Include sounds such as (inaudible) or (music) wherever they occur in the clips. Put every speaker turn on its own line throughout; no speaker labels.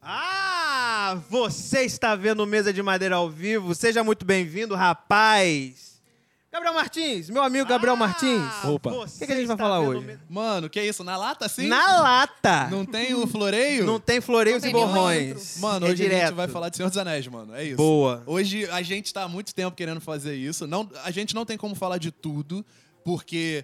Ah, você está vendo Mesa de Madeira ao vivo. Seja muito bem-vindo, rapaz. Gabriel Martins, meu amigo Gabriel Martins.
Opa.
Ah, você
Ah, O que que a gente vai
está
falar
vendo
hoje?
me-
Mano, que isso? Na lata, sim?
Na lata. Não,
Não tem o floreio?
tem floreios
Não
e
tem nenhum
borrões.
outro.
Mano,
É
hoje a
direto.
gente vai falar de Senhor dos Anéis, mano. É isso.
Boa.
Hoje a gente tá há muito tempo querendo fazer isso. Não, a gente não tem como falar de tudo, porque.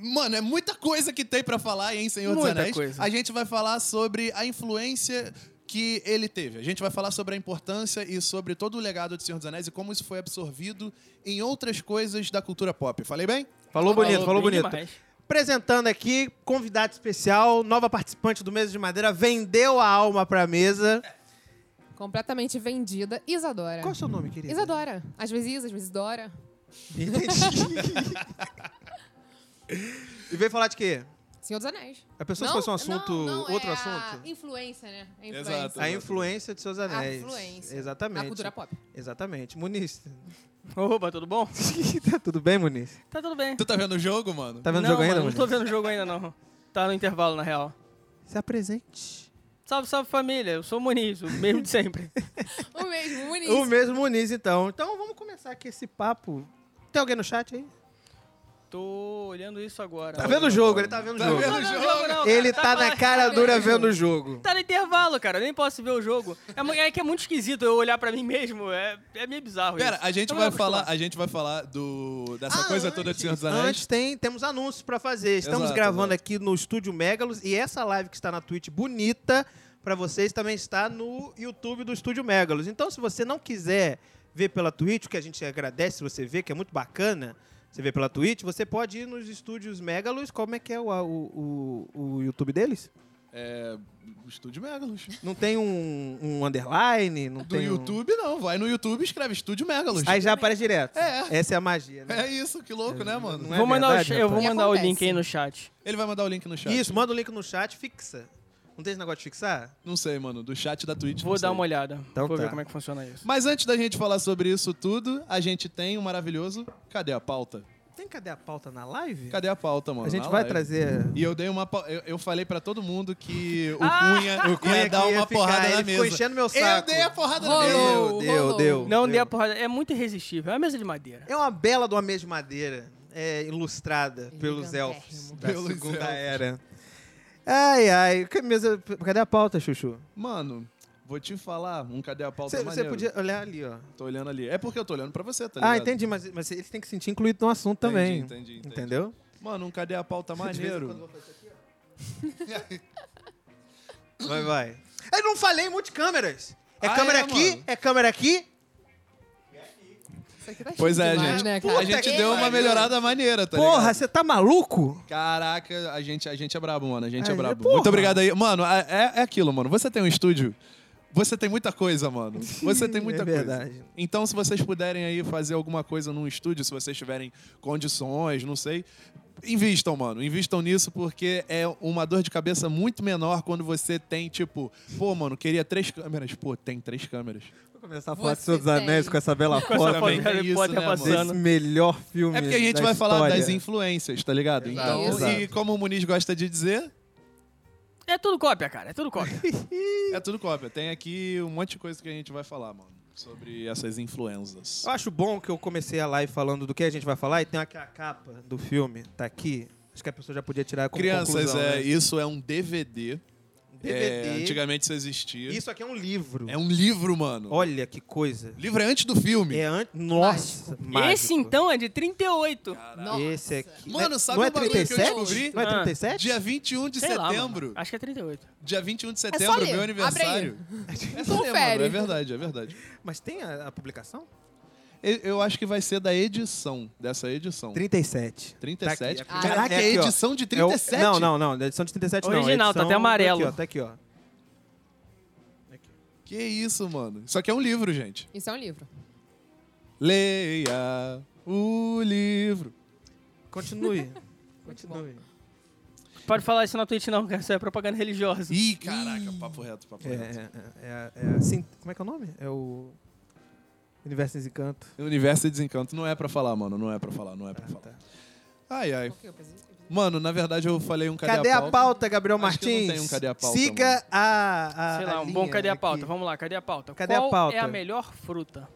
Mano, é muita coisa que tem pra falar em Senhor dos
Muita
Anéis.
coisa.
A gente vai falar sobre a influência que ele teve. A gente vai falar sobre a importância e sobre todo o legado de Senhor dos Anéis e como isso foi absorvido em outras coisas da cultura pop. Falei bem?
Falou bonito, falou
bem
bonito.
demais.
Apresentando aqui, convidado especial, nova participante do Mesa de Madeira, vendeu a alma pra mesa.
É.
Completamente vendida. Isadora.
Qual é o seu nome, querido?
Isadora. Às vezes Isa, às vezes Dora.
(laughs)
E veio falar de quê?
Senhor dos Anéis.
A pessoa
Não?
fosse um assunto,
Não, não, é
outro
a
assunto?
influência, né? A influência.
Exato.
A influência de seus anéis.
influência.
Exatamente.
A cultura
(laughs)
pop.
Exatamente. Muniz. (laughs)
Opa, tudo bom?
tá tudo bem, Muniz?
Tá tudo bem.
Tu tá vendo o jogo, mano?
Tá vendo o
não,
jogo
mano,
ainda,
Não
Muniz?
tô vendo o jogo ainda, não. Tá no intervalo, na real.
Se apresente.
Salve, salve família. Eu sou o Muniz, o mesmo
(laughs)
de sempre.
O mesmo, o
O
início.
mesmo Muniz, então. Então vamos começar aqui esse papo. Tem alguém no chat aí?
Tô olhando isso agora.
Tá vendo o jogo, ele tá vendo o
Tá
jogo.
vendo?
Não, não, jogo não, cara.
Ele tá na cara
vendo
dura
o
vendo o jogo.
(laughs) Tá no intervalo, cara. Eu nem posso ver o jogo. É, mu- é que é muito esquisito eu olhar pra mim mesmo. É, é meio bizarro
Pera,
isso.
a
Então
gente
Eu
vai
vou acostumar.
falar, a gente vai falar do dessa
Ah,
coisa toda de
antes-
Senhor dos Anéis.
Antes tem, temos anúncios pra fazer. Estamos
Exato,
gravando
exato.
aqui no Estúdio Megalos e essa live que está na Twitch bonita pra vocês também está no YouTube do Estúdio Megalos. Então, se você não quiser ver pela Twitch, o que a gente agradece se você ver, que é muito bacana, você ver pela Twitch, você pode ir nos estúdios Megalos. Como é que é o, o, o, o YouTube deles?
É. Estúdio Megalos.
Não tem um, um underline? Não
Do
tem um-
YouTube, não. Vai no YouTube e escreve Estúdio Megalos.
Aí já aparece direto.
É.
Essa é a magia, né?
É isso, que louco, né, mano?
Não é
Vou mandar o
verdade,
cha- eu vou
rapaz?
mandar o
Acontece.
link aí no chat.
Ele vai mandar o link no chat.
Isso, manda o link no chat, fixa. Não tem esse negócio de fixar?
Não sei, mano. Do chat da Twitch.
Vou
não sei.
dar uma olhada.
Então
vou
tá.
ver como é que funciona isso.
Mas antes da gente falar sobre isso tudo, a gente tem um maravilhoso. Cadê a pauta?
Tem cadê a pauta na live?
Cadê a pauta, mano?
a gente
Na
vai
live.
trazer.
E eu dei uma. pau- Eu, eu falei pra todo mundo
(laughs)
que o
Ah!
Cunha, o Cunha ia
é que
dar
ia
uma
ficar,
porrada
ele
na
ficou
mesa.
enchendo meu
Eu
saco.
dei a porrada na mesa.
Deu,
Rolou,
deu,
rolou.
deu.
Não
deu.
dê a porrada. É muito irresistível. É uma mesa de madeira.
É uma bela de uma mesa de madeira, é, ilustrada pelos elfos
Gigantérrimo.
da
Pelos
Segunda
elfos.
Era. Ai, ai. que mesa- Cadê a pauta, Chuchu?
Mano, vou te falar um cadê a pauta
Você
maneiro.
podia olhar ali, ó.
Tô olhando ali. É porque eu tô olhando pra você, tá ligado?
ah, entendi, mas, mas eles têm que se sentir incluído no assunto também.
Entendi, entendi, entendi.
Entendeu?
Mano, um cadê a pauta maneiro?
Vai, vai. Eu não falei multicâmeras. É
Ah,
câmera
é,
aqui,
mano. Tá
é câmera aqui.
Isso aqui tá
Pois
chique
é,
demais,
gente.
Né, cara?
a gente
que
deu uma
pariu.
melhorada maneira, tá
Porra,
ligado?
você tá maluco?
Caraca, a gente, a gente é brabo, mano. A gente
Ai,
é brabo.
porra.
Muito obrigado aí. Mano, a- é, é aquilo, mano. Você tem um estúdio, você tem muita coisa, mano. Você tem
(laughs)
muita
É
coisa.
verdade.
Então, se vocês puderem aí fazer alguma coisa num estúdio, se vocês tiverem condições, não sei. Invistam, mano. Invistam nisso porque é uma dor de cabeça muito menor quando você tem, tipo, pô, mano, queria três câmeras. Pô, tem três câmeras.
Vou começar a
Você
falar de Senhor dos
tem.
Anéis com essa bela
Essa
foto
foto de
tem
Harry
isso,
Potter
né, mano?
desse
passando.
melhor filme.
É porque a gente
da
vai falar
história.
das influências, tá ligado?
Exato,
Então,
exato.
e como o Muniz gosta de dizer,
É tudo cópia, cara. É tudo cópia.
é tudo cópia. Tem aqui um monte de coisa que a gente vai falar, mano, sobre essas influências.
Eu acho bom que eu comecei a live falando do que a gente vai falar e tem aqui a capa do filme, tá aqui. Acho que a pessoa já podia tirar como
Crianças,
conclusão,
é,
né? Um
isso é um DVD.
DVD.
É, antigamente isso existia.
Isso aqui é um livro.
É um livro, mano.
Olha que coisa.
Livro é antes do filme.
É an... Nossa, mágico.
Esse então é de 38.
Nossa.
Esse aqui.
Mano,
não é-
sabe
não é
um bagulho que eu
37?
descobri?
Não é
Ah.
37?
Dia 21 de
Sei lá,
setembro.
mano. Acho que é 38.
dia 21
É
de
só
setembro,
ler.
(laughs)
meu aniversário. É só ler,
Confere.
mano. É verdade, é verdade.
Mas tem a, a publicação?
Eu- Eu acho que vai ser da edição, dessa edição.
37.
37.
Tá aqui.
Ah,
Caraca,
é
é,
aqui, ó.
edição de
É o-
37?
Não, não, não. Da edição de 37 não.
Original, tá
edição-
até amarelo.
Tá aqui, ó. Tá aqui, ó.
Que isso, mano? Isso aqui é um livro, gente.
Isso é um livro.
Leia o livro.
(laughs)
Continue.
Muito
Continue.
Pode falar isso na Twitch não, cara. Isso é propaganda religiosa.
Ih, caraca, papo reto, papo
É,
reto.
é, é, a- é a sin- como é que é o nome? É o Universo em Desencanto.
Universo e Desencanto não é pra falar, mano. Não é pra falar, não é pra
Ah,
falar.
tá.
Ai, ai.
Por quê? Eu preciso- eu preciso
Mano, na verdade eu falei um cadê,
Cadê a pauta, Gabriel
Acho que não
Martins?
tem um cadê a pauta,
Siga a, a.
Sei lá,
a
um bom
linha
cadê a
aqui.
pauta? Vamos lá, cadê a pauta?
Cadê a
Qual
pauta?
é a melhor fruta?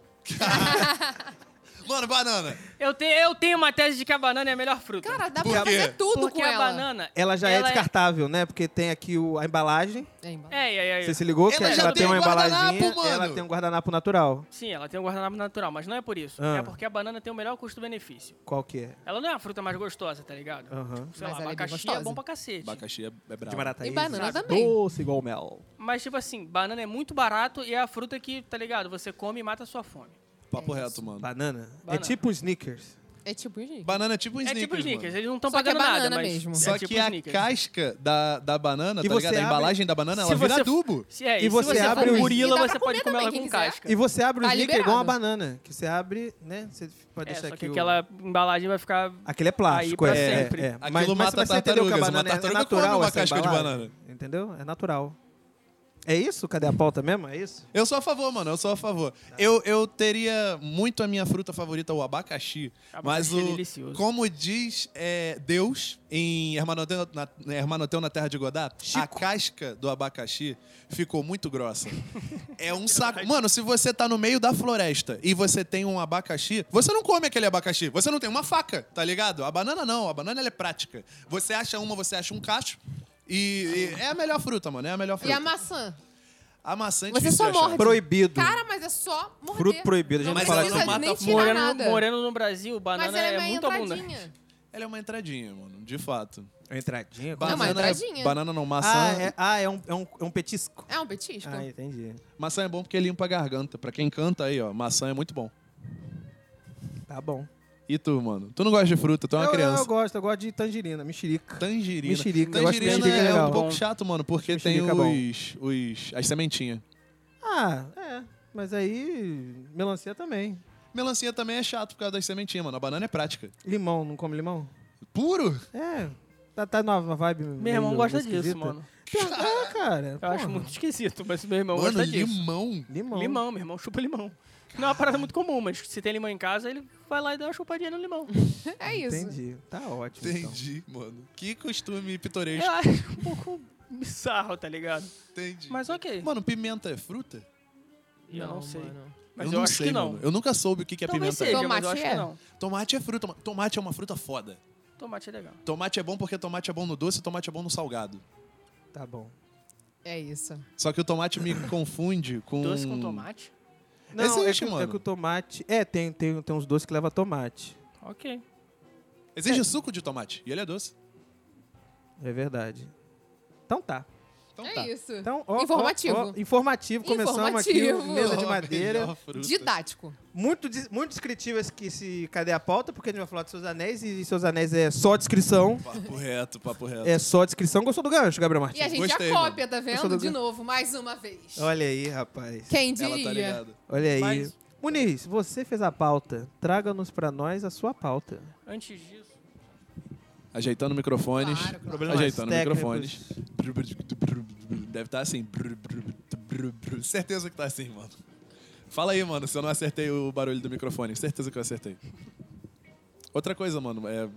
Mano, banana.
Eu, te, eu tenho uma tese de que a banana é a melhor fruta.
Cara, dá
Por
pra
quê?
fazer tudo
porque
com
a
ela.
banana...
Ela já é descartável, né? Porque tem aqui o- a embalagem.
É, embala.
É, é, é, é.
Você se ligou? que
Ela já
ela tem
tem
uma
um guardanapo,
embalaginha.
mano.
Ela tem um guardanapo natural.
Sim, ela tem um guardanapo natural, mas não é por isso.
Ah.
É porque a banana tem o melhor custo-benefício.
Qual que é?
Ela não é a fruta mais gostosa, tá ligado?
Aham.
Sei
Mas
lá,
ela é bem
abacaxi é,
gostosa.
bom pra cacete.
Abacaxi é, é brabo.
De Marataízes.
E banana
Sabe?
também.
Tá Doce igual mel.
Mas, tipo assim, banana é muito barato e é a fruta que, tá ligado? Você come e mata a sua fome.
Papo reto, mano.
Banana. É
Banana.
tipo sneakers.
É tipo gente.
Banana é tipo um
é tipo
Snickers,
sneakers,
mano.
eles não estão
Só que é
pagando nada,
banana
mas.
mesmo.
é
Só
tipo
que a
Snickers.
casca da, da banana,
E
tá ligado?
você
A
abre-
embalagem da banana,
Se
ela vira
você-
adubo.
Se, é,
E
e
você
você se você
abre
for
o-
E
gorila,
dá
você
pra
pode
comer
comer ela
também,
com
quem quiser.
casca.
E você abre o
Tá
sneaker igual uma
liberado.
banana. Que você abre, né? Você pode
É,
deixar
só
aqui.
que
o-
aquela embalagem vai ficar...
Aquele é plástico,
pra
é,
sempre.
é, é.
Aquilo
Mas, mas
mata
você entendeu que a
tartarugas, uma
banana é- é
tartaruga come
natural
uma
essa
casca de
embalagem,
banana.
Entendeu? É natural. É isso? Cadê a pauta mesmo? É isso?
Eu sou a favor, mano, eu sou a favor.
Tá.
Eu, eu teria muito a minha fruta favorita, o abacaxi.
Abacaxi
mas
é
o,
delicioso.
como diz é, Deus em Hermanoteu na, na- Hermanoteu na Terra de Godá, a casca do abacaxi ficou muito
(laughs)
grossa. é um saco. Mano, se você tá no meio da floresta e você tem um abacaxi, você não come aquele abacaxi. Você não tem uma faca, tá ligado? A banana não, a banana ela é prática. Você acha uma, você acha um cacho. E, e é a melhor fruta, mano. É a melhor
E
fruta.
a maçã?
A maçã é
Você
difícil
só
de achar.
morde.
Proibido.
Cara, mas é só morder.
Fruto proibido, a gente
não
vai falar
precisa
disso. Mas
nem
mata-
tirar
Morando,
nada.
no- morando no Brasil,
mas
banana
ela
é,
é meio
muito abundante.
entradinha.
Ela é uma entradinha, mano, de fato.
É Entradinha?
Não, mas
é-
entradinha.
banana não, maçã.
Ah, é, ah, é um, é, um, é um petisco.
É um petisco?
Ah, entendi.
Maçã é bom porque limpa a garganta. Pra quem canta aí, ó, maçã é muito bom.
Tá bom.
E tu, mano? Tu não gosta de fruta, tu é uma
eu,
criança.
Eu, eu gosto, eu gosto de tangerina, mexerica.
Tangerina.
Mexerica, eu gosto de
Tangerina,
mexerica,
é
legal.
um pouco
Bom.
chato, mano, porque tem
Mexerica é bom.
os, os. as sementinhas.
Ah, é. Mas aí, melancia também.
Melancia também é chato por causa das sementinhas, mano. A banana é prática.
Limão, não come limão?
Puro?
É. Tá, tá numa vibe
Meu
meio
irmão gosta disso,
esquisita.
mano.
É, cara.
Eu acho
porra.
muito esquisito, mas meu irmão
mano,
gosta disso.
limão.
Limão.
Limão, meu irmão chupa limão. Não é uma parada muito comum, mas se tem limão em casa, ele vai lá e dá uma chupadinha no limão.
É isso.
Ah, Entendi. Tá ótimo, então.
Entendi, mano. Que costume pitoresco.
Eu acho um pouco bizarro, tá ligado?
Entendi.
Mas ok.
Mano, pimenta é fruta?
eu não sei.
mano.
Mas eu, acho
sei,
que não.
mano. Eu nunca soube o que que é
Então,
Talvez
pimenta. é.
seja, mas
Tomate
eu acho
é?
que não.
Tomate é fruta, mano. Tomate é uma fruta foda.
Tomate é legal.
Tomate é bom porque tomate é bom no doce e tomate é bom no salgado.
Tá bom.
É isso.
Só que o tomate
(laughs)
me confunde com.
Doce com tomate?
Não, é,
Existe,
que, é
mano.
que o tomate... É, tem, tem, tem uns doces que leva tomate.
Ok.
Existe suco de tomate e ele é doce.
É verdade. Então tá.
Então
é
tá.
isso.
Então, ó, ó,
Informativo.
ó, informativo. Começamos aqui
Informativo.
o Mesa de
Ó,
Madeira.
melhor fruta.
Didático.
Muito, dis- muito descritivo esse, esse Cadê a Pauta, porque a gente vai falar de Seus Anéis, e Seus Anéis é só descrição.
Papo reto, papo reto.
É só descrição. Gostou do gancho, Gabriel
E a
Martins?
gente
Gostei,
já
mano.
cópia, tá
sou do
vendo? De
Rio.
novo, mais uma vez.
Olha aí, rapaz.
Quem
Ela tá
diria?
ligada.
Olha aí.
Mas-
Muniz, você fez a pauta. Traga-nos pra nós a sua pauta.
Antes disso,
Ajeitando microfones.
Claro, claro.
Problemas
Ajeitando
técnicos.
microfones. Deve estar assim. Certeza que tá assim, mano. Fala aí, mano, se eu não acertei o barulho do microfone. Certeza que eu acertei. Outra coisa, mano, é.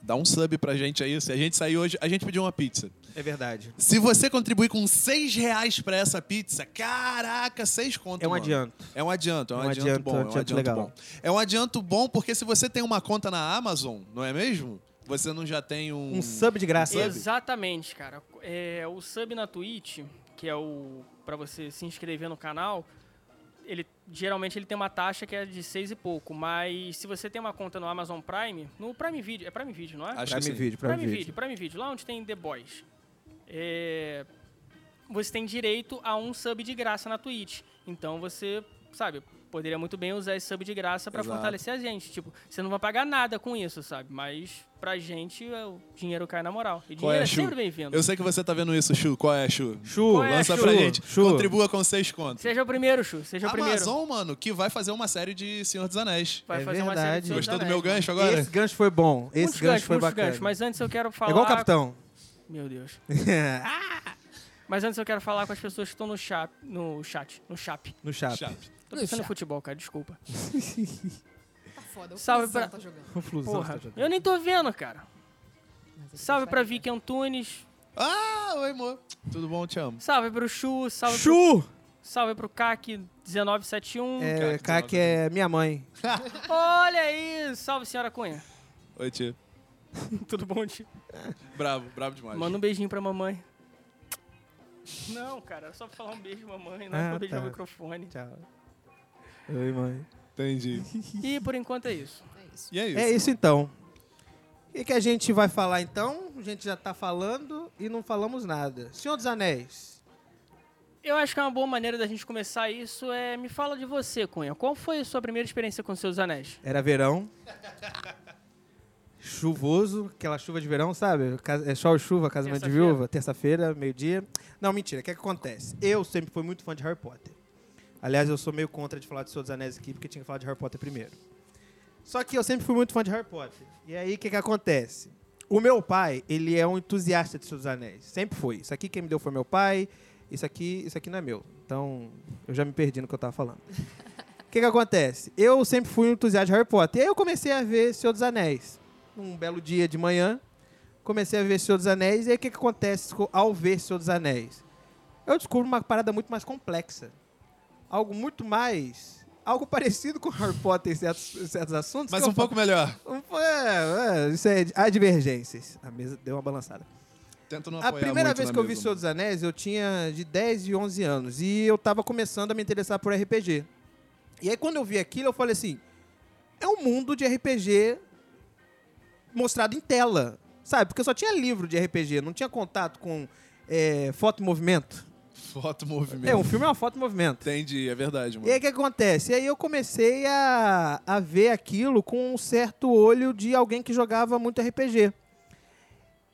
Dá um sub pra gente aí. Se a gente sair hoje, a gente pediu uma pizza.
É verdade.
Se você contribuir com 6 reais pra essa pizza, caraca, 6 conto.
É um
mano.
adianto.
É um adianto, é um,
Um
adianto,
adianto,
bom.
um
é um
adianto
adianto
legal.
bom. É um adianto bom porque se você tem uma conta na Amazon, não é mesmo? Você não já tem um.
Um sub de graça.
exatamente, cara. É, o sub na Twitch, que é o pra você se inscrever no canal, ele geralmente ele tem uma taxa que é de seis e pouco, mas se você tem uma conta no Amazon Prime, no Prime Video, é Prime Video, não é?
Acho
Prime
que assim, sim.
Video, Prime,
Prime, Video.
Video.
Prime Video, lá onde tem The Boys. É, Você tem direito a um sub de graça na Twitch. Então você, sabe, poderia muito bem usar esse sub de graça pra
Exato.
fortalecer a gente. Tipo, você não vai pagar nada com isso, sabe? Mas pra gente é, o dinheiro cai na moral. E
Qual
dinheiro é,
é, Chu?
sempre bem-vindo.
Eu sei que você tá vendo isso, Chu. Qual é, Chu?
Chu,
Qual é,
Lança
Chu?
pra gente.
Chu.
Contribua com 6 contos.
Seja o primeiro, Chu. Seja o primeiro.
Amazon, mano, que vai fazer uma série de Senhor dos Anéis.
Vai
É
fazer uma série
verdade.
de Senhor dos
Gostou do
Anéis,
meu
mano.
gancho agora?
Esse gancho foi bom. Esse
Muitos
gancho
ganchos,
foi
muitos
bacana.
ganchos. Mas antes eu quero
É
falar...
igual o Capitão.
(laughs) Meu Deus. Mas antes eu quero falar com as pessoas que estão no chat. No chat. No chat.
no chat.
Chape.
Tô
No
pensando em
chat.
futebol, cara. Desculpa.
Tá foda. O
Salve
Flusão
pra-
tá jogando.
(laughs) Confusão.
Porra,
tá jogando.
eu nem tô vendo, cara.
Mas
Salve pra Vicky Antunes.
Ah, oi, amor. Tudo bom? Te amo.
Salve pro Chu. Salve, Pro,
Chu!
salve pro Kaki 1971.
É, cara, que é minha mãe.
Olha aí. Salve, senhora Cunha.
Oi, tia.
(laughs) Tudo bom, tio?
Bravo, bravo demais.
Manda um beijinho pra mamãe. Não, cara, é só pra falar um beijo, mamãe, não é
Ah,
pra beijar
tá.
o microfone.
Tchau. Oi, mãe. (laughs)
Entendi.
E por enquanto é isso.
É isso.
E é isso.
É isso então. O que, que a gente vai falar então? A gente já tá falando e não falamos nada. Senhor dos Anéis.
Eu acho que uma boa maneira da gente começar isso é. Me fala de você, Cunha. Qual foi a sua primeira experiência com seus anéis?
Era verão. Chuvoso, aquela chuva de verão, sabe? Ca- É sol e chuva, casamento de
Terça-feira.
viúva, terça-feira, meio-dia. Não, mentira, o que, é que acontece? Eu sempre fui muito fã de Harry Potter. Aliás, eu sou meio contra de falar de Senhor dos Anéis aqui, porque tinha que falar de Harry Potter primeiro. Só que eu sempre fui muito fã de Harry Potter. E aí, o que, que acontece? O meu pai, ele é um entusiasta de Senhor dos Anéis. Sempre foi. Isso aqui quem me deu foi meu pai. Isso aqui, isso aqui não é meu. Então, eu já me perdi no que eu tava falando. O que, que acontece? Eu sempre fui um entusiasta de Harry Potter. E aí eu comecei a ver Senhor dos Anéis. Num belo dia de manhã, comecei a ver Senhor dos Anéis. E aí o que, que acontece co- ao ver Senhor dos Anéis? Eu descubro uma parada muito mais complexa. Algo muito mais. Algo (laughs) parecido com Harry Potter em certos, em certos assuntos.
Mas
que eu
um pouco melhor.
falo- "Hum, É, é, isso é. Há divergências. A mesa deu uma balançada.
Tento não
A
apoiar
primeira
muito
vez
na
que eu vi
mesa,
Senhor dos Anéis, eu tinha de 10 e 11 anos. E eu tava começando a me interessar por RPG. E aí, quando eu vi aquilo, eu falei assim: é um mundo de RPG mostrado em tela. Sabe? Porque eu só tinha livro de RPG, não tinha contato com é, foto e movimento.
Foto, movimento.
É, um filme é uma foto e movimento.
Entendi, é verdade, mano.
E aí o que acontece? E aí eu comecei a, a ver aquilo com um certo olho de alguém que jogava muito RPG.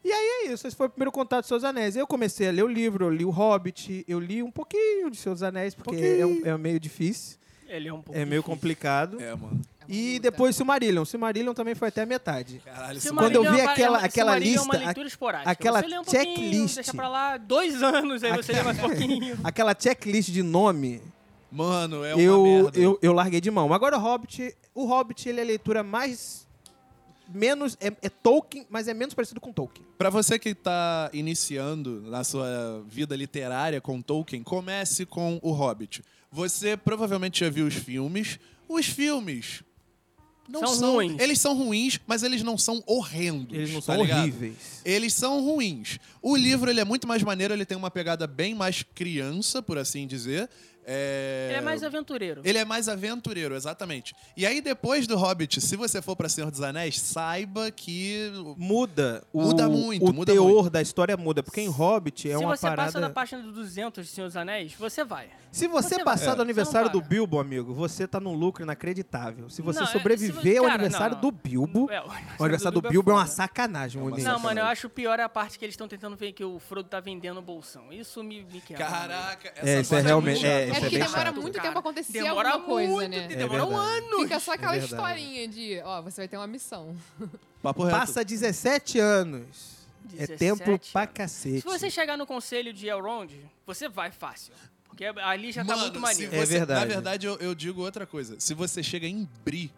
E aí é isso, esse foi o primeiro contato de Seus Anéis. Eu comecei a ler o livro, eu li o Hobbit, eu li um pouquinho de Seus Anéis, porque é, um- é meio difícil,
Ele é um pouco.
é meio
difícil.
complicado.
É, mano.
É uma
E
luta.
depois Silmarillion. Silmarillion também foi até a metade.
Caralho, esse um-
Quando eu
Silmarillion
vi
é uma-
aquela-
é uma-
aquela
Silmarillion É
lista,
uma
a-
leitura esporádica.
aquela
você lê um pouquinho,
checklist.
Deixa pra lá dois (laughs) anos, aí você lê mais um
(laughs)
pouquinho.
Aquela checklist de nome
Mano, é uma
eu,
merda.
eu, eu larguei de mão. Agora o Hobbit, o Hobbit ele é a leitura mais menos é, é Tolkien, mas é menos parecido com Tolkien.
Pra você que tá iniciando na sua vida literária com Tolkien, comece com O Hobbit. Você provavelmente já viu os filmes. Os filmes não
São
são,
ruins.
Eles são ruins, mas eles não são horrendos. tá ligado?
horríveis.
Eles são ruins. O livro ele é muito mais maneiro, ele tem uma pegada bem mais criança, por assim dizer. É...
Ele é mais aventureiro.
Ele é mais aventureiro, exatamente. E aí, depois do Hobbit, se você for pra Senhor dos Anéis, saiba que.
Muda o,
Muda muito,
o
muda
teor
muito.
da história muda, porque em Hobbit é
Se
uma
você
parada.
passa da página do 200 de Senhor dos Anéis, você vai.
Se você,
você
passar
vai.
do
É.
aniversário
Você
do
não paga.
Bilbo, amigo, você tá num lucro inacreditável. Se você
Não, é- se
sobreviver
você-
ao
cara,
aniversário
não,
do
não.
Bilbo,
É,
o aniversário do Bilbo é, uma
foda.
sacanagem,
É uma
um
Não,
sacanagem.
menino.
mano, eu acho pior é a parte que eles estão tentando ver que o Frodo tá vendendo o bolsão. Isso me, me quebra. mano.
Caraca, essa
É, isso é
parte
realmente-
muito
é,
chata.
isso
É porque
bem
demora
chato. É
muito
Cara,
tempo pra acontecer
demora
alguma coisa,
muito,
né?
Demora um
verdade.
ano.
Fica só aquela
É verdade.
historinha de, ó, você vai ter uma missão.
Papo reto.
Passa 17 anos. é
17
tempo pra
anos.
cacete.
Se você chegar no conselho de Elrond, você vai fácil. Porque ali já tá
Mano,
muito
se
maneiro.
você,
É verdade.
Na verdade, eu, eu digo outra coisa. Se você chega em Bri.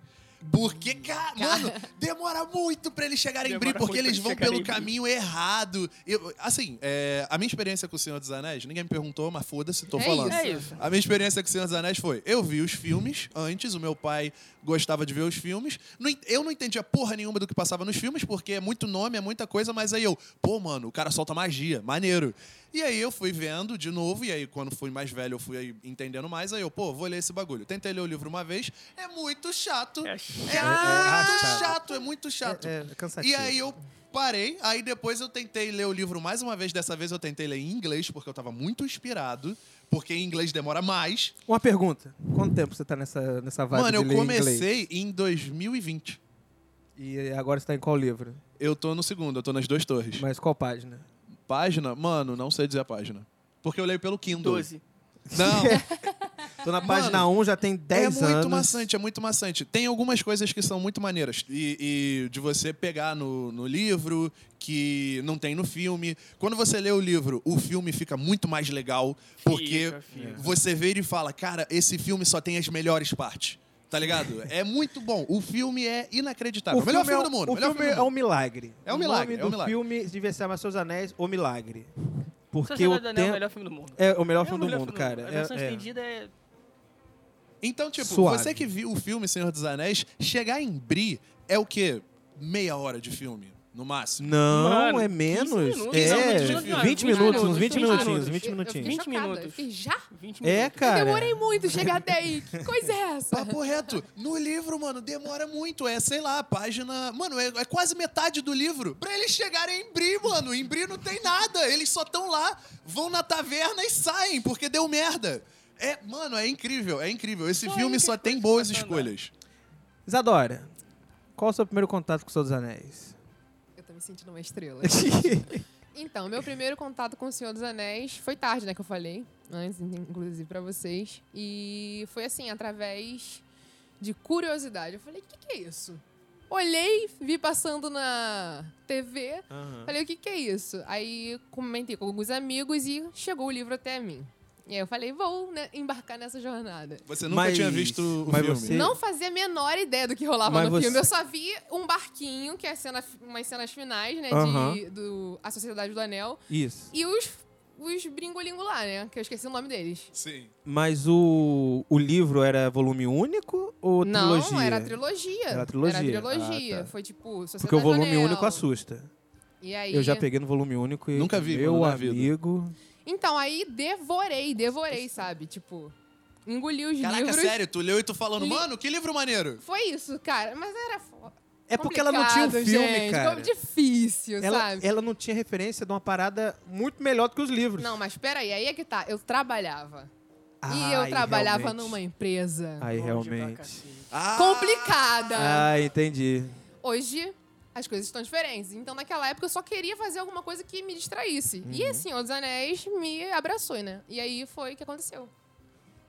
Porque, cara, mano, demora muito pra eles chegarem em Bri,
Demora
porque
muito
eles
pra
vão
chegarem em
pelo
Bri.
caminho errado. Eu- assim, é, a minha experiência com o Senhor dos Anéis, ninguém me perguntou, mas foda-se, tô
É
falando.
É isso.
A minha experiência com o Senhor dos Anéis foi: eu vi os filmes antes, o meu pai gostava de ver os filmes. Não en- eu não entendia porra nenhuma do que passava nos filmes, porque é muito nome, é muita coisa, mas aí eu, pô, mano, o cara solta magia, maneiro. E aí eu fui vendo de novo, e aí quando fui mais velho eu fui aí entendendo mais, aí eu, pô, vou ler esse bagulho. Tentei ler o livro uma vez, é muito chato.
É
É
chato.
muito
chato.
chato, é muito chato.
É, é cansativo.
E aí eu parei, aí depois eu tentei ler o livro mais uma vez. Dessa vez eu tentei ler em inglês, porque eu tava muito inspirado. Porque em inglês demora mais.
Uma pergunta. Quanto tempo você tá nessa, nessa vibe
Mano,
de
eu
ler inglês?
comecei em 2020.
E agora você tá em qual livro?
Eu tô no segundo, eu tô nas duas torres.
Mas qual página?
Página? Mano, não sei dizer a página. Porque eu leio pelo Kindle.
12.
(laughs)
Não,
Tô na página 1, já tem 10
é muito
anos.
maçante, é muito maçante. Tem algumas coisas que são muito maneiras. E, e de você pegar no, no livro, que não tem no filme. Quando você lê o livro, o filme fica muito mais legal, porque
Fica, fica.
você vê ele e fala: Cara, esse filme só tem as melhores partes. Tá ligado? É muito bom. O filme é inacreditável. O melhor filme,
é,
do mundo.
O
melhor
filme,
filme do
é um
mundo.
milagre.
É um milagre,
O nome
é um
do
milagre.
filme devia ser Amassou os Anéis, O Milagre. Porque o
Sociedade do Anel é o
tempo...
melhor filme do mundo.
É o melhor
É o
filme do
melhor
mundo, cara.
A
É-
versão
é.
estendida é...
Então, tipo,
um Suave.
você que viu o filme Senhor dos Anéis, chegar em Bri é o quê? Meia hora de filme, no máximo.
Não,
Mano,
é
15
menos.
minutos.
É,
15
20
minutos,
20
minutos, uns
minutos,
20
20
minutinhos,
minutos.
20
Eu
minutinhos.
fiquei assim,
20
chocada.
minutos.
Eu fiquei, já?
20 minutos.
É, cara.
Eu demorei muito chegar até aí. Que coisa é
(laughs)
essa?
Papo reto. No livro, mano, demora muito. É, sei lá, página. Mano, é, é quase metade do livro. Pra eles chegarem em Bri, mano. Em Bri não tem nada. Eles só estão lá, vão na taverna e saem, porque deu merda. É, mano, é incrível, é incrível. Esse
Só
filme
aí que
só
as
tem
coisas
boas
começam a
escolhas.
Isadora, qual o seu primeiro contato com o Senhor dos Anéis?
Eu tô me sentindo uma estrela. Então, meu primeiro contato com o Senhor dos Anéis foi tarde, né? Que eu falei antes, in- inclusive, pra vocês. E foi assim, através de curiosidade. Eu falei, o que, que é isso? Olhei, vi passando na TV.
Aham.
Falei, o que, que é isso? Aí comentei com alguns amigos e chegou o livro até mim. E aí eu falei, vou né, embarcar nessa jornada.
Você nunca
Mas-
tinha visto o
mas
filme.
você-
Não fazia a menor ideia do que rolava
Mas
no
você-
filme. Eu só vi um barquinho, que é a cena, umas cenas finais, né? De,
Aham.
do A Sociedade do Anel.
Isso.
E os, os bringolingo lá, né? Que eu esqueci o nome deles.
Sim.
Mas o, o livro era volume único ou
Não,
trilogia?
era trilogia.
Era trilogia.
Era trilogia.
Ah, tá.
Foi tipo, Sociedade
Porque o volume
do Anel.
único assusta.
E aí...
Eu já peguei no volume único e.
Nunca vi,
Meu
mano, na vida.
amigo.
Então, aí devorei, devorei, sabe? Tipo, engoli os
Caraca,
livros.
sério, tu leu e tu falando,
Li-
mano, que livro maneiro.
Foi isso, cara. Mas era... fo-
É porque ela não tinha o
complicado,
filme,
gente.
cara.
Como difícil,
Ela,
sabe?
ela não tinha referência de uma parada muito melhor do que os livros.
Não, mas peraí, aí é que tá. Eu trabalhava.
Ah,
e eu
aí
trabalhava
realmente.
numa empresa
Aí
Longe pra
realmente.
cacete.
Ah,
complicada.
Ah, entendi.
Hoje as coisas estão diferentes. Então, naquela época, eu só queria fazer alguma coisa que me distraísse.
Uhum.
E assim, Senhor dos Anéis me abraçou, né? E aí foi o que aconteceu.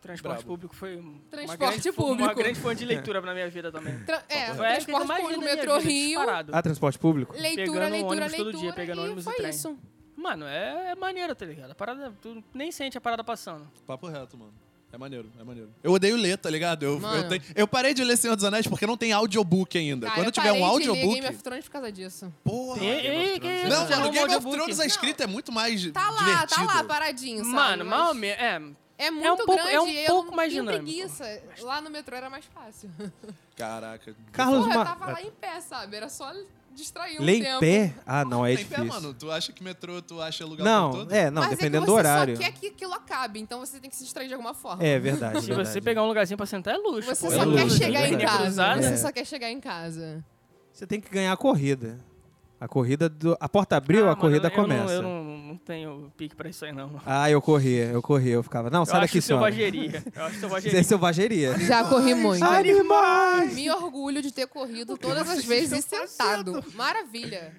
Transporte
Brabo.
público foi uma
Transporte
grande- Uma
público.
grande fonte de leitura na minha vida também.
Tra- é,
Foi a época que eu
transporte
mais li
público,
da minha
metrô
vida,
Rio,
disparado.
Ah, transporte público?
leitura,
Pegando
leitura,
ônibus
leitura.
todo dia, pegando
e
ônibus e
foi
trem.
isso.
Mano, é, é maneiro, tá ligado? A parada, tu nem sente a parada passando.
Papo reto, mano. É maneiro, é maneiro. Eu odeio ler, tá ligado? Eu,
Mano.
eu, tenho- eu parei de ler Senhor dos Anéis porque não tem audiobook ainda.
Cara,
Quando
eu
tiver um
parei de ler
audiobook.
Game of Thrones por causa disso.
Porra.
Ei, ei, que isso?
Não,
Já
mano,
arruma
Game of
audiobook.
Thrones a escrita é muito mais.
Tá lá,
divertida.
tá lá, paradinho, sabe?
Mano,
Mas
mal mesmo. É,
É muito
pouco-
grande.
é um
e eu
pouco
não
mais
tenho
dinâmico.
preguiça. Lá no metrô era mais fácil.
Caraca.
Carlos
Porra, eu
Ma-
tava lá em pé, sabe? Era só distrair um
Lê
tempo.
em pé? Ah, não, é
Tem pé,
difícil.
mano. Tu acha que metrô, tu acha lugar pra
não,
todo?
é, não,
Mas
dependendo
é que
do
você
horário.
só quer que aquilo acabe, então você tem que se distrair de alguma forma.
É verdade.
se
verdade.
você pegar um lugarzinho pra sentar é luxo.
Você
pô.
É
só
luxo,
quer chegar em
verdade.
casa.
Cruzada.
É.
Você só quer chegar em casa.
um-
Você tem que ganhar a corrida. A corrida do... A porta abriu,
Ah,
a corrida
mano, eu-
começa.
Eu, não, eu não, não tenho pique pra isso aí, não.
Ah, eu corria, eu corria, eu ficava. Não, sai
eu
daqui,
acho
senhora.
selvageria. Eu
Isso
acho
é
selvageria.
selvageria.
Já corri muito.
Animais!
Me orgulho de ter corrido todas as vezes e sentado. Maravilha.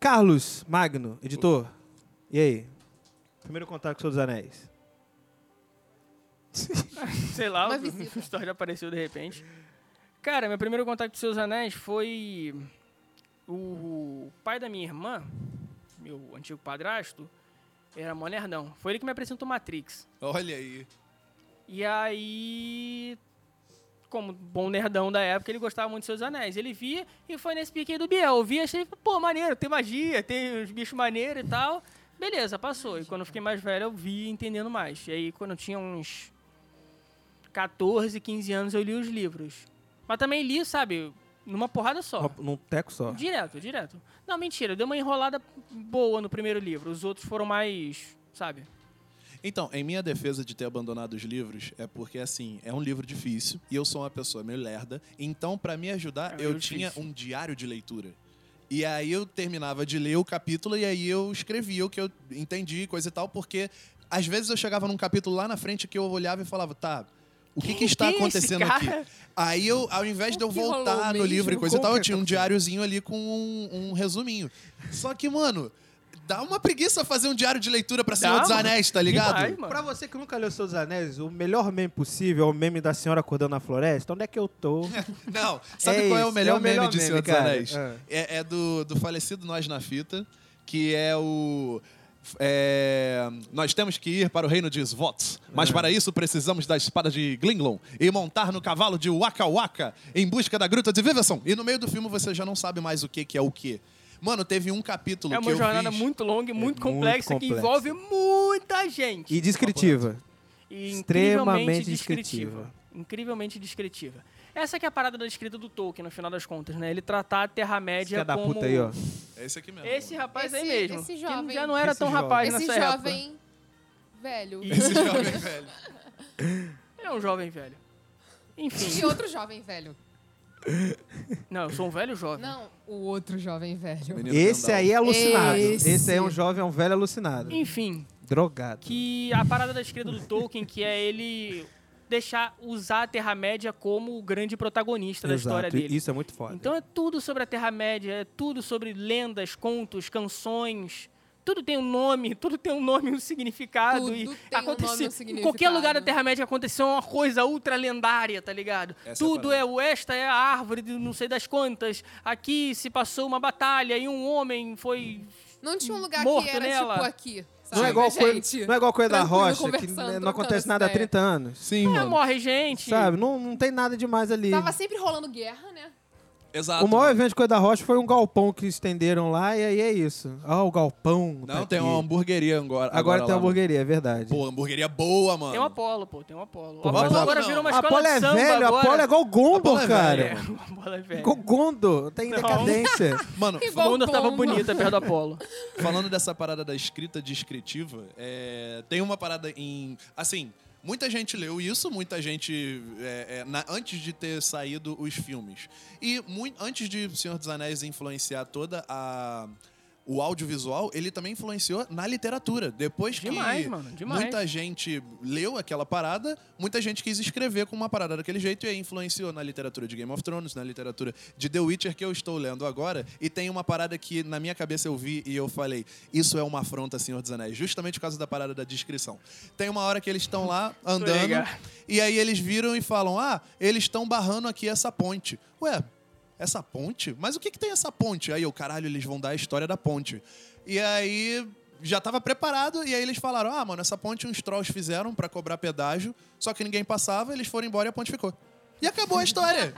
Carlos Magno, editor. E aí? Primeiro contato com os anéis.
Sei lá, (laughs)
Uma
o
visita.
o Storge apareceu de repente. Cara, meu primeiro contato com Seus Anéis foi o pai da minha irmã, meu antigo padrasto, era mó nerdão. Foi ele que me apresentou Matrix.
Olha aí.
E aí, como bom nerdão da época, ele gostava muito de Seus Anéis. Ele via e foi nesse pique aí do Biel. Eu vi e achei, pô, maneiro, tem magia, tem uns bichos maneiros e tal. Beleza, passou. E quando eu fiquei mais velho, eu vi entendendo mais. E aí, quando eu tinha uns 14, 15 anos, eu li os livros. Mas também li, sabe, numa porrada só.
Ó, Num teco só.
Direto, direto. Não, mentira, deu uma enrolada boa no primeiro livro. Os outros foram mais, sabe?
Então, em minha defesa de ter abandonado os livros, é porque, assim, é um livro difícil e eu sou uma pessoa meio lerda. Então, pra me ajudar,
É um
eu
livro
tinha
difícil.
um diário de leitura. E aí eu terminava de ler o capítulo e aí eu escrevia o que eu entendi, coisa e tal, porque às vezes eu chegava num capítulo lá na frente que eu olhava e falava, tá. O que, que está
Quem é esse
acontecendo aqui?
cara?
Aí eu, ao invés
O
de eu
que rolou
voltar no
mesmo?
livro e coisa e
Como
tal, eu
que
tinha um
aconteceu?
diáriozinho ali com um, um resuminho. Só que, mano, dá uma preguiça fazer um diário de leitura pra Senhor
Dá,
dos
mano.
Anéis, tá ligado?
Demais, mano.
Pra você que nunca leu Seus Anéis, o melhor meme possível é o meme da senhora acordando na floresta. Onde é que eu tô?
Não, sabe
É
qual é o
isso,
melhor
é o
meme
melhor
de
meme,
Senhor dos
cara.
Anéis?
Ah.
É, é do, do falecido Nós na Fita, que é o. é, nós temos que ir para o reino de Svots,
Ah.
mas para isso precisamos da espada de Glinglon e montar no cavalo de Waka Waka em busca da gruta de Viverson. E no meio do filme você já não sabe mais o que, que é o que. Mano, teve um capítulo
É
que
uma
eu
jornada
fiz...
muito longa e muito
É muito
complexa que
complexa.
envolve muita
(laughs)
gente.
E descritiva.
E
extremamente
incrivelmente descritiva. Incrivelmente descritiva. Essa que é a parada da escrita do Tolkien, no final das contas, né? Ele tratar a
Esse
Terra-média
da
como...
puta aí, ó.
É esse aqui mesmo.
Esse rapaz aí
Esse-
mesmo.
esse
que
jovem.
já não era
Esse
tão
jovem.
rapaz
Esse
nessa época.
jovem velho.
(laughs)
E-
Esse jovem velho.
É um jovem velho.
E
Enfim.
outro jovem velho.
Não, eu sou um velho jovem.
Não, o outro jovem velho.
Menino
Esse
grandão.
aí é alucinado. Esse.
Esse.
aí é um jovem, é um velho alucinado.
Enfim,
Drogado.
que a parada da esquerda do Tolkien, que é ele deixar usar a Terra-média como o grande protagonista da história
Exato.
dele.
Isso é muito foda.
Então é tudo sobre a Terra-média, é tudo sobre lendas, contos, canções. Tudo tem um nome, (laughs) tudo tem um nome e um significado.
Tudo
e
tem um nome e um
em qualquer
significado.
lugar da Terra-média aconteceu uma coisa ultra lendária, tá ligado?
Essa é a
tudo é,
parada.
o esta é a árvore de não sei das quantas. Aqui se passou uma batalha e um homem foi.
Não tinha um lugar
Morto
que era
nela.
tipo aqui. Sabe?
não, é igual coisa,
gente?
não é igual coisa da
tranquilo,
rocha, que
conversando,
não acontece
trocando
nada há
essa ideia.
30 anos.
Sim,
"Ah,
mano.
morre gente.
Sabe? Não, não tem nada demais ali.
Tava sempre rolando
(laughs)
guerra, né?
Exato.
O maior
mano.
evento de Coisa da Rocha foi um galpão que estenderam lá e aí é isso. Ah, o galpão. tá
Não, tem
aqui.
uma hamburgueria agora.
Agora tem
lá,
uma
mano.
hamburgueria, é verdade.
Pô, hamburgueria boa, mano.
Tem o Apolo, pô, tem o Apolo.
Pô,
O Apolo
mas a-
agora virou uma
a
escola
Polo
de
é
samba.
velho,
agora.
a Polo é igual o Gondor,
Apolo é
cara.
velho.
(laughs) É, o Apolo é velho.
Igual o Gondor, tem
Não.
decadência.
Mano,
Igual-
Gondor tava
Gondor.
bonita perto do Apolo.
Falando dessa parada da escrita descritiva, é, tem uma parada em. Assim, muita gente leu isso, muita gente. é, é, na- antes de ter saído os filmes. E mui- antes de Senhor dos Anéis influenciar toda a. O audiovisual, ele também influenciou na literatura. Depois
Demais,
que
mano, demais.
muita gente leu aquela parada, muita gente quis escrever com uma parada daquele jeito e aí influenciou na literatura de Game of Thrones, na literatura de The Witcher que eu estou lendo agora. E tem uma parada que na minha cabeça eu vi e eu falei: Isso é uma afronta, Senhor dos Anéis, justamente por causa da parada da descrição. Tem uma hora que eles estão lá andando
ligado.
e aí eles viram e falam: Ah, eles estão barrando aqui essa ponte. Ué, essa ponte? Mas o que, que tem essa ponte? Aí eu, caralho, eles vão dar a história da ponte. E aí já tava preparado, e aí eles falaram: ah, mano, essa ponte uns trolls fizeram pra cobrar pedágio, só que ninguém passava, eles foram embora e a ponte ficou. E acabou a história.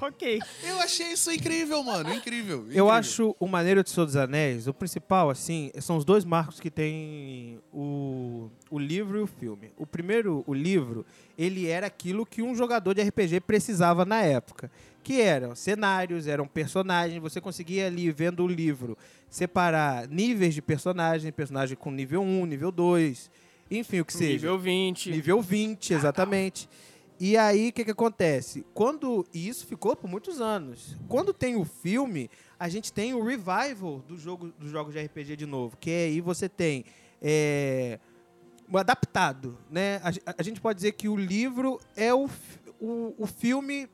ok.
Eu achei isso incrível, mano. Incrível.
Eu
incrível.
acho o maneiro de Senhor dos Anéis, o principal, assim, são os dois marcos que tem o, o livro e o filme. O primeiro, o livro, ele era aquilo que um jogador de RPG precisava na época. Que eram cenários, eram personagens, você conseguia ali, vendo o livro, separar níveis de personagem, personagem com nível 1, nível 2, enfim, o que seja.
Nível 20.
Nível 20, exatamente. E aí, o que, que acontece? Quando. E isso ficou por muitos anos. Quando tem o filme, a gente tem o revival do jogo, dos jogos de RPG de novo. Que aí você tem. é, um adaptado, né? A, ge- a gente pode dizer que o livro é o, fi- o, o filme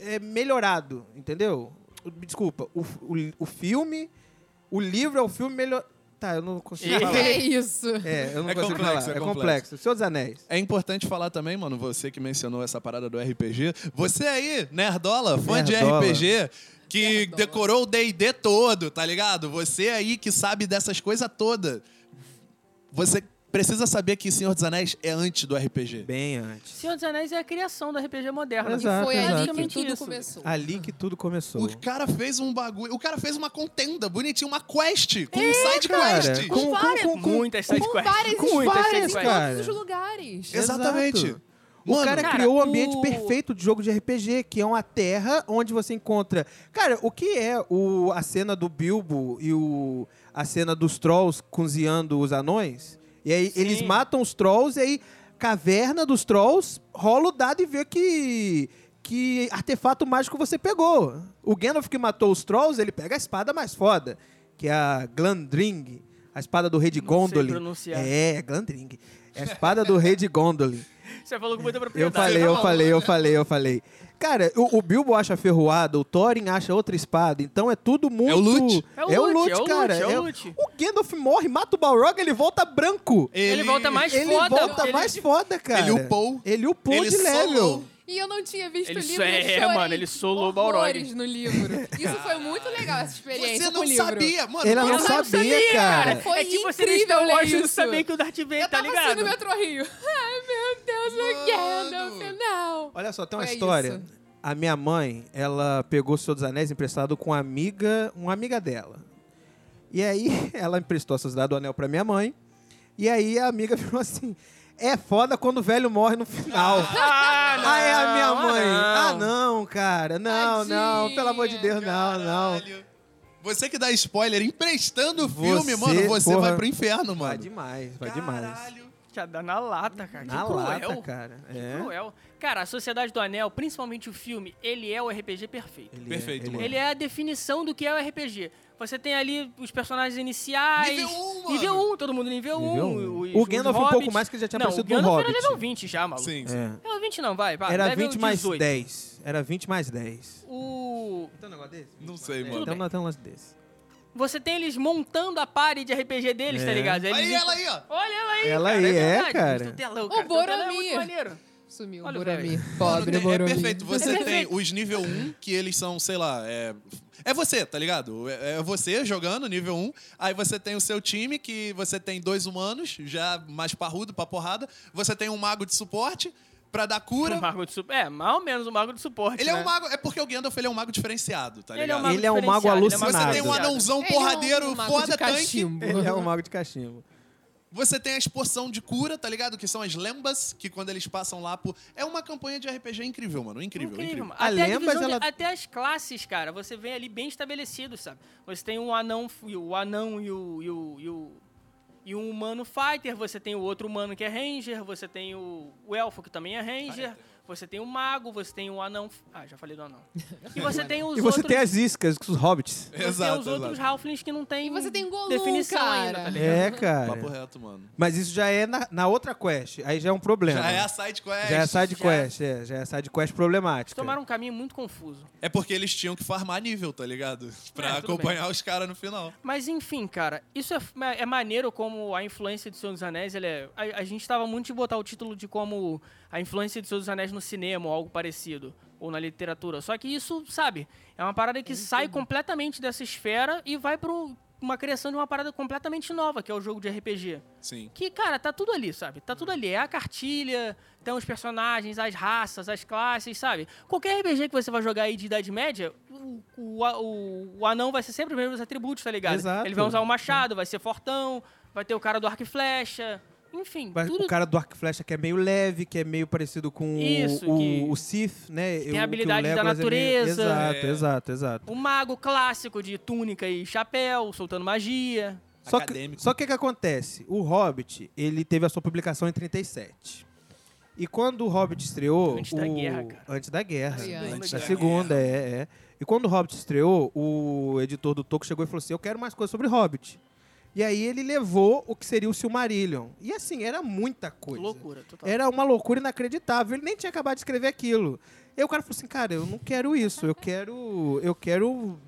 é melhorado, entendeu? O- Desculpa, o, f- o, li- o filme. O livro é o filme melhor. Tá, eu não consigo falar.
É isso.
É, eu não
É
consigo
complexo,
falar.
é
É
complexo.
complexo. Senhor dos Anéis.
É importante falar também, mano, você que mencionou essa parada do RPG. Você aí, nerdola, fã
Nerdola.
de RPG, que
Nerdola.
decorou o D&D todo, tá ligado? Você aí que sabe dessas coisas todas. Você precisa saber que Senhor dos Anéis é antes do RPG.
Bem antes.
Senhor dos Anéis é a criação da RPG moderna.
Exato.
E foi ali que
exatamente
tudo
né? isso.
começou.
Ali que tudo começou.
O cara fez um bagulho, o cara fez uma contenda bonitinha, uma quest, com um side
cara.
quest.
Com-
várias,
com- com-
muitas
Com
sidequests.
várias
com muitas
histórias
sidequests.
em todos os lugares.
Exato.
Exatamente.
O cara,
cara,
criou o
o-
ambiente perfeito de jogo de RPG, que é uma terra onde você encontra. Cara, o que é o, a cena do Bilbo e o, a cena dos trolls cozinhando os anões? E aí
Sim.
eles matam os trolls e aí caverna dos trolls, rola o dado e vê que que artefato mágico você pegou. O Gandalf que matou os trolls, ele pega a espada mais foda, que é a Glandring, a espada do rei de
Não sei
Gondolin.
pronunciar.
É, é Glandring. É a espada do rei de Gondolin.
Você falou com muita
Eu
propriedade.
falei, eu falei, eu falei, eu falei. Cara, o, o Bilbo acha ferroada, o Thorin acha outra espada, então é tudo muito...
É o loot.
É o loot,
é o
cara.
loot, é o
É-
loot.
o Gandalf morre, mata o Balrog, ele volta branco.
Ele volta mais
ele
foda.
volta
porque ele-
mais foda, cara.
ele upou.
Ele upou
Ele
de level.
solou.
E eu não tinha visto
Ele
o livro.
so-
eu
é,
chorei
mano, ele solou o
horrores
Balrog.
no livro. Isso foi muito legal, essa
Você
experiência com o
não
livro.
sabia, mano.
Ela
Ela
não
Eu
sabia,
não
sabia,
cara.
Foi
é tipo você no
incrível
Star Wars
ler
não
isso.
saber que o Darth Vader
Eu
tá
tava assim
ligado.
no metrô Rio. (laughs) Ai, meu Deus, eu quero
Mano.
no final.
Olha só, tem uma
É
história.
isso.
A minha mãe, ela pegou o Senhor dos Anéis emprestado com uma amiga, uma amiga dela. E aí (laughs) ela emprestou a Sociedade do Anel pra minha mãe. E aí a amiga virou assim: "É foda quando o velho morre no final".
(laughs) Ah, não.
Ah, é a minha mãe.
ah,
Ah, não, cara. Não, não.
Tadinha,
Pelo amor de Deus, não, não.
Você que dá spoiler emprestando o filme,
Você,
mano, você
porra.
vai pro inferno,
Vai
mano.
demais, vai demais.
Caralho.
Já dá na lata, cara.
Na
que cruel.
lata, cara. É.
Cruel. Cara, a Sociedade do Anel, principalmente o filme, ele é o RPG perfeito.
Ele
Perfeito, mano.
Ele é a definição do que é o RPG. Você tem ali os personagens iniciais.
Nível 1, mano.
Nível 1, todo mundo nível 1.
Nível um.
os-
O
os
Gandalf um
hobbits.
pouco mais, que ele já tinha
não,
aparecido
o
no
Gandalf era
Hobbit.
nível 20 já, maluco.
Sim, sim.
É.
Nível 20 não, vai, vai.
Era
nível
20 mais
18.
10. Era 20 mais 10.
O...
Tem um negócio desse?
Não sei, mano.
Tem um- tem um lance desse.
Você tem eles montando a party de RPG deles,
É.
tá ligado? Eles-
Aí ela aí, ó.
Olha ela aí,
Ela
cara.
aí, é,
verdade,
cara.
Mr. Telão,
O
cara. Mr. Telão É
Boromir.
muito maneiro.
Sumiu,
Olha o
Boromir.
Mano,
Pobre
tem- é
Boromir.
perfeito. Você tem os nível 1, que eles são, sei lá, é. É você, tá ligado? É é você jogando nível 1. Aí você tem o seu time, que você tem dois humanos, já mais parrudo pra porrada. Você tem um mago de suporte pra dar
O
cura.
mago de suporte. É, mais ou menos o mago de suporte.
Ele é
né?
um mago. É porque o Gandalf ele é um mago diferenciado, tá
Ele é um
ligado?
mago
Ele é um mago
diferenciado, ele é um mago
alucinado.
Você tem um
diferenciado.
anãozão
Ele é um
porradeiro,
mago de
foda tanque.
cachimbo.
Ele é o mago de cachimbo.
Você tem as porção de cura, tá ligado? Que são as lembas, que quando eles passam lá por. É uma campanha de RPG incrível, mano. Incrível, incrível.
Incrível,
(laughs)
mano.
A
Até, a
Lembas,
divisão de-
ela-
até as classes, cara, você vem ali bem estabelecido, sabe? Você tem um anão, e o anão e o. E, o, e, o- e um humano fighter, você tem o outro humano que é ranger, você tem o, o elfo que também é ranger, você tem o mago, você tem o anão. Ah, já falei do anão. E você tem os
E você
outros.
tem as iscas, os hobbits.
você tem
Exato,
os outros
exato.
halflings que não tem.
E você tem Gollum,
definição ainda,
cara.
tá ligado?
É,
Papo
cara.
reto, mano.
Mas isso já é na, na outra quest. Aí já é um problema.
Já é a side quest.
Já é a side
já-
quest, é. Já é a side quest problemática.
Tomaram um caminho muito confuso.
É porque eles tinham que farmar nível, tá ligado? Pra
É, tudo
acompanhar os caras no final.
Mas enfim, cara, isso é, ma- é maneiro como a influência de Senhor dos Anéis, ele é, a, a gente tava muito de botar o título de como a influência de Senhor dos Anéis no cinema ou algo parecido, ou na literatura. Só que isso, sabe, é uma parada que sai completamente dessa esfera e vai para uma criação de uma parada completamente nova, que é o jogo de RPG.
Sim.
Que, cara, tá tudo ali, sabe? Tá
Hum.
tudo ali. É a cartilha, tem os personagens, as raças, as classes, sabe? Qualquer RPG que você vai jogar aí de Idade Média, o, o, a- o- o anão vai ser sempre os mesmos atributos, tá ligado?
Exato. Hum.
Ele vai usar o machado, vai ser fortão, vai ter o cara do arco e flecha, enfim,
Mas
tudo
O cara do arco e flecha que é meio leve, que é meio parecido com o-
Isso,
o,
que-
o Sith, né? Eu- que o
habilidade da
Legolas é meio-
natureza.
Exato,
É.
exato, exato.
O mago clássico de túnica e chapéu, soltando magia.
Só que,
Acadêmico.
só que o que acontece? O Hobbit, ele teve a sua publicação em 37. E quando o Hobbit estreou...
Antes da
o-
guerra, cara.
Antes da guerra.
Ai, ai.
Antes
Antes
da
da
segunda, é, é. E quando o Hobbit estreou, o editor do Tolkien chegou e falou assim, eu quero mais coisas sobre Hobbit. E aí ele levou o que seria o Silmarillion. E assim, era muita coisa.
Loucura, total.
Era uma loucura inacreditável. Ele nem tinha acabado de escrever aquilo. E aí o cara falou assim, cara, eu não quero isso. Eu quero. Eu quero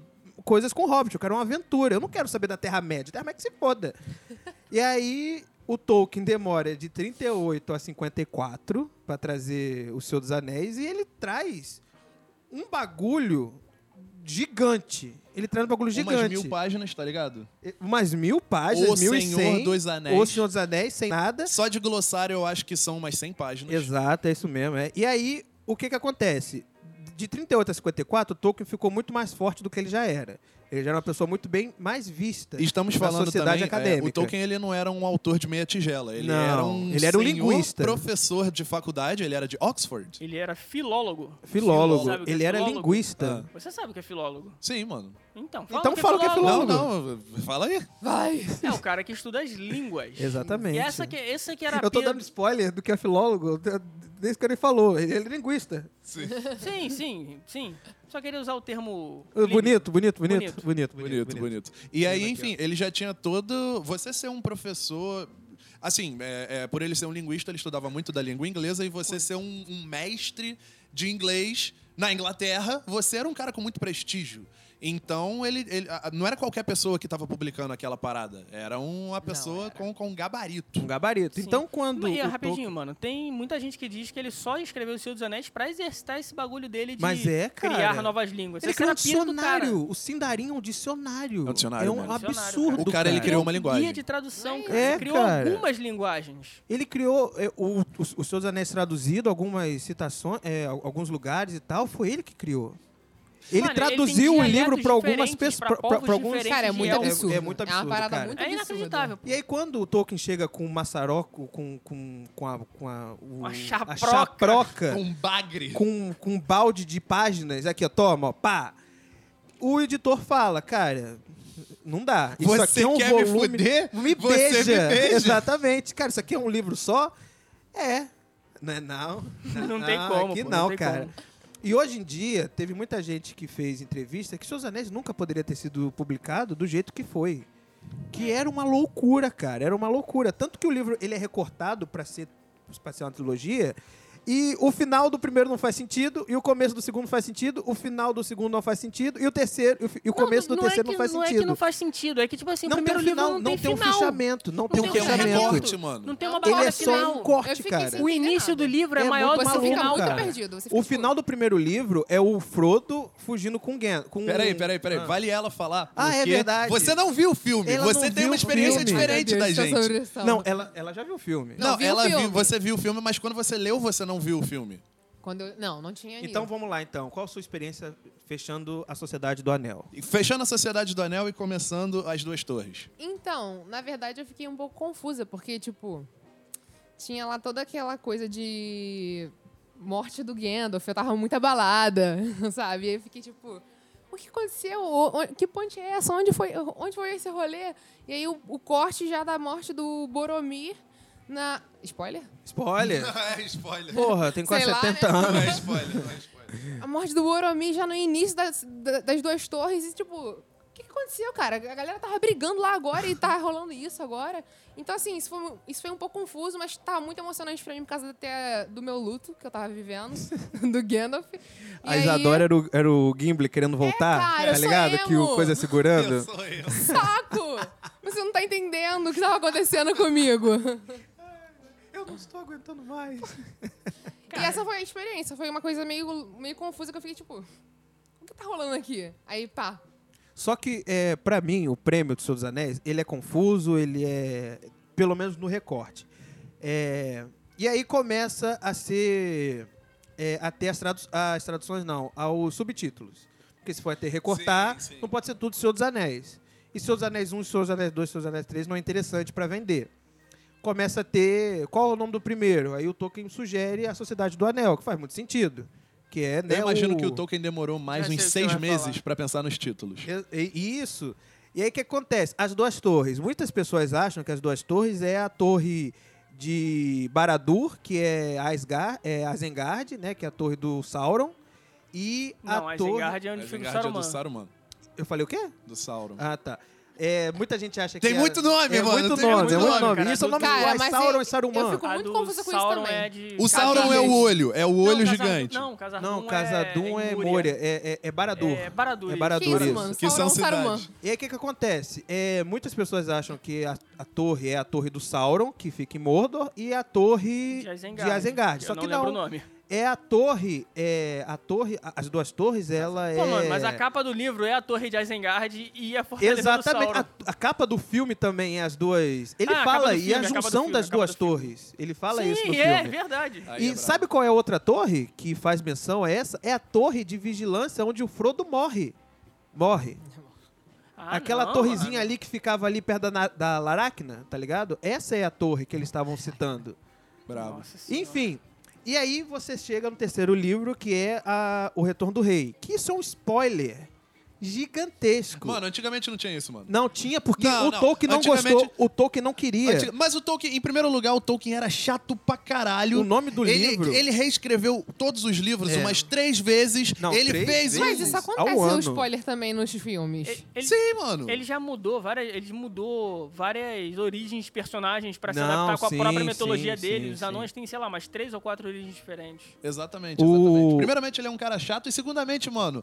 coisas com Hobbit, eu quero uma aventura. Eu não quero saber da Terra-média. Terra-média que se foda. e aí o Tolkien demora de 38 a 54 pra trazer o Senhor dos Anéis e ele traz um bagulho gigante. Ele traz um bagulho
Umas
gigante.
mil páginas, tá ligado?
Umas mil páginas,
O
mil e
Senhor
cem.
dos Anéis.
O Senhor dos Anéis, sem nada.
Só de glossário eu acho que são umas 100 páginas.
Exato, é isso mesmo. é. E aí, o que que acontece? De 38 a 54, o Tolkien ficou muito mais forte do que ele já era. Ele já era uma pessoa muito bem mais vista.
E Estamos
na
falando
sociedade
também, é,
acadêmica.
o Tolkien ele não era um autor de meia tigela, ele
Não,
era um
ele era um
senhor
linguista.
professor de faculdade, ele era de Oxford.
Ele era filólogo.
Filólogo.
Sabe o que é
Ele era
filólogo?
linguista.
Você sabe o que é filólogo.
Sim, mano.
Então,
Então fala o que é
Não,
Logo.
não, fala aí.
Vai.
É o cara que estuda as línguas.
Exatamente.
E essa que, essa que era
Eu tô
Pedro-
dando spoiler do que é filólogo desde que ele falou. Ele é linguista.
Sim.
Sim, sim, sim. Só queria usar o termo.
É Bonito, bonito, bonito, bonito.
Bonito.
bonito,
Bonito, bonito, E aí, enfim, ele já tinha todo. Você ser um professor. Assim, é- é, por ele ser um linguista, ele estudava muito da língua inglesa, e você ser um, um mestre de inglês na Inglaterra, você era um cara com muito prestígio. Então, ele, ele- a- não era qualquer pessoa que estava publicando aquela parada. Era um, uma pessoa
era.
Com, com gabarito.
Um gabarito.
Sim.
Então, quando.
E,
o
rapidinho,
Tolkien-
mano. Tem muita gente que diz que ele só escreveu O Senhor dos Anéis pra exercitar esse bagulho dele de
Mas é, cara.
criar novas línguas.
Ele
Essa era
criou um
a pira do cara.
dicionário. O Sindarin é um dicionário.
É um dicionário,
É um
velho.
absurdo.
O cara, ele criou uma linguagem.
um Guia de tradução, cara.
É,
Ele criou
cara.
algumas linguagens.
Ele criou é, o, os, os seus anéis traduzido, algumas citações, é, al- alguns lugares e tal. Foi ele que criou. Ele
Mano, ele tem
traduziu o livro
dialetos
para algumas
diferentes,
pessoas,
pra povos
para alguns.
diferentes.
Cara, é muito
É- é
absurdo.
muito
É
absurdo,
uma parada
cara.
muito
É
absurda.
inacreditável. pô.
E aí quando o Tolkien chega com o maçaroco, com com com a com a, o-
Uma
a
chaproca.
chaproca,
Um bagre.
com, com um balde de páginas, aqui ó, toma, ó, pá. O editor fala, cara, não dá. Isso aqui
Você
é um
quer me
volume,
fuder?
Me
Você me
beija.
beija.
Exatamente. Cara, isso aqui é um livro só? É. Não é não.
(laughs) Não tem como,
Aqui
pô,
não,
não tem
cara.
como.
E hoje em dia, teve muita gente que fez entrevista que Seus Anéis nunca poderia ter sido publicado do jeito que foi. Que era uma loucura, cara. Era uma loucura. Tanto que o livro ele é recortado pra ser, pra ser uma trilogia. E o final do primeiro não faz sentido, e o começo do segundo faz sentido, o final do segundo não faz sentido, e o terceiro, e o fi- e o começo do
é
terceiro
que-
não faz
não
sentido.
É que não faz sentido. É que, tipo assim,
Não tem
o
um
primeiro
final,
livro não,
não tem um
final.
fichamento, não tem um
tem um
fechamento.
fechamento.
corte, mano.
Não tem uma
Ele
palavra
é só um
final.
corte,
Eu fiquei
cara.
sem
O
entender
início
nada.
do livro é,
É
maior do
muito
Você
que o
maluco,
fica
final,
muito
cara.
perdido. Você fica
O
tipo,
final do primeiro livro é o Frodo fugindo com Gandalf. Com...
Peraí, peraí, peraí. Vale ela falar.
Ah, é
porque
verdade.
Você não viu o filme.
Ela
você
não
tem
viu
uma
o
experiência
filme.
Ai, meu
é diferente
Deus,
da
essa
gente.
sobreção.
Não, é ela, ela já viu o filme.
Não,
Não, viu o
ela viu,
filme.
você viu o filme, mas quando você leu, você não viu o filme.
Quando eu- Não, não
é
tinha
Então
livro.
vamos lá, então. Qual a sua experiência fechando a Sociedade do Anel?
E Fechando a Sociedade do Anel e começando as duas torres.
Então, na verdade, eu fiquei um pouco confusa, porque, tipo, tinha lá toda aquela coisa de morte do Gandalf, eu tava muito abalada, (laughs) sabe? E aí eu fiquei, tipo, o que aconteceu? O- o- Que ponte é essa? Onde foi, onde foi esse rolê? E aí o, o corte já da morte do Boromir na... Spoiler?
(laughs)
Spoiler!
(laughs) é spoiler.
Porra, tem quase
Sei lá,
70
né?
anos.
é spoiler, não é spoiler.
A morte do Boromir já no início das, da- das duas torres e, tipo, o que, que aconteceu, cara? A galera tava brigando lá agora
(laughs)
e tá rolando isso agora. Então, assim, isso foi, isso foi um pouco confuso, mas tá muito emocionante pra mim por causa até do meu luto que eu
(laughs)
tava vivendo, do Gandalf. E
A
aí- é
Isadora era o, era o Gimli querendo voltar,
cara, eu
tá
sou
ligado?
emo.
Que o coisa segurando.
sou eu.
um Saco! Você não tá entendendo o que tava acontecendo comigo.
(laughs) Eu não estou aguentando mais.
E essa foi a experiência. Foi uma coisa meio, meio confusa que eu fiquei, tipo, o que tá rolando aqui? Aí, pá,
Só que, é, para mim, o prêmio do Senhor dos Anéis, ele é confuso, ele é. Pelo menos no recorte. É, e aí começa a ser. É, a ter as, tradu- as traduções, não, aos subtítulos. Porque se for ter recortar,
Sim, sim.
não pode ser tudo Senhor dos Anéis. E Senhor dos Anéis 1, Senhor dos Anéis 2, Senhor dos Anéis 3 não é interessante para vender. Começa a ter. Qual é o nome do primeiro? Aí o Tolkien sugere a Sociedade do Anel, que faz muito sentido. Que é, né,
Eu imagino
o-
que o Tolkien demorou mais
Eu
uns
sei o que
seis
vai
meses
falar.
pra pensar nos títulos.
E- E isso. E aí o que acontece? As duas torres. Muitas pessoas acham que as duas torres é a torre de Baradur, que é Asgard, é Asengard, né, que é a torre do Sauron, e
Não,
a
a
torre
Zengarde é onde
Mas
fica o
Vingard é do
Saruman.
Saruman.
Eu falei o quê?
Do Sauron.
Ah, tá. É, muita gente acha que
Tem
é-
muito nome,
é
mano,
Muito
tem
nome,
muito
é muito
nome,
nome.
cara.
Isso é o nome
Cara,
do
mas
Sauron
eu-
e Saruman.
eu fico-
A
muito
do
confusa com isso
Sauron
também.
é de...
O Sauron é o
Casadum.
olho, é o
Não, um
olho
Casadum-
gigante.
Não, Casadum
Não, Casadum é, Moria, é, é, é Baradur.
É Baradur.
É
que
Baradur,
isso,
isso.
mano?
Que
Sauron,
são
Saruman.
cidades.
E aí, o que, que acontece? É, muitas pessoas acham que a, a torre é a torre do Sauron, que fica em Mordor, e a torre
De Isengard.
de Isengard.
Eu
Só
não
que
lembro
não,
o nome.
é a torre, é, a torre, a- as duas torres, ela é...
Pô, mano, mas a capa do livro é a torre de Isengard e a fortaleza do
Exatamente.
Sauron.
A, a capa do filme também é as duas... Ele
Ah, a capa
fala,
do
e
filme,
a
a capa do
junção
filme,
das
a capa
duas
do filme.
torres. Ele fala
Sim,
isso no
é,
filme.
verdade.
Aí é
E
brabo.
sabe qual é a outra torre que faz menção a essa? É a torre de vigilância onde o Frodo morre. Morre.
Ah,
Aquela
não,
torrezinha
mano.
ali que ficava ali perto da, na- da Laracna, tá ligado? Essa é a torre que eles estavam citando.
Bravo.
Nossa Senhora.
Enfim. E aí você chega no terceiro livro, que é a- O Retorno do Rei. Que isso é um spoiler gigantesco.
Mano, antigamente não tinha isso, mano.
não tinha, porque
Não,
o
não.
Tolkien não
Antigamente-
gostou, o Tolkien não queria.
Antiga- Mas o Tolkien, em primeiro lugar, o Tolkien era chato pra caralho.
O nome do
ele,
livro-
Ele reescreveu todos os livros
É.
umas três vezes.
Não,
ele
três
fez
vezes?
um-
Mas isso
Ao
acontece o
ano.
spoiler também nos
É,
filmes.
Ele- ele-
Sim, mano.
Ele já mudou várias. Ele mudou várias origens de personagens pra se
Não,
adaptar com a
sim,
própria mitologia
sim,
dele.
sim,
Os anões têm, sei lá, mais três ou quatro origens diferentes.
Exatamente, exatamente.
O-
Primeiramente, ele é um cara chato. E segundamente, mano,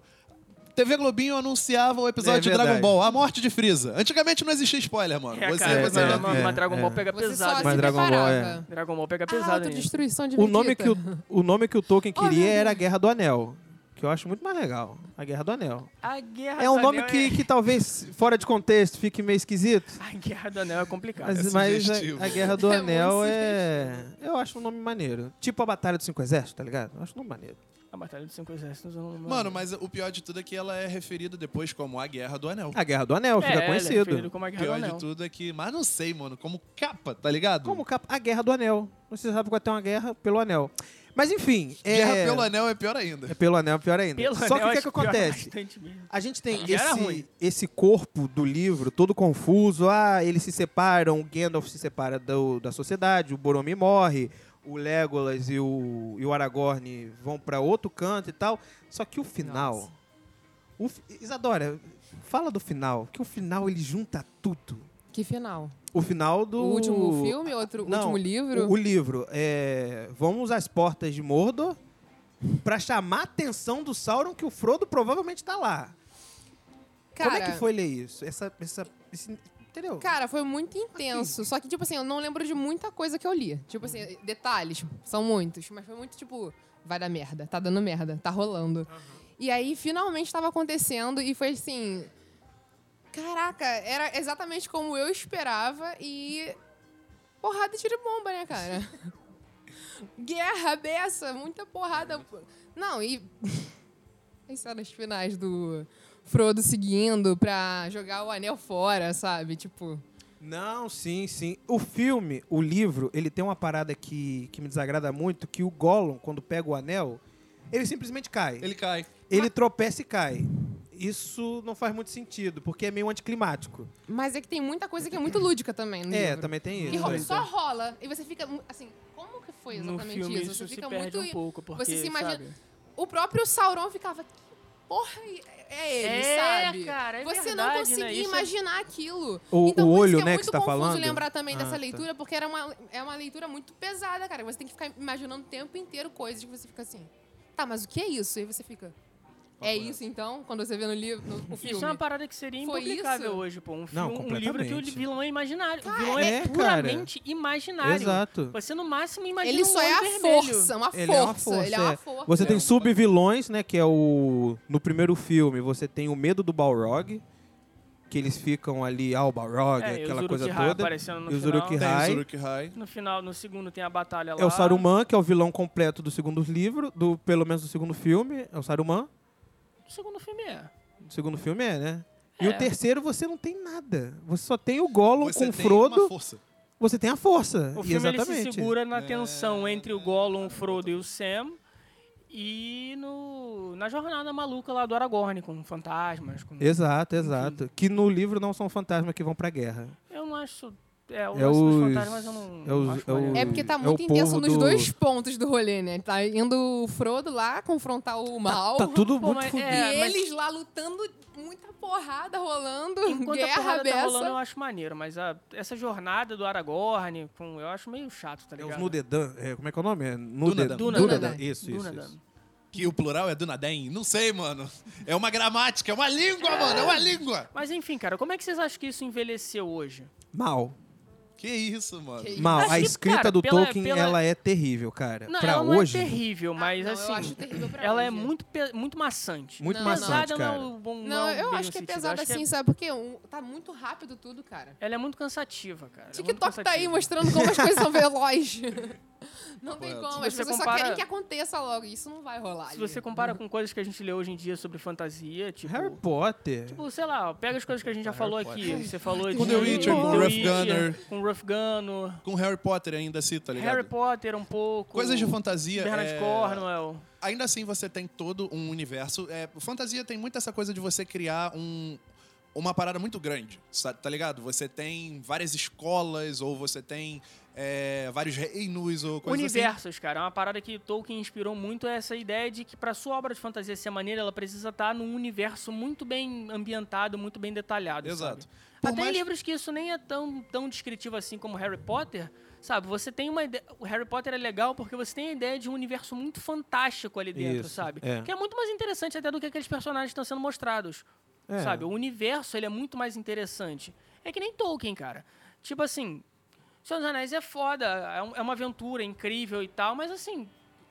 TV Globinho anunciava o episódio
É
de
verdade.
Dragon Ball, a morte de Freeza. Antigamente não existia spoiler, mano.
É,
você,
cara,
você
é,
mas,
era-
mas- mas
é,
Dragon Ball
é.
pega
Você só Ah,
pesado.
Mas
se
hein?
Dragon Ball, é.
preparava.
Dragon Ball pega
A
pesado. hein?
autodestruição de
O nome, que
Vegeta.
o, o nome que o Tolkien
Oh,
queria
meu
era a
Deus.
Guerra do Anel. Que eu acho muito mais legal. A Guerra do Anel.
A Guerra
É um
do
nome
Anel
que, que talvez, fora de contexto, fique meio esquisito.
(laughs) A Guerra do Anel é complicado.
Mas,
É
mas
sugestivo.
a, a Guerra do
É
Anel
muito
é. Eu acho um nome maneiro. Tipo a Batalha dos Cinco Exércitos, tá ligado? Eu acho um nome maneiro.
A Batalha dos Cinco Exércitos. eu não-
Mano, mas o pior de tudo é que ela é referida depois como a Guerra do Anel.
A Guerra do Anel
É,
fica
ele é
conhecido.
referido como a
O
Guerra do
pior
Anel.
de tudo é que. Mas não sei, mano, como capa, tá ligado?
Como capa- a Guerra do Anel. Você sabe que vai ter uma guerra pelo anel. Mas enfim. É...
Guerra pelo Anel é pior ainda.
É pelo anel, pior ainda.
Pelo
Só
Anel,
que o que, é
acho
que
pior
acontece?
bastante mesmo.
A gente tem
Já era ruim.
esse, esse corpo do livro todo confuso. Ah, eles se separam, o Gandalf se separa do- da sociedade, o Boromir morre, o Legolas e o, e o Aragorn vão pra outro canto e tal. Só que o final.
Nossa.
o fi- Isadora, fala do final, que o final ele junta tudo.
Que final?
O final do.
O último filme? Outro,
Não,
último livro?
O, o livro. É, vamos às portas de Mordor pra chamar a atenção do Sauron que o Frodo provavelmente tá lá. Como é
Cara-
que foi ler isso? Essa, essa, esse- entendeu?
Cara, foi muito intenso. Só que, tipo assim, eu não lembro de muita coisa que eu li. Tipo assim, detalhes, são muitos. Mas foi muito, tipo, vai dar merda, tá dando merda, tá rolando. E aí, finalmente, tava acontecendo e foi assim... Caraca, era exatamente como eu esperava e... Porrada e tiro e bomba, né, cara? Guerra, beça, muita porrada. Não, e... (laughs) As cenas finais do Frodo seguindo pra jogar o anel fora, sabe? Tipo...
Não, sim, sim. O filme, o livro, ele tem uma parada que, que me desagrada muito, que o Gollum, quando pega o anel, ele simplesmente cai. Ele,
Ele cai.
tropeça e cai. Isso não faz muito sentido, porque é meio anticlimático.
Mas é que tem muita coisa que é muito lúdica também, no
é,
livro.
também tem
Que
isso.
ro-
né?
só rola. E você fica, mu- assim, como que foi
No
exatamente
filme
isso? Você
se
fica
perde
muito...
um pouco, porque,
se imagina-
sabe?
O próprio Sauron ficava, que porra é- é ele,
É,
sabe?
cara, é
você
verdade,
não
né?
conseguia
Isso é-
imaginar aquilo.
O-
então,
o
por
olho,
isso que
né,
é
que
muito
você tá
confuso
falando?
lembrar também
Ah,
dessa
tá.
leitura, porque era uma, é uma leitura muito pesada, cara. Você tem que ficar imaginando o tempo inteiro coisas que você fica assim... Tá, mas o que é isso? E aí você fica... É isso, então? Quando você vê no livro, no, no filme.
Isso é uma parada que seria
Foi
impublicável
isso?
hoje, pô. Um, filme,
Não,
um livro que o
completamente.
vilão é imaginário. o vilão é,
é, cara.
puramente imaginário.
Exato.
Você, no máximo, imagina
Ele
um
só é
olho
a
vermelho.
força, uma
Ele
força.
é uma força,
Ele é uma
é.
força.
Você tem subvilões, né? Que é o. No primeiro filme, você tem o medo do Balrog. Que eles ficam ali, ah, o Balrog,
É, e o
aquela coisa
Uruk-hai
toda.
aparecendo no
e o
final. né?
Uruk-hai.
Tem
Rai.
o Zurukhai.
No final, no segundo, tem a batalha lá.
É o Saruman, que é o vilão completo do segundo livro, do, pelo menos do segundo filme. É o Saruman.
O segundo filme é.
O segundo filme é, né? E
É.
o terceiro você não tem nada. Você só tem o Gollum
Você
com o
tem
Frodo.
uma força.
Você tem a força.
O
E
filme ele
Exatamente.
se segura na tensão entre o Gollum, o Frodo e o Sam. E no, na jornada maluca lá do Aragorn, com fantasmas. Com,
Exato, exato. Que no livro não são fantasmas que vão pra guerra.
eu não acho. É, o
É
lance dos
os-
fantasmas eu não.
é
não
os-
acho
é os-
maneiro.
É porque
É
tá
o
muito intenso
povo
nos
do-
dois pontos do rolê, né? Tá indo o Frodo lá confrontar o mal.
Tá tudo
Pô,
muito
mas é,
fudido.
E
mas-
eles lá lutando, muita porrada rolando,
Enquanto a
É guerra
porrada
aberta.
tá rolando, eu acho maneiro, mas a- essa jornada do Aragorn, com, eu acho meio chato, tá
É os
ligado?
Nudedan. é, como é que é o nome? É
Dunadan.
Nudedan.
Dunadan.
Isso, isso,
Dunadan.
isso.
Que o plural é Dunadem? Não sei, mano. É uma gramática, é uma língua, mano. É uma língua.
Mas enfim, cara, como é que vocês acham que isso envelheceu hoje?
Mal.
Que isso, mano.
Que-
Mal.
Acho
A
que,
escrita
cara,
do
pela-
Tolkien,
pela-
ela é terrível, cara.
Não,
pra
ela
hoje.
não é terrível, mas
Ah, não, eu
assim,
acho terrível pra
ela é
hoje.
muito, pe- muito maçante.
Muito
Não, não.
maçante,
pesada
cara.
não é o bom
Não,
não é o
eu
bem
acho que é
sentido, eu
pesado
acho que é-
assim, sabe? Porque um, tá muito rápido tudo, cara.
Ela é muito cansativa, cara. ela é muito
TikTok tá aí
cansativa.
mostrando como as
(laughs)
coisas são velozes. Não tem
Correto.
como,
Se
as
você
pessoas
compara-
só querem que aconteça logo. Isso não vai rolar.
Se
ali.
você compara com coisas que a gente lê hoje em dia sobre fantasia, tipo...
Harry Potter.
Tipo, sei lá, pega as coisas que a gente já falou aqui. Você falou de...
Com The Witcher, com
The
Ruff Gunner.
Com Ruff Gunner.
Com Harry Potter ainda assim, tá ligado?
Harry Potter um pouco.
Coisas de fantasia.
Bernard
é,
Cornwell.
Ainda assim, você tem todo um universo. É, fantasia tem muito essa coisa de você criar um, uma parada muito grande, sa- tá ligado? Você tem várias escolas, ou você tem é, vários reinos ou coisas assim.
Universos, cara. É Uma parada que Tolkien inspirou muito é essa ideia de que pra sua obra de fantasia ser maneira, ela precisa estar num universo muito bem ambientado, muito bem detalhado.
Exato.
sabe?
Por
Até
mais-
em livros que isso nem é tão, tão descritivo assim como Harry Potter, sabe? Você tem uma ideia... O Harry Potter é legal porque você tem a ideia de um universo muito fantástico ali dentro,
Isso,
sabe?
é.
Que é muito mais interessante até do que aqueles personagens que estão sendo mostrados.
É.
Sabe? O universo, ele é muito mais interessante. É que nem Tolkien, cara. Tipo assim, Senhor dos Anéis é foda, é um- é uma aventura incrível e tal, mas assim,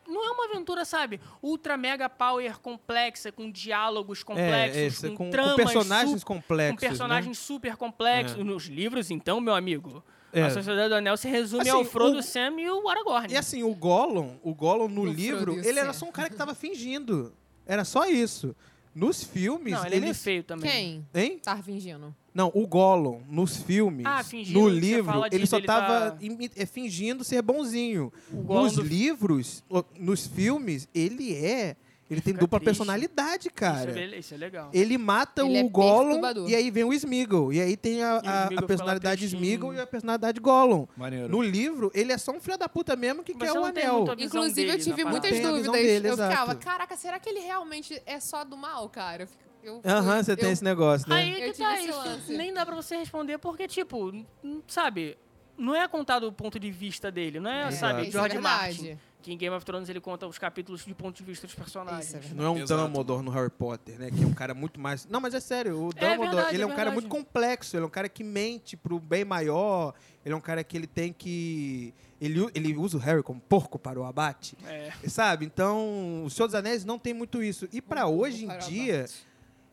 não é uma aventura, sabe, ultra mega power complexa, com diálogos complexos,
esse-
com,
É, com, com
tramas
personagens
su-
complexos. né?
com personagens Um super complexos.
É.
Nos livros, então, meu amigo,
É.
a Sociedade do Anel se resume
Assim,
ao Frodo,
o-
Sam e o
né?
Aragorn.
E assim, o Gollum, o Gollum no
O
livro,
Frodo e o
ele era
Sam.
só um cara que tava fingindo. Era só isso. Nos filmes,
não, ele, é meio feio também.
Quem?
Hein?
Tá fingindo.
Não, o Gollum, nos filmes,
Ah, fingindo
no
que você
livro,
fala de-
ele só
dele
tava
tá-
imi- é, fingindo ser bonzinho.
O Gollum
nos
do-
livros, o- nos filmes, ele é. Ele tem
fica
dupla
triste.
personalidade,
Isso é,
cara.
bele- isso é legal.
Ele mata
Ele é
o Gollum
perturbador.
e aí vem o Smeagol. E aí tem a,
E o
a- a
Smeagol
personalidade
fala
Smeagol
tristinho.
e a personalidade Gollum.
Maneiro.
No livro, ele é só um filho da puta mesmo que
Você
quer o
não tem
anel.
muito- A visão
Inclusive, eu
dele
tive
na
muitas
parada. Tem a
dúvidas.
visão dele,
eu ficava,
exato.
caraca, será que ele realmente é só do mal, cara? Eu fico- eu fui-
Aham, você tem
eu-
esse negócio, né?
Aí
Eu
que
tive
tá
esse
isso.
lance.
Nem dá pra você responder, porque, tipo, n- n- sabe, não é contado o ponto de vista dele, não é,
É,
sabe,
isso é
George
verdade.
Martin. Que em Game of Thrones ele conta os capítulos de ponto de vista dos personagens.
Isso é verdade.
Não é um
Exato.
Dumbledore no Harry Potter, né? Que é um cara muito mais. Não, mas é sério, o
É
Dumbledore,
verdade,
ele é um
é
cara muito
verdade.
complexo, ele é um cara que mente pro bem maior, ele é um cara que ele tem que. Ele, u- ele usa o Harry como porco para o abate,
É.
sabe? Então, o Senhor dos Anéis não tem muito isso. E pra
Vou
hoje em
parar o
dia,
abate.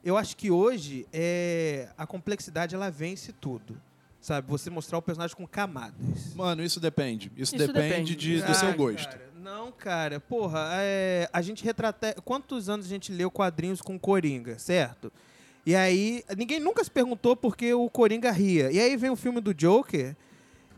eu acho que hoje é, a complexidade ela vence tudo, sabe? Você mostrar o personagem com camadas.
Mano, isso depende. Isso,
Isso
depende,
depende.
de- do
Ai,
seu gosto.
Ah, cara, É não, cara, porra, é, a gente retrata. Quantos anos a gente leu quadrinhos com Coringa, certo? E aí, ninguém nunca se perguntou por que o Coringa ria. E aí vem o filme do Joker,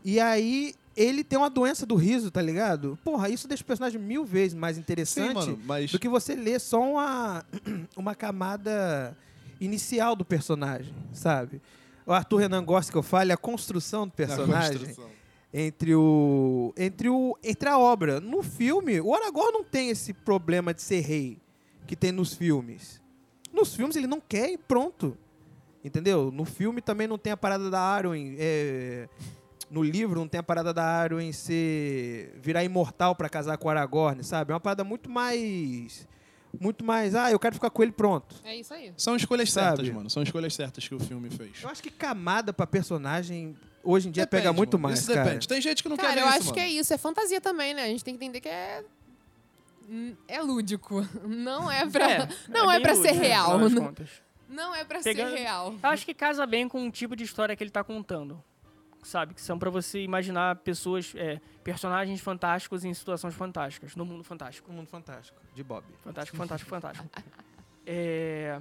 e aí ele tem uma doença do riso, tá ligado? Porra, isso deixa o personagem mil vezes mais interessante
Sim, mano, mas
do que você ler só uma, (clears throat) uma camada inicial do personagem, sabe? O Arthur Renan gosta que eu fale a construção do
na
personagem
construção.
entre o entre o entre a obra no filme o Aragorn não tem esse problema de ser rei que tem nos filmes nos filmes ele não quer e pronto entendeu no filme também não tem a parada da Arwen é, no livro não tem a parada da Arwen ser virar imortal pra casar com o Aragorn sabe é uma parada muito mais muito mais ah eu quero ficar com ele pronto
É isso aí.
São escolhas
Sabe?
certas, mano. São escolhas certas que o filme fez.
eu acho que camada pra personagem hoje em dia pega
Depende,
muito
mano.
mais
Isso
cara
depende. Tem gente que não
cara,
quer ver
eu
isso,
acho
mano.
que é isso. É fantasia também, né? A gente tem que entender que é. Hum, É lúdico. (laughs) Não é pra. (laughs) não é,
bem
pra
rude,
ser
né,
real. (laughs)
afinal das
Não,
contas.
não é pra
Pegando-
ser real.
Eu acho que casa bem com o tipo de história que ele tá contando. Sabe? Que são pra você imaginar pessoas, é, personagens fantásticos em situações fantásticas, no mundo fantástico.
um mundo fantástico de Bob
Fantástico, fantástico, fantástico. É...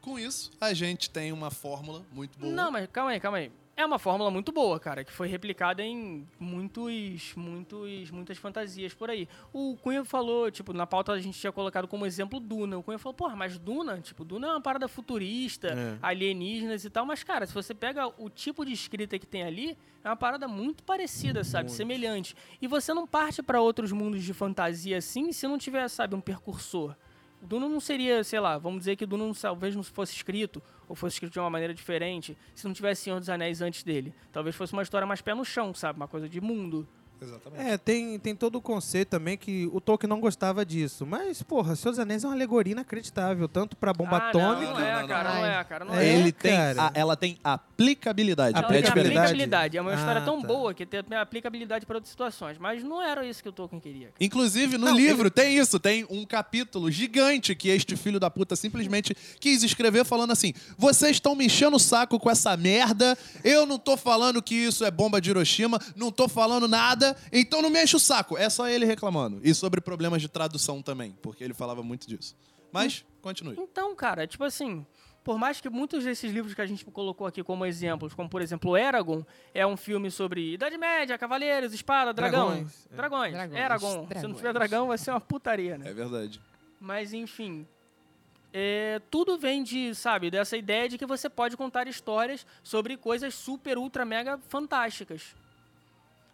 Com isso, a gente tem uma fórmula muito boa.
Não, mas calma aí, calma aí. É uma fórmula muito boa, cara, que foi replicada em muitos, muitos, muitas fantasias por aí. O Cunha falou, tipo, na pauta a gente tinha colocado como exemplo Duna. O Cunha falou, porra, mas Duna, tipo, Duna é uma parada futurista,
É.
alienígenas e tal, mas, cara, se você pega o tipo de escrita que tem ali, é uma parada muito parecida, sabe?
Muito.
Semelhante. E você não parte pra outros mundos de fantasia assim se não tiver, sabe, um percursor. O Duna não seria, sei lá, vamos dizer que o Duna não- talvez não fosse escrito, ou fosse escrito de uma maneira diferente, se não tivesse Senhor dos Anéis antes dele. Talvez fosse uma história mais pé no chão, sabe? Uma coisa de mundo.
Exatamente.
É, tem, tem todo o conceito também que o Tolkien não gostava disso. Mas, porra, Seus Anéis é uma alegoria inacreditável, tanto pra bomba
ah, não,
atômica.
não é,
Não, não,
cara,
não.
não é, cara, não
É,
é.
ele-
a-
cara.
ela tem aplicabilidade.
Ela
A
tem
aplicabilidade?
aplicabilidade. É uma história
Ah,
tão
tá.
boa que tem aplicabilidade para outras situações. Mas não era isso que o Tolkien queria.
Inclusive, no
Não,
livro tem isso, tem um capítulo gigante que este filho da puta simplesmente quis escrever falando assim: vocês estão me enchendo o saco com essa merda, eu não tô falando que isso é bomba de Hiroshima, não tô falando nada, então não me enche o saco. É só ele reclamando. E sobre problemas de tradução também, porque ele falava muito disso. Mas, continue.
Então, cara, tipo assim, por mais que muitos desses livros que a gente colocou aqui como exemplos, como por exemplo Eragon, é um filme sobre Idade Média, cavaleiros, espada, dragão.
Dragões,
Dragões.
é.
Dragões,
Eragon. Se não
dragões.
tiver dragão, vai ser uma putaria, né?
É verdade.
Mas enfim. é, tudo vem de, sabe, dessa ideia de que você pode contar histórias sobre coisas super, ultra, mega fantásticas.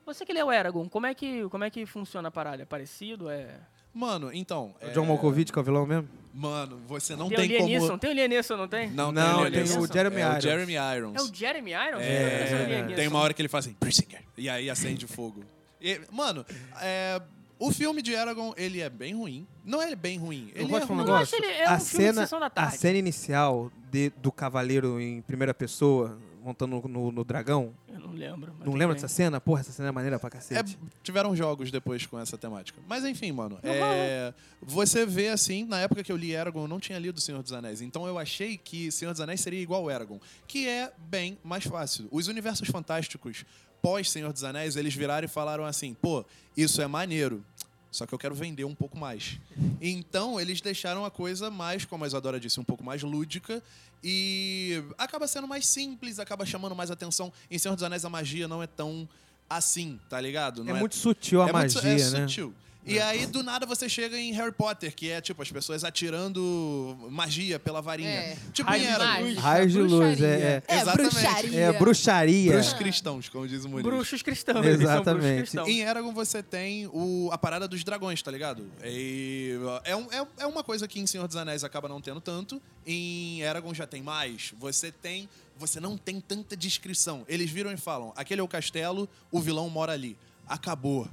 Você que leu Eragon, como é que, como é que funciona a parada? É parecido? É...
Mano, então.
O
é,
John Malkovich que é o vilão mesmo?
Mano, você não
tem,
tem,
o Liam
como.
Neeson, tem o Liam Neeson, não tem?
Não,
Não,
tem,
tem o
Neeson.
Jeremy
É o
Irons.
Jeremy
É o
Irons.
Jeremy Irons?
É,
Eu não sabia disso.
tem uma hora que ele faz assim, Brisinger, e aí acende o fogo. E, mano, é, o filme de Aragorn, ele é bem ruim. Não é bem ruim, ele
posso
é
falar
ruim.
um
Eu acho
negócio?
ele é um filme de sessão da
a
tarde.
cena inicial de- do cavaleiro em primeira pessoa montando no, no- no dragão.
Eu não lembro. mas
Não
tem
lembra
que
dessa
ver.
cena? Porra, essa cena é maneira pra
É,
cacete.
tiveram jogos depois com essa temática. Mas enfim, mano. é, você vê assim, na época que eu li Aragorn, eu não tinha lido Senhor dos Anéis. Então eu achei que Senhor dos Anéis seria igual Aragorn, que é bem mais fácil. Os universos fantásticos pós Senhor dos Anéis, eles viraram e falaram assim: pô, isso é maneiro. Só que eu quero vender um pouco mais. Então, eles deixaram a coisa mais, como a Isadora disse, um pouco mais lúdica. E acaba sendo mais simples, acaba chamando mais atenção. Em Senhor dos Anéis, a magia não é tão assim, tá ligado?
É,
Não
muito sutil a
é muito-
magia,
é
né?
sutil. E aí, do nada, você chega em Harry Potter, que é, tipo, as pessoas atirando magia pela varinha.
É.
Tipo,
Raio
em
de né?
Eragon.
luz.
Raios de luz, é,
É, Exatamente. bruxaria.
é, é bruxaria.
Pros cristãos, como diz o Muniz.
Bruxos cristãos. eles são bruxos
Exatamente.
cristãos.
Em Eragon você tem o, a parada dos dragões, tá ligado? E, ó, é, um- é, é uma coisa que em Senhor dos Anéis acaba não tendo tanto. Em Eragon já tem mais. Você tem. Você não tem tanta descrição. Eles viram e falam: aquele é o castelo, o vilão mora ali. Acabou.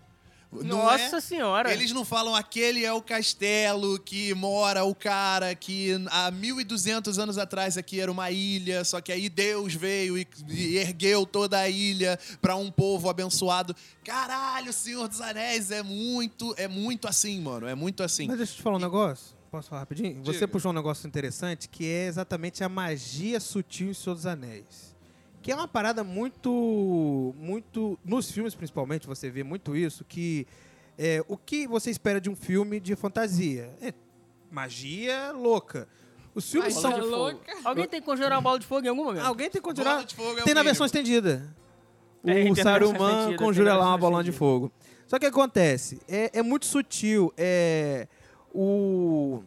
Não é-
Nossa senhora.
Eles não falam aquele é o castelo que mora o cara que há 1200 anos atrás aqui era uma ilha, só que aí Deus veio e, e ergueu toda a ilha pra um povo abençoado. Caralho, Senhor dos Anéis é muito, é muito assim, mano, é muito assim.
Mas deixa eu te falar um negócio. Posso falar rapidinho? Você
Diga.
puxou um negócio interessante que é exatamente a magia sutil em Senhor dos Anéis. Que é uma parada muito. muito. Nos filmes, principalmente, você vê muito isso, que é, o que você espera de um filme de fantasia? É magia louca. Os filmes
Magia
são.
Bola de fogo.
louca.
Alguém tem que conjurar uma bola de fogo em algum momento?
Alguém tem que
Bola
continuar.
de fogo é o
Tem na
mínimo.
versão estendida. O
Tem, tem na versão
Saruman
estendida,
conjura
tem na
lá uma
versão
bola de
estendida.
fogo. Só que o que acontece, é, é muito sutil, é o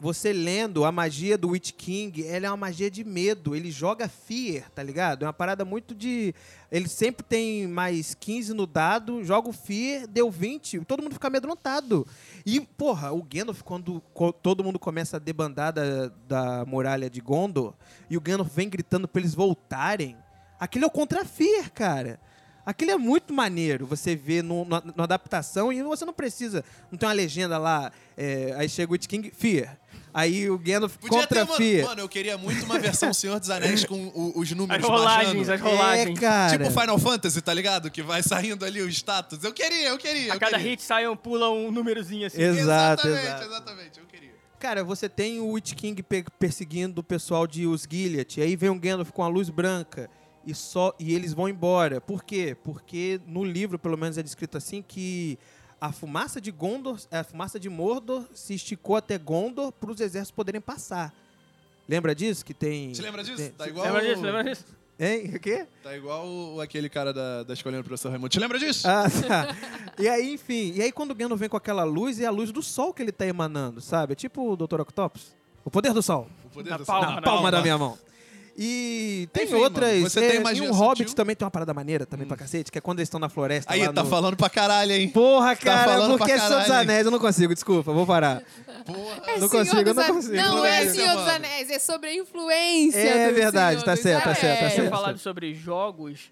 você lendo a magia do Witch King, ela é uma magia de medo, ele joga fear, tá ligado? É uma parada muito de ele sempre tem mais 15 no dado, joga o fear, deu 20, todo mundo fica amedrontado. E, porra, o Gandalf, quando co- todo mundo começa a debandar da, da muralha de Gondor, e o Gandalf vem gritando pra eles voltarem, aquele é o contra-fear, cara. Aquele é muito maneiro, você vê no, na, na adaptação, e você não precisa, não tem uma legenda lá, é, aí chega o It King, fear. Aí o Gandalf
Podia ter, mano,
contra-fear.
mano, eu queria muito uma versão Senhor dos Anéis com o- os
As
números
rolagens,
baixando.
as rolagens.
É, cara.
Tipo Final Fantasy, tá ligado? Que vai saindo ali o status. Eu queria, eu queria.
a
eu
cada
queria.
hit sai um, pula um númerozinho assim.
Exato,
exatamente,
exato.
exatamente, eu queria.
Cara, você tem o Witch King pe- perseguindo o pessoal de Osgiliath, aí vem o Gandalf com a luz branca e só e eles vão embora. Por quê? Porque no livro, pelo menos é descrito assim que a fumaça de Gondor, a fumaça de Mordor se esticou até Gondor para os exércitos poderem passar. Lembra disso que tem?
Você lembra disso?
tem-
Tá igual
Lembra
o-
disso? Lembra disso?
Hein? O quê?
Tá igual o- aquele cara da, da escolhendo o professor Raimundo. Te lembra
É.
disso?
Ah, tá. (laughs) E aí, enfim, e aí quando o Gandalf vem com aquela luz, é a luz do sol que ele tá emanando, sabe? É tipo o Dr. Octopus. O poder do sol.
o poder
na
do
palma, né?
sinal.
na
na
palma da minha mão. E tem
Enfim,
outras.
mano, você
é,
tem magia
e um
sutil?
Hobbit também tem uma parada maneira também pra cacete, que é quando eles estão na floresta.
Hum. Aí,
lá
tá
no-
falando pra caralho, hein?
Porra,
Tá
cara,
falando pra
porque é Senhor dos
caralho.
Anéis, eu não consigo, desculpa, vou parar.
Porra.
É
Não
Senhor
consigo, eu
dos
não
Ane-
consigo.
Não é
Influência,
Senhor dos
mano.
Anéis, é sobre a influência.
É
do
verdade,
Senhor
tá
dos
certo, tá certo, tá
Anéis.
certo.
tinha falado É, sobre jogos,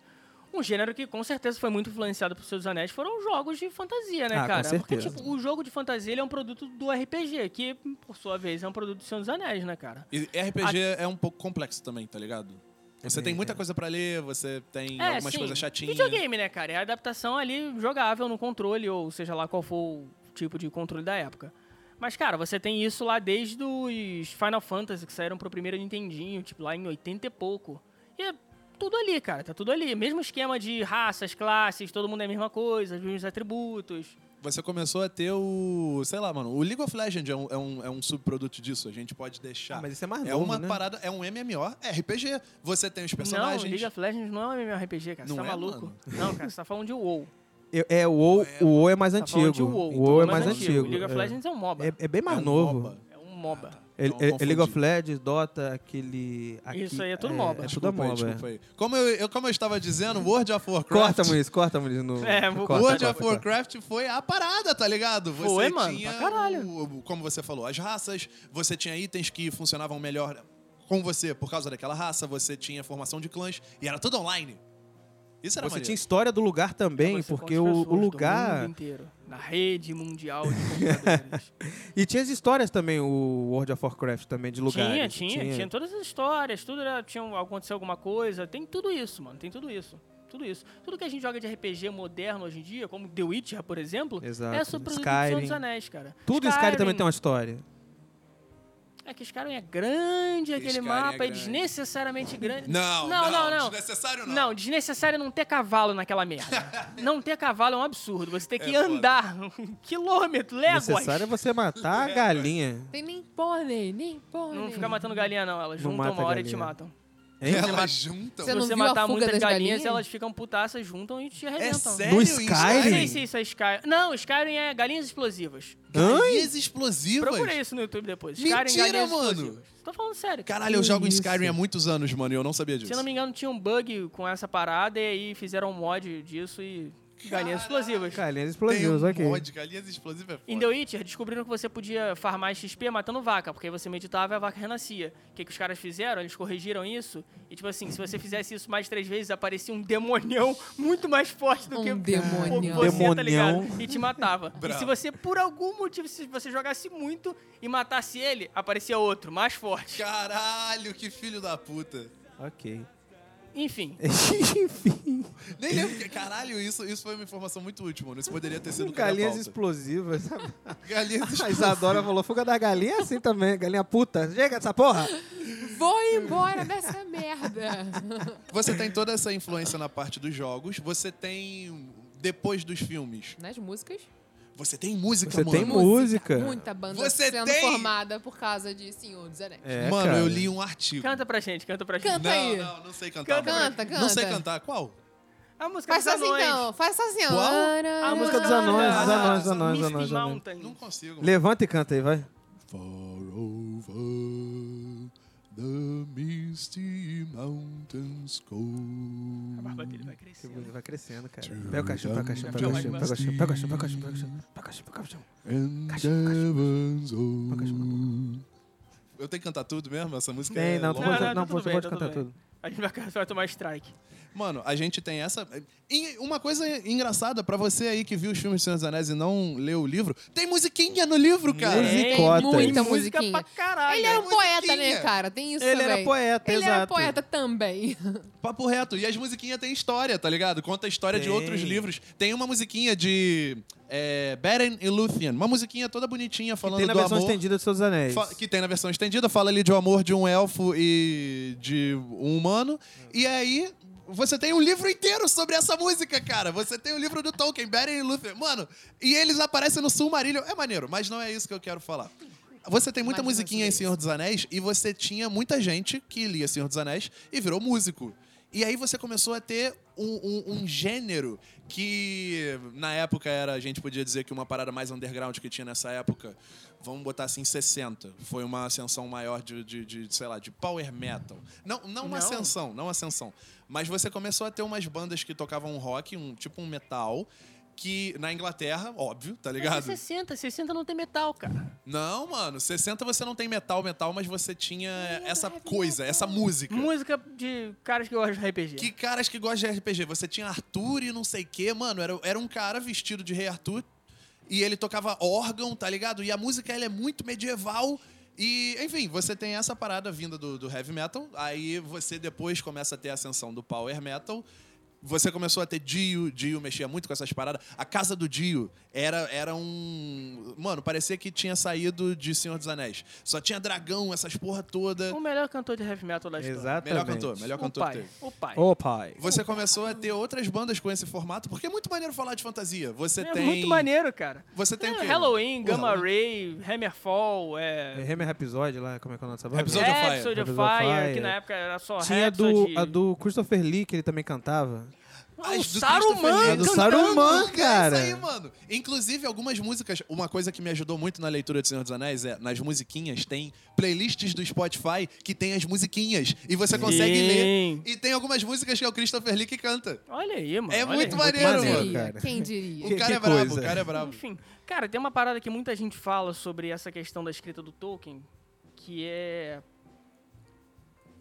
um gênero que com certeza foi muito influenciado por seus anéis foram os jogos de fantasia, né,
Ah, com
cara? Porque,
certeza.
tipo, o jogo de fantasia ele é um produto do RPG, que, por sua vez, é um produto do Senhor dos Anéis, né, cara?
E RPG é um pouco complexo também, tá ligado? Você
É,
tem muita
é.
coisa pra ler, você tem
é,
algumas
sim,
coisas chatinhas.
Videogame, né, cara? É a adaptação ali jogável no controle, ou seja lá qual for o tipo de controle da época. Mas, cara, você tem isso lá desde os Final Fantasy, que saíram pro primeiro Nintendinho, tipo, lá em 80 e pouco. E é tudo ali, cara, tá tudo ali. Mesmo esquema de raças, classes, todo mundo é a mesma coisa, os mesmos atributos.
Você começou a ter o. Sei lá, mano. O League of Legends é um, é um, é um subproduto disso. A gente pode deixar.
Ah, mas isso é mais
é
novo,
uma
né?
parada. É um MMO, é RPG. Você tem os
Não,
personagens.
League of Legends não é um MMORPG, cara. Você
Não
tá
é,
maluco?
mano.
Não, cara, você tá falando
(laughs)
de WoW.
Eu- é, o WoW, o WoW é mais
Tá falando de
antigo.
WoW.
O WoW é
Mas
mais
então antigo.
antigo.
League of
é.
Legends é um MOBA.
É, é bem mais
É um
novo.
MOBA.
É um MOBA.
É,
Não,
é- é
confundi.
League of Legends, Dota, aquele. aqui-
Isso aí é tudo MOBA.
É tudo
Desculpa aí,
MOBA.
desculpa aí. Como eu, eu- como eu estava dizendo, World of Warcraft.
Corta, Muniz, corta, Muniz. No...
É, vou-
corta,
World
corta,
of
corta.
Warcraft foi a parada, tá ligado? Você
Foi, mano,
tinha
pra caralho.
o- o- como você falou, as raças, você tinha itens que funcionavam melhor com você por causa daquela raça, você tinha formação de clãs e era tudo online. Isso era
Você
maneiro.
tinha história do lugar também,
Você com
porque
as
o,
pessoas
o
do
lugar.
mundo inteiro, na rede mundial
(laughs)
de computadores.
E tinha as histórias também, o World of Warcraft também, de
tinha,
lugares.
tinha, um tinha, todas as histórias, tudo era, tinha um- aconteceu alguma coisa, tem tudo isso, mano, tem tudo isso. Tudo isso. Tudo que a gente joga de RPG moderno hoje em dia, como The Witcher, por exemplo, é
Exato,
sobre o Senhor dos
Skyrim.
Anéis, cara.
Tudo em Skyrim também tem uma história.
É que Skyrim é grande, aquele
Skyrim é
mapa é,
grande.
desnecessariamente grande.
Não,
não, não. não.
Desnecessário não.
Não, desnecessário é não ter cavalo naquela (laughs) merda. não ter cavalo é um absurdo. Você tem que
É foda.
andar (laughs) um quilômetro, léguas.
Necessário é você matar a
(laughs)
galinha.
Tem nem pônei, nem pônei.
Não ficar matando galinha, não. Elas
Não
juntam
mata
uma hora e
galinha.
te matam.
Hein?
Elas
mata-
juntam.
Você
Se
não
você
viu a
matar
fuga
muitas
das
galinhas,
galinhas?
elas ficam putaças, juntam e te
É
arrebentam.
sério?
No
isso?
Skyrim?
Eu Não sei se isso é Skyrim. Não, Skyrim é galinhas explosivas.
Galinhas explosivas.
Procura isso no YouTube depois. Skyrim, é
Mentira,
galinhas
mano.
explosivas. Tô falando sério.
Caralho, eu jogo em
isso?
Skyrim há muitos anos, mano, e eu não sabia disso.
Se eu não me engano, tinha um bug com essa parada e aí fizeram um mod disso e...
(laughs)
Galinhas explosivas.
Galinhas
Tem
explosivas,
um
ok.
monte, galinhas explosivas é foda.
Em The Witcher, descobriram que você podia farmar XP matando vaca, porque aí você meditava e a vaca renascia. O que, que os caras fizeram? Eles corrigiram isso. E, tipo assim, se você fizesse isso mais três vezes, aparecia um demonião muito mais forte do
Um
que o-
demonião.
você, tá
Demonião.
ligado? E te matava. e
Bravo.
se você, por algum motivo, se você jogasse muito e matasse ele, aparecia outro, mais forte.
Caralho, que filho da puta.
Ok. (laughs)
Enfim.
Enfim,
Nem lembro que. Caralho, isso, isso foi uma informação muito útil, mano. Isso poderia ter sido
Um galinhas
explosivas. (laughs)
explosivas. (laughs)
Galinhas
A
explosivas.
Isadora falou, fuga da galinha é assim também, galinha puta. Chega dessa porra!
Vou embora dessa merda. (laughs)
Você tem toda essa influência na parte dos jogos, você tem. Depois dos filmes.
Nas músicas.
Você tem música,
Você
mano.
tem mu- Música.
Muita banda
Você
sendo
tem?
formada por causa de Senhor dos Anéis.
É,
mano,
cara.
eu li um artigo.
Canta pra gente, canta pra gente.
Canta.
não,
aí.
não, não sei cantar.
Canta,
mano.
canta,
Não sei
canta.
cantar. Qual?
A música
Faz
dos
sozinho,
anões.
então. Faz sozinho.
Qual?
A
música dos anões,
um
dos anões, dos anões, dos anões,
Misty
dos anões.
Mountain.
Não consigo. mano.
Levanta e canta aí, vai.
Far over the misty mountains
A barba
cold.
dele vai crescer.
Vai crescendo, cara. Pega o cachorro, pega o cachorro,
pega o cachorro, pega o
cachorro, pega o cachorro, pega o cachorro, pega o
pega o
cachorro,
cachorro, pega o cachorro.
And
Cachorro,
heavens
cachorro.
old. Eu tenho que cantar tudo mesmo? Essa música
Tem,
é
não,
longa.
pode,
Não,
não,
não, tudo
pode,
bem,
pode
tá
cantar
tudo
tudo.
A gente vai, vai tomar strike.
Mano, a gente tem essa... eh, E uma coisa engraçada, pra você aí que viu os filmes de Senhor dos Anéis e não leu o livro, tem musiquinha no livro, cara! É
Musiquinha.
Tem
Cota.
muita
música
musiquinha.
pra caralho. Tá
Ele era um poeta, né,
musiquinha.
cara? Tem isso
Ele
também.
era poeta,
Ele
exato.
era poeta também.
Papo reto. E as musiquinhas têm história, tá ligado? Conta a história de
Tem.
outros livros. Tem uma musiquinha de é, Beren e Lúthien. Uma musiquinha toda bonitinha falando
Tem na
do
versão
amor.
estendida dos seus anéis.
Fa- que tem na versão estendida, fala ali de um amor de um elfo e de um humano. E aí, você tem um livro inteiro sobre essa música, cara. Você tem o livro do Tolkien, Beren e Lúthien. Mano, e eles aparecem no Silmarillion. É maneiro, mas não é isso que eu quero falar. Você tem muita
Imagina
musiquinha em
sobre
Senhor dos Anéis e você tinha muita gente que lia Senhor dos Anéis e virou músico. E aí você começou a ter um, um- um gênero que na época era, a gente podia dizer que uma parada mais underground que tinha nessa época, vamos botar assim, 60. Foi uma ascensão maior de, de, de, sei lá, de power metal. Não, não uma
Não.
ascensão, não ascensão. Mas você começou a ter umas bandas que tocavam um rock, um tipo um metal, que na Inglaterra, óbvio, tá
Mas
ligado?
é 60, 60 não tem metal, cara.
Não, mano, 60 você não tem metal, metal, mas você tinha essa coisa, essa música.
Música de caras que gostam de RPG.
Que caras que gostam de RPG? Você tinha Arthur e não sei o quê, mano. Era, era um cara vestido de rei Arthur e ele tocava órgão, tá ligado? E a música ela é muito medieval. E, enfim, você tem essa parada vinda do, do heavy metal. Aí você depois começa a ter a ascensão do power metal. Você começou a ter Dio, Dio mexia muito com essas paradas. A casa do Dio era, era um. Mano, parecia que tinha saído de Senhor dos Anéis. Só tinha dragão, essas porra toda.
O melhor cantor de heavy metal da história.
Exatamente.
Melhor cantor, melhor
O
cantor que teve.
pai, o pai.
Ô, pai.
Você começou a ter outras bandas com esse formato, porque é muito maneiro falar de fantasia. Você
é
tem.
muito maneiro, cara.
Você tem o
É,
quê?
Halloween,
O
Gamma
Halloween.
Ray, Hammerfall, é...
Hammer Episódio lá, como é que é o nome dessa banda?
Rhapsody of Fire.
Rhapsody of
Rhapsody of
Fire,
Fire. é.
que na época era só
Tinha a
Rhapsody.
do, a do Christopher Lee, que ele também cantava.
Ah, o
do
Saruman
Christopher
É do
cantando.
Saruman, cara.
É isso aí, mano. Inclusive, algumas músicas. Uma coisa que me ajudou muito na leitura do Senhor dos Anéis é nas musiquinhas tem playlists do Spotify que tem as musiquinhas. E você consegue
Sim.
ler. E tem algumas músicas que é o Christopher Lee que canta.
Olha aí, mano.
É
olha
muito
aí.
maneiro,
Quem
mano.
maneiro.
diria?
cara.
Quem diria?
O cara
que
é brabo,
coisa.
o cara é brabo.
Enfim, cara, tem uma parada que muita gente fala sobre essa questão da escrita do Tolkien, que é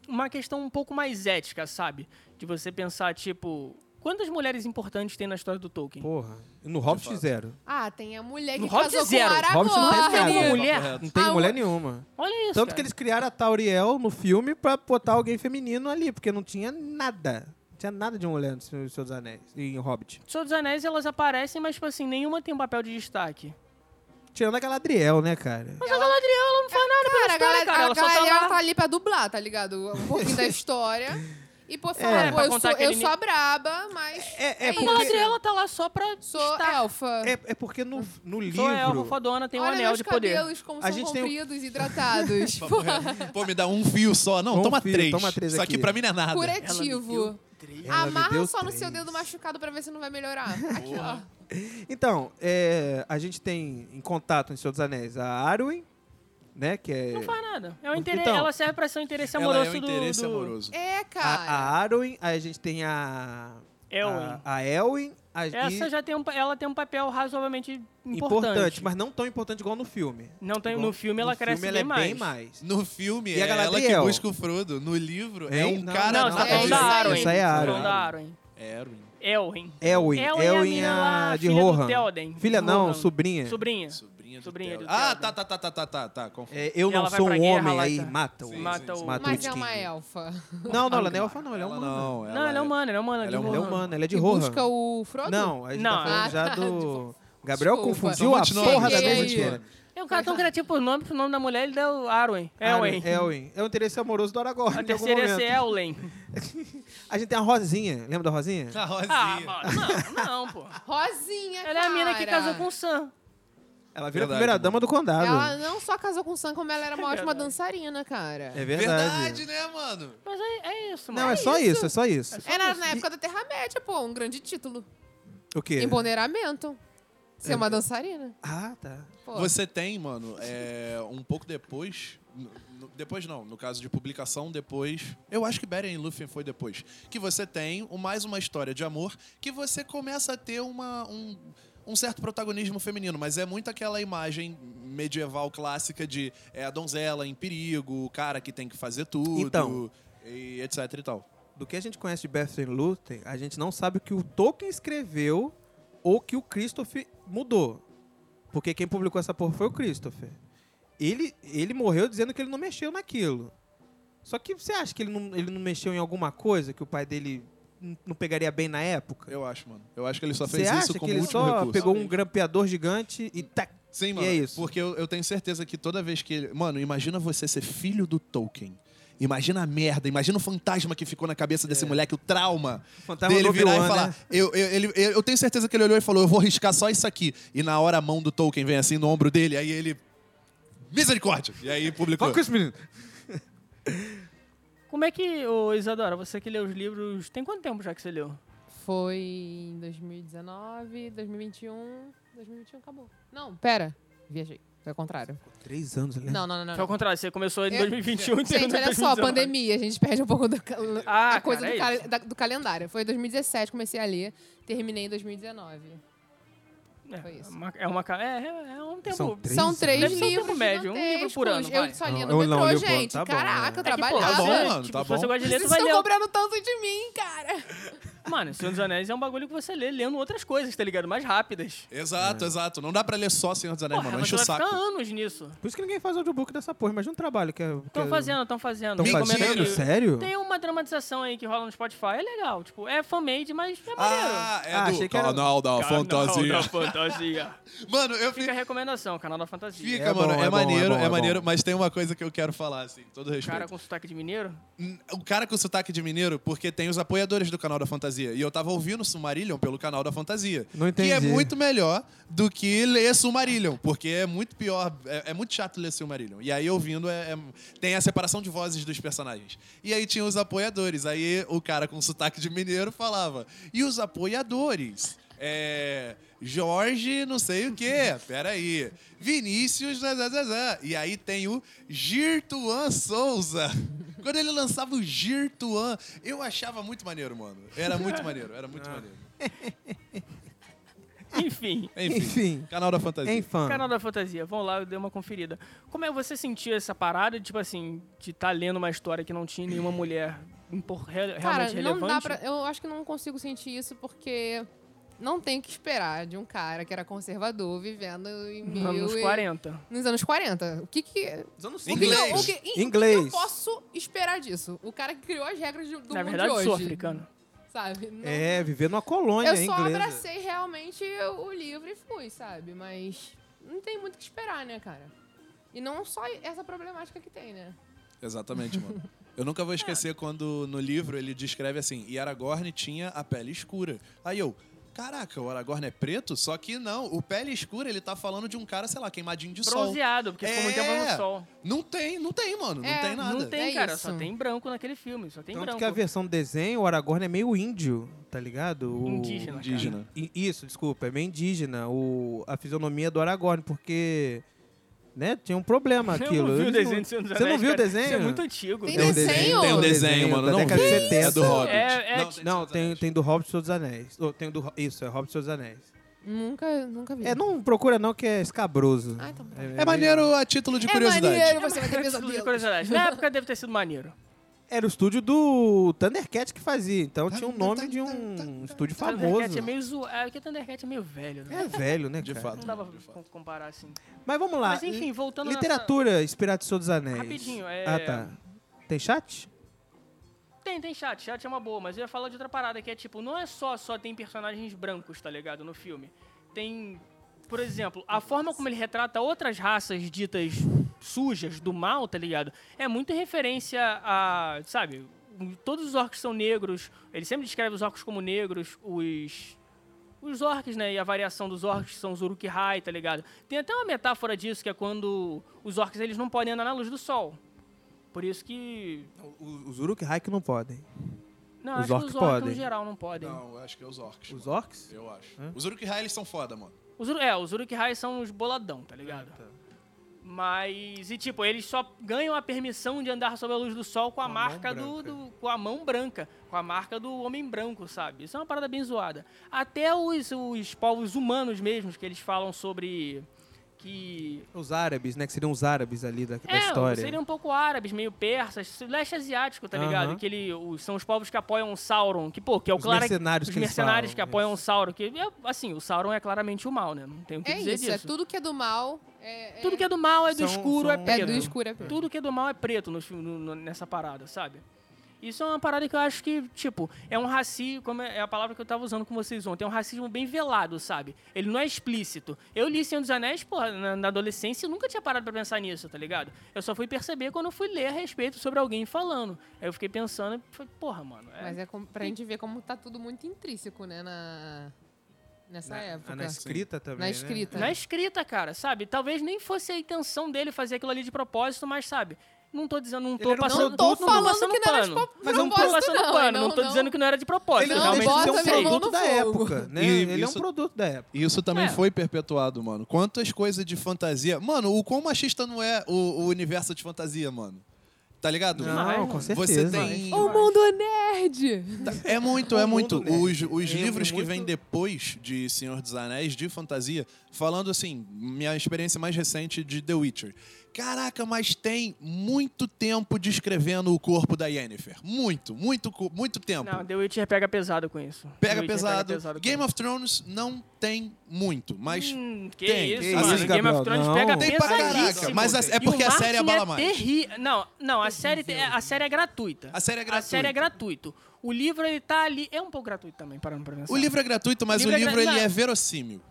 uma questão um pouco mais ética, sabe? De você pensar, tipo, quantas mulheres importantes tem na história do Tolkien?
Porra. No Hobbit, zero.
Ah, tem a mulher que
No Hobbit
casou
zero.
com Aragorn.
Hobbit não tem
Tem
nada.
uma
Caralho.
mulher?
Não tem
Ah,
mulher
o-
nenhuma.
Olha isso,
é. Tanto que
cara.
eles criaram a Tauriel no filme pra botar alguém feminino ali, porque não tinha nada. Não tinha nada de mulher no Senhor dos Anéis e em Hobbit.
Senhor dos Anéis, elas aparecem, mas, tipo assim, nenhuma tem um papel de destaque.
Tirando a Galadriel, né, cara?
Mas a Galadriel, ela não faz nada pela
Cara, a
história,
galera,
cara. Ela
a
só tá
galera
lá.
tá ali pra dublar, tá ligado? Um pouquinho da história. E, pô,
É,
falar, pô,
pra
eu,
contar
sou, eu
aquele
sou a braba, mas
É, é,
É
A
porque,
Galadriel, ela tá lá só pra
sou
estar.
elfa.
é, é porque no, no
Sou elfa,
livro.
fodona, tem um
Olha
anel
meus
de poder.
cabelos como
A
são
gente tem um-
compridos, hidratados. Pô,
Pô, me dá um fio só. Não,
Um
toma,
fio,
três.
toma três
Isso aqui
aqui.
pra mim não é nada.
curativo.
Ela me
Amarra
deu
só no seu
três.
dedo machucado pra ver se não vai melhorar. Aqui, ó.
Então, é, a gente tem em contato em Senhor dos Anéis a Arwen, né? Que é.
Não faz nada. É o interesse,
Então,
ela serve pra ser o interesse
Ela
amoroso
é um
do-
interesse
do...
amoroso.
É, cara.
a, a Arwen, aí a gente tem a.
Elwin.
A, a Elwin. A,
Essa
Ah, e-
já tem um, pa- ela tem um papel razoavelmente importante.
importante. mas não tão importante igual no filme.
Não tem,
Igual-
no filme ela
no
cresce
filme
bem,
ela é
mais.
bem mais.
No filme,
E a
é ela que
Galadriel?
busca o Frodo. No livro, é
Hein?
um
Não,
cara...
Não, você tá
não,
falando
é
da
isso aí.
Arwen.
Isso aí é
Tá
Arwen.
falando da Arwen.
É, Erwin.
Elwin.
Elwin.
Elwin é a
Elwin é
menina
a
lá,
de
filha do
Rohan.
Theoden.
Filha
De
não,
Rohan.
sobrinha.
Sobrinha.
Sobrinha do
Sobrinha
Theoden.
do né?
Ah,
Theoden.
tá, tá, tá, tá, tá, tá, tá. Confundi.
É, eu
Ela
não
vai
sou
pra
um
guerra,
homem,
ela
aí
tá-
mata o...
Sim,
Mata
sim,
o...
mata
Mas é uma
Skin.
elfa.
Não, não, ela não é órfã, não. Ela é
Ela
humana.
não,
Não, ela é humana, ela é humana.
Ela é
de
Ela é
Rohan.
humana, ela é de
que busca
Rohan.
o Frodo?
Não, a gente
Não.
tá falando
Ah,
já
tá.
do... Gabriel
Desculpa.
confundiu
São
a
muitos
porra
nomes.
da
Cheguei
mesa
aí.
inteira.
(laughs)
É um cara tão criativo, o nome, pro nome da mulher ele deu Arwen. Elwin. É
Arwen, Elwin. É o interesse amoroso do Aragorn
A
em algum
terceira ia ser
momento.
Elwin.
A gente tem a Rosinha. Lembra da Rosinha?
A Rosinha.
Ah, mano, não, não, pô.
Rosinha,
Ela é a mina que
cara.
casou com o Sam.
Ela vira
Verdade, né?
a primeira dama do condado.
Ela não só casou com o Sam, como ela era uma ótima
verdade.
dançarina, cara.
É
Verdade,
verdade.
né, mano?
Mas é, é isso, mano.
Não, é só isso, é só isso.
Era na época da Terra-média, pô, um grande título.
O quê?
Empoderamento. Ser uma dançarina.
Ah, tá.
Pô.
Você tem, mano, é, um pouco depois. n- n- Depois não, no caso de publicação, depois. Eu acho que Beren e Lúthien foi depois. Que você tem o- mais uma história de amor que você começa a ter uma, um, um certo protagonismo feminino, mas é muito aquela imagem medieval clássica de é, a donzela em perigo, o cara que tem que fazer tudo,
Então.
e etc e tal.
Do que a gente conhece de Bethany Luther, a gente não sabe o que o Tolkien escreveu ou que o Christopher mudou. Porque quem publicou essa porra foi o Christopher. Ele, ele morreu dizendo que ele não mexeu naquilo. Só que você acha que ele não, ele não mexeu em alguma coisa que o pai dele n- não pegaria bem na época?
Eu acho, mano. Eu acho que ele só
Você
fez
acha
isso
que
como
ele
último
só
recurso.
pegou um grampeador gigante e tac?
Sim, mano.
E é isso.
Porque eu, eu tenho certeza que toda vez que ele. Mano, imagina você ser filho do Tolkien. Imagina a merda, imagina o fantasma que ficou na
É.
cabeça desse moleque, o trauma
Fantasma
dele
do
virar
Obi-Wan,
e falar.
né?
Eu, eu, ele- eu- eu tenho certeza que ele olhou e falou: Eu vou riscar só isso aqui. E na hora a mão do Tolkien vem assim no ombro dele, aí ele. Misericórdia! E aí publicou.
Foca com esse menino.
Como é que, ô Isadora, você que leu os livros, tem quanto tempo já que você leu?
Foi em 2019, 2021. 2021 acabou. Não, pera. Viajei. Foi ao contrário.
Três anos, né?
Não, não, não. não,
Foi
não.
ao contrário, você começou em
Eu-
2021 e um,
Gente,
terminou em
olha só,
2019.
pandemia. A gente perde um pouco do
(laughs)
cal-
Ah,
a coisa
cara,
do,
é
cal-
isso.
da- do calendário. Foi em 2017 comecei a ler. Terminei em 2019.
É,
Foi isso.
uma- É, uma, ca- é, é- é um tempo.
São três
São três
Deve ser um
livros.
tempo médio, um livro
gigantescos.
por ano, vai.
Eu só lia
Não, eu Ah,
no
não
metrô,
li por ano,
gente.
tá bom,
Caraca, eu
né?
É que, pô,
trabalhava.
tá bom,
você-
mano,
tipo,
tá
se você
bom.
gosta de ler,
Vocês
tu vai
estão
ler.
cobrando tanto de mim, cara.
Mano, Senhor dos Anéis é um bagulho que você lê lendo outras coisas, tá ligado? Mais rápidas.
É.
Exato, exato. Não dá pra ler só Senhor dos Anéis,
Porra,
Né, mano.
mas
Enche o
vai
saco.
ficar anos nisso.
Por isso que ninguém faz audiobook dessa porra. Imagina o trabalho que é. que
Estão
é-
fazendo, estão fazendo.
Tão
Tô comendo
fazendo?
aqui.
Sério?
Tem uma dramatização aí que rola no Spotify, é legal. Tipo, é fan-made, mas é maneiro.
Ah, é
Ah,
do
achei que era-
canal da
Canal
fantasia.
da Fantasia.
Mano, eu
Fica a
fico.
recomendação, canal da fantasia.
Fica,
É bom,
mano,
é
é,
bom, é
maneiro,
bom,
é,
é bom.
maneiro, mas tem uma coisa que eu quero falar, assim, com todo
O
respeito.
cara com sotaque de mineiro?
Hum, O cara com sotaque de mineiro, porque tem os apoiadores do canal da fantasia. E eu tava ouvindo Sumarillion pelo canal da fantasia.
Não
Que é
entendi.
muito melhor do que ler Sumarillion, porque é muito pior, é, é muito chato ler Silmarillion. E aí ouvindo é- é- tem a separação de vozes dos personagens. E aí tinha os apoiadores. Aí o cara com sotaque de mineiro falava: "E os apoiadores?" É, Jorge, não sei o quê. (laughs) Peraí. Vinícius. zazazazã. E aí tem o Girtuan Souza. (laughs) Quando ele lançava o Girtuan, eu achava muito maneiro, mano. Era muito maneiro, era muito maneiro.
Enfim.
Enfim,
Enfim.
Canal da Fantasia.
Hein, fã?
Canal da Fantasia, vão lá, eu dei uma conferida. Como é que você sentiu essa parada, tipo assim, de estar lendo uma história que não tinha nenhuma mulher impor- re-
Cara,
realmente
não
relevante?
dá pra. Eu acho que não consigo sentir isso porque não tem o que esperar de um cara que era conservador vivendo em mil
Anos
e-
40.
nos anos 40. O que que. O que,
Inglês.
não, o que- o que
Inglês.
eu posso esperar disso? O cara que criou as regras do
Na
mundo
verdade,
de hoje.
sou africano.
Sabe? Não-
É, viver numa colônia
eu só
inglesa.
abracei realmente o livro e fui, sabe? Mas não tem muito o que esperar, né, cara? E não só essa problemática que tem, né?
Exatamente, mano. Eu nunca vou esquecer quando no livro ele descreve assim: e Aragorn tinha a pele escura. Aí eu. Caraca, o Aragorn é preto? Só que não, o pele escura ele tá falando de um cara, sei lá, queimadinho de sol.
Bronzeado, porque ficou muito tempo
É.
no sol.
Não tem, não tem, mano.
É,
não tem nada.
Não tem,
É
cara,
isso.
só tem branco naquele filme, só tem
Tanto
branco.
que a versão do desenho, o Aragorn é meio índio, tá ligado? O-
Indígena, cara.
Indígena.
I- Isso, desculpa, é meio indígena o, a fisionomia do Aragorn, porque né, tinha um problema
(laughs) Eu
aquilo.
não vi o
Eles
desenho do Senhor dos
Você não
Anéis,
viu o
cara.
desenho?
Isso é muito antigo.
Tem
Tem um
desenho?
Tem um
um
desenho,
desenho
mano.
da
Não
década
vi.
de 70.
É do Hobbit.
É- é-
Não,
dos
tem,
Anéis.
tem do Hobbit e dos Anéis. Ou tem do, Ho- isso, é Hobbit e dos Anéis.
Nunca, nunca vi.
É, não procura não que é escabroso.
Hum. Ah, então tá. É
É maneiro a título de curiosidade.
maneiro, você vai ter
Tudo É de
pesadelo.
curiosidade. Na época deve ter sido maneiro.
Era o estúdio do Thundercat que fazia, então tinha o nome de um estúdio
Thundercat
famoso.
é meio zoado. É, porque Thundercat é meio velho, né?
É velho, né,
De
cara?
fato.
Não dava
de
pra
fato.
comparar assim.
Mas vamos lá.
Mas enfim, voltando nessa-
Literatura inspirada em Senhor dos Anéis.
Rapidinho, é-
Ah, tá. Tem chat?
Tem, tem chat, chat é uma boa, mas eu ia falar de outra parada que é tipo, não é só só tem personagens brancos, tá ligado, no filme. Tem, por exemplo, a forma como ele retrata outras raças ditas sujas, do mal, tá ligado? É muito referência a, sabe, todos os orcs são negros, ele sempre descreve os orcs como negros, os os orcs, né? E a variação dos orcs são os uruk-hai, tá ligado? Tem até uma metáfora disso que é quando os orcs eles não podem andar na luz do sol. Por isso que
O- Os Uruk-hai que não podem.
não,
Os
acho
orcs
que os orcs
podem.
no geral não podem.
Não, eu acho que é os orcs.
Os
mano.
orcs?
Eu acho.
Hã?
Os Uruk-hai, eles são foda, mano.
Os, Uru- é, os Uruk-hai são os boladão, tá ligado? Mas, e tipo, eles só ganham a permissão de andar sob a luz do sol com a,
Com a mão
marca do,
branca.
do- com a mão branca, com a marca do homem branco, sabe? Isso é uma parada bem zoada. Até os, os povos humanos mesmos, que eles falam sobre que...
Os árabes, né? Que seriam os árabes ali da, da
é,
história.
seriam um pouco árabes, meio persas, leste asiático, tá ligado?
Aham.
Que ele, os- são os povos que apoiam o Sauron, que, pô, que é o
Os
clara-
mercenários
os
que eles
mercenários
falam,
que apoiam o Sauron, que é, assim, o Sauron é claramente o mal, né? Não tem o que
É
dizer
isso,
disso.
é tudo que é do mal. É,
Tudo que é do mal é do
São-
escuro, é
são-
é
preto.
do escuro, é preto.
Tudo que é do mal é preto nos filmes- no, no- nessa parada, sabe? Isso é uma parada que eu acho que, tipo, é um racismo, como é é a palavra que eu tava usando com vocês ontem, é um racismo bem velado, sabe? Ele não é explícito. Eu li Senhor dos Anéis, porra, na, na adolescência e nunca tinha parado pra pensar nisso, tá ligado? Eu só fui perceber quando eu fui ler a respeito sobre alguém falando. Aí eu fiquei pensando e falei, porra, mano. é-
Mas é com, pra gente ver como tá tudo muito intrínseco, né, na, nessa
na,
época.
na escrita também.
É, Na
né?
escrita.
Na é escrita, cara, sabe? Talvez nem fosse a intenção dele fazer aquilo ali de propósito, mas sabe? Não tô dizendo, não tô
era um
passando
Não tô falando
passando
que não era de
pano.
pro-
Mas é um
Não tô
propósito,
passando
não.
pano, não,
não,
tô
não.
dizendo que não era de propósito.
Ele
Não,
realmente
deixa de
bota
ser um
meu irmão
produto
no
da
fogo.
época, né?
E
Ele é um
isso-
produto da época.
E isso também
É.
foi perpetuado, mano. Quantas coisas de fantasia. Mano, o quão machista não é o, o universo de fantasia, mano? Tá ligado?
Não,
Demais,
com
mano.
certeza.
Você tem.
O mundo é nerd!
É muito,
O
é
mundo
muito. Os,
nerd.
os
É
livros que
muito-
vêm depois de Senhor dos Anéis, de fantasia, falando assim, minha experiência mais recente de The Witcher. Caraca, mas tem muito tempo descrevendo o corpo da Yennefer. Muito, muito, cu- muito tempo.
Não, The Witcher pega pesado com isso. The
Pega
Witcher
pesado.
com
Game
isso.
of Thrones não tem muito, mas
Hum, que
tem.
isso,
Que isso,
mano. Game of
Gabriel,
Thrones
não.
pega
Tem pra caraca,
pesadíssimo.
mas a- é
E o
porque a
Martin
série abala mais.
É terri... Não, não, a série, te- a série é gratuita.
A série é
A série é
gratuita.
gratuito. O livro, ele tá ali. É um pouco gratuito também, parando pra pensar.
O livro é gratuito, mas
Livro
o
é
livro
gra-
ele
não.
é verossímil.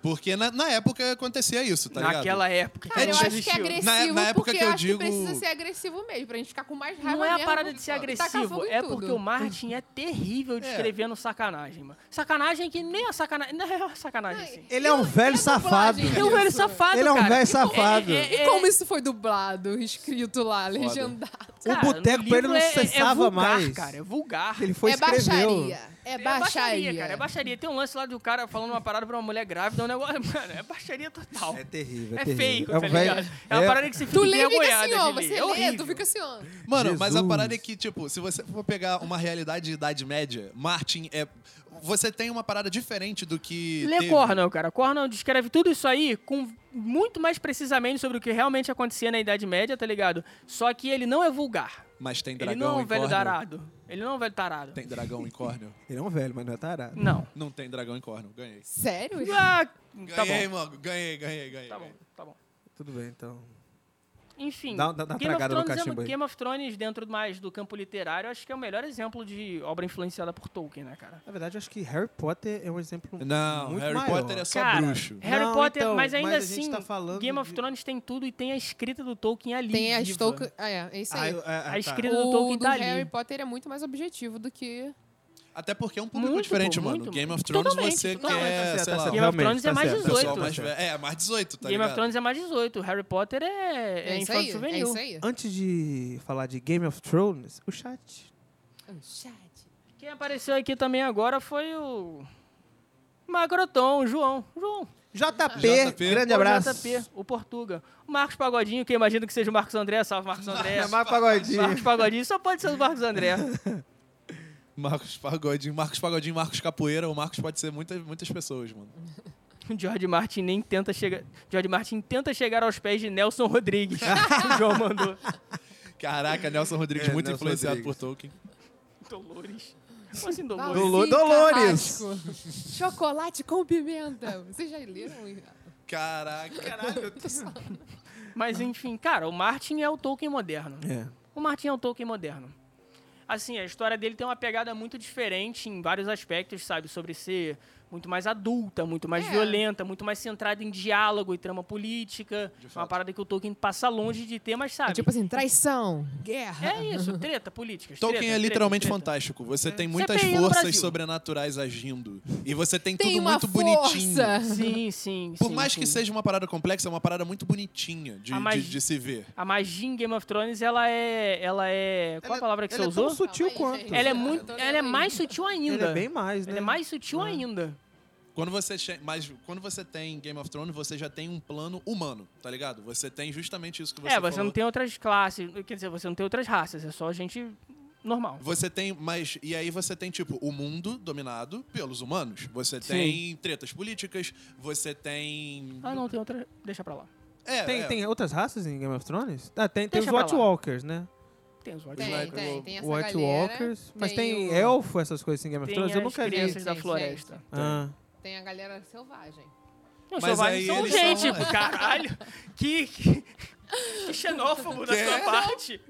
Porque na, na época acontecia isso, tá ligado?
Naquela época.
Cara,
É
eu
tipo-
acho que é agressivo
Na- na época
porque
que eu
eu acho
digo-
que precisa ser agressivo mesmo, pra gente ficar com mais raiva
Não é a
mesmo,
parada de ser
tacar fogo
agressivo,
em
é
tudo.
porque o Martin é terrível
É.
descrevendo sacanagem, mano. Sacanagem que nem a sacanagem. Não é uma sacanagem assim.
Ai,
Ele é um velho
e a dublagem
safado.
disso?
É um velho safado,
Ele é um
cara.
velho
E como-
safado.
é- é-
E
é-
como isso foi dublado, escrito lá, legendado?
cara,
boteco pra ele
no livro
não
é- é
cessava
vulgar,
mais.
Cara, é vulgar.
Ele foi
é
e escreveu.
baixaria. É
É
baixaria.
cara. É baixaria. Tem um lance lá do cara falando uma parada pra uma mulher grávida, um negócio. (laughs) Mano, é baixaria total.
É terrível, é,
É
terrível.
feio,
é
tá
um velho-
ligado? É uma
é-
parada que você
Tu
fica
lê e fica
envergonhado
assim, ó. Você
de ler. É
lê, tu fica assim, ó.
Mano, mas a
Jesus.
parada é que, tipo, se você for pegar uma realidade de Idade Média, Martin é. Você tem uma parada diferente do que.
Lê
teve.
Cornell, cara. Cornell descreve tudo isso aí com muito mais precisamente sobre o que realmente acontecia na Idade Média, tá ligado? Só que ele não é vulgar.
Mas tem
Ele
dragão
não é um
em
velho
Cornwall?
tarado. Ele não é um velho tarado.
Tem dragão em Cornel?
Ele é um velho, mas não é tarado.
Não.
Não tem dragão em Cornel. Ganhei.
Sério?
Ah, tá
Ganhei,
bom.
mano. Ganhei, ganhei, ganhei.
Tá bom, tá bom.
Tudo bem, então.
Enfim,
Dá- dá- dá uma
Game, of
tragada no
Thrones é,
cachimbo aí.
Game of Thrones, dentro mais do campo literário, acho que é o melhor exemplo de obra influenciada por Tolkien, né, cara?
Na verdade, eu acho que Harry Potter é um exemplo
Não,
muito
Harry
maior.
Potter é só
Cara,
bruxo.
Harry
Não,
Potter,
então,
mas ainda
mas a gente
assim,
tá falando
Game of
de-
Thrones tem tudo e tem a escrita do Tolkien ali.
Tem a
viva.
Stoker... Ah, é. É isso
Ah,
aí.
eu- ah, ah,
A
tá.
escrita- do
o
Tolkien
do
tá ali.
Harry Potter é muito mais objetivo do que...
Até porque é um público
Muito,
diferente,
pô,
mano.
muito,
Game
mano.
of Thrones
Totalmente,
você
totalmente.
quer,
Tá certo,
sei
tá
lá,
certo.
Game
Realmente,
of Thrones é
tá
mais
certo.
o pessoal
18.
mais velho. É, mais 18, tá
Game
ligado?
of Thrones é mais 18, Harry Potter é, é,
É, isso
infanto
aí. É
juvenil.
isso aí.
Antes de falar de Game of Thrones, o chat.
Um Chat.
Quem apareceu aqui também agora foi o Macroton, o João. João.
JP,
JP.
Um grande
o
abraço.
JP, o Portuga. O Marcos Pagodinho, que eu imagino que seja o Marcos André. Salve, Marcos André.
Chamar pagodinho.
Marcos Pagodinho, só pode ser o Marcos André. (laughs)
Marcos Pagodinho, Marcos Pagodinho, Marcos Capoeira. O Marcos pode ser muitas, muitas pessoas, mano.
O George Martin nem tenta chegar. George Martin tenta chegar aos pés de Nelson Rodrigues. (laughs) o João mandou.
Caraca, Nelson Rodrigues,
É,
muito
Nelson
influenciado
Rodrigues.
por Tolkien.
Dolores. Como assim, Dolores?
Dolo-
Valsi,
Dolores.
Carrasco. Chocolate com pimenta. Vocês já leram?
Caraca.
Mas enfim, cara, o Martin é o Tolkien moderno.
É.
O Martin é um Tolkien moderno. Assim, a história dele tem uma pegada muito diferente em vários aspectos, sabe? Sobre ser muito mais adulta, muito mais
É.
violenta, muito mais centrada em diálogo e trama política. É Uma
fato.
parada que o Tolkien passa longe de ter, mas sabe?
É tipo assim, traição, guerra.
é isso, treta política.
Tolkien
treta,
é literalmente
treta, treta.
fantástico. Você tem muitas
CPI no
forças
Brasil.
sobrenaturais agindo. E você tem,
Tem
tudo
uma
muito
força.
bonitinho.
Sim, sim.
Por
sim,
mais
sim.
que seja uma parada complexa, é uma parada muito bonitinha de,
Ah, mas-
de- de se ver.
A magia em Game of Thrones, ela é. Ela é. Qual a palavra que você
Ela é tão
usou?
sutil
Calma aí,
quanto.
gente.
Ela é
Eu tô
muito.
lendo
Ela é
ainda.
mais sutil ainda.
Ele é bem mais, né?
Ela é mais sutil ainda.
Quando você, che- mas quando você tem Game of Thrones, você já tem um plano humano, tá ligado? Você tem justamente isso que você
é, você
falou.
não tem outras classes, quer dizer, você não tem outras raças, é só gente normal.
Você tem, mas. E aí você tem, tipo, o mundo dominado pelos humanos. Você
Sim.
tem tretas políticas, você tem.
Ah, não, tem outra. Deixa pra lá.
É,
Tem,
é.
tem outras raças em Game of Thrones? Ah, tem, tem os
Deixa pra lá.
White Walkers, né?
Tem os White
Tem,
Walkers.
tem, tem essa
White
galera.
Walkers. Mas
tem
tem
o-
elfo, essas coisas em Game of
Tem
Thrones? Eu
as
nunca vi.
crianças da
Tem,
floresta.
Ah.
Tem a galera
(laughs)
selvagem.
Não,
Mas
selvagens
aí
são
eles
gente,
são-
tipo, caralho. Que, que, que xenófobo da sua parte.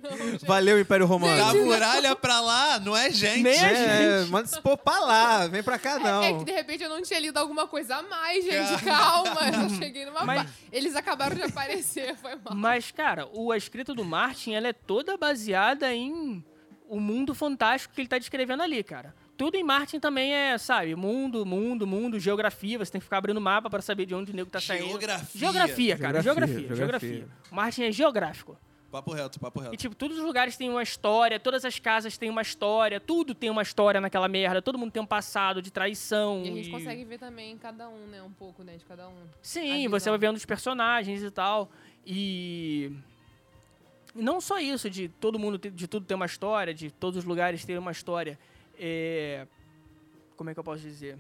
Valeu, Império Romano.
né?
Da muralha pra lá, não é gente.
Nem é
É, manda se pôr pra lá, vem pra cá não.
É, é que de repente eu não tinha lido alguma coisa a mais, gente. Calma,
(laughs)
eu só cheguei numa.
Mas-
pa- Eles acabaram de aparecer, foi mal.
Mas, cara, o, a escrita do Martin, ela é toda baseada em o mundo fantástico que ele tá descrevendo ali, cara. Tudo em Martin também é, sabe, mundo, mundo, mundo, geografia. Você tem que ficar abrindo mapa pra saber de onde o nego tá saindo.
Geografia.
Geografia, cara. Geografia,
Geografia,
geografia.
geografia.
O Martin é geográfico.
Papo reto, papo
E,
reto.
tipo, todos os lugares têm uma história, todas as casas têm uma história, tudo tem uma história naquela merda, todo mundo tem um passado de traição.
E a gente consegue ver também cada um, né? Um pouco, né? De cada um. a
Sim,
visão.
você vai vendo os personagens e tal. E. e Não só isso, de todo mundo, ter- de tudo ter uma história, de todos os lugares terem uma história. É, Como é que eu posso dizer?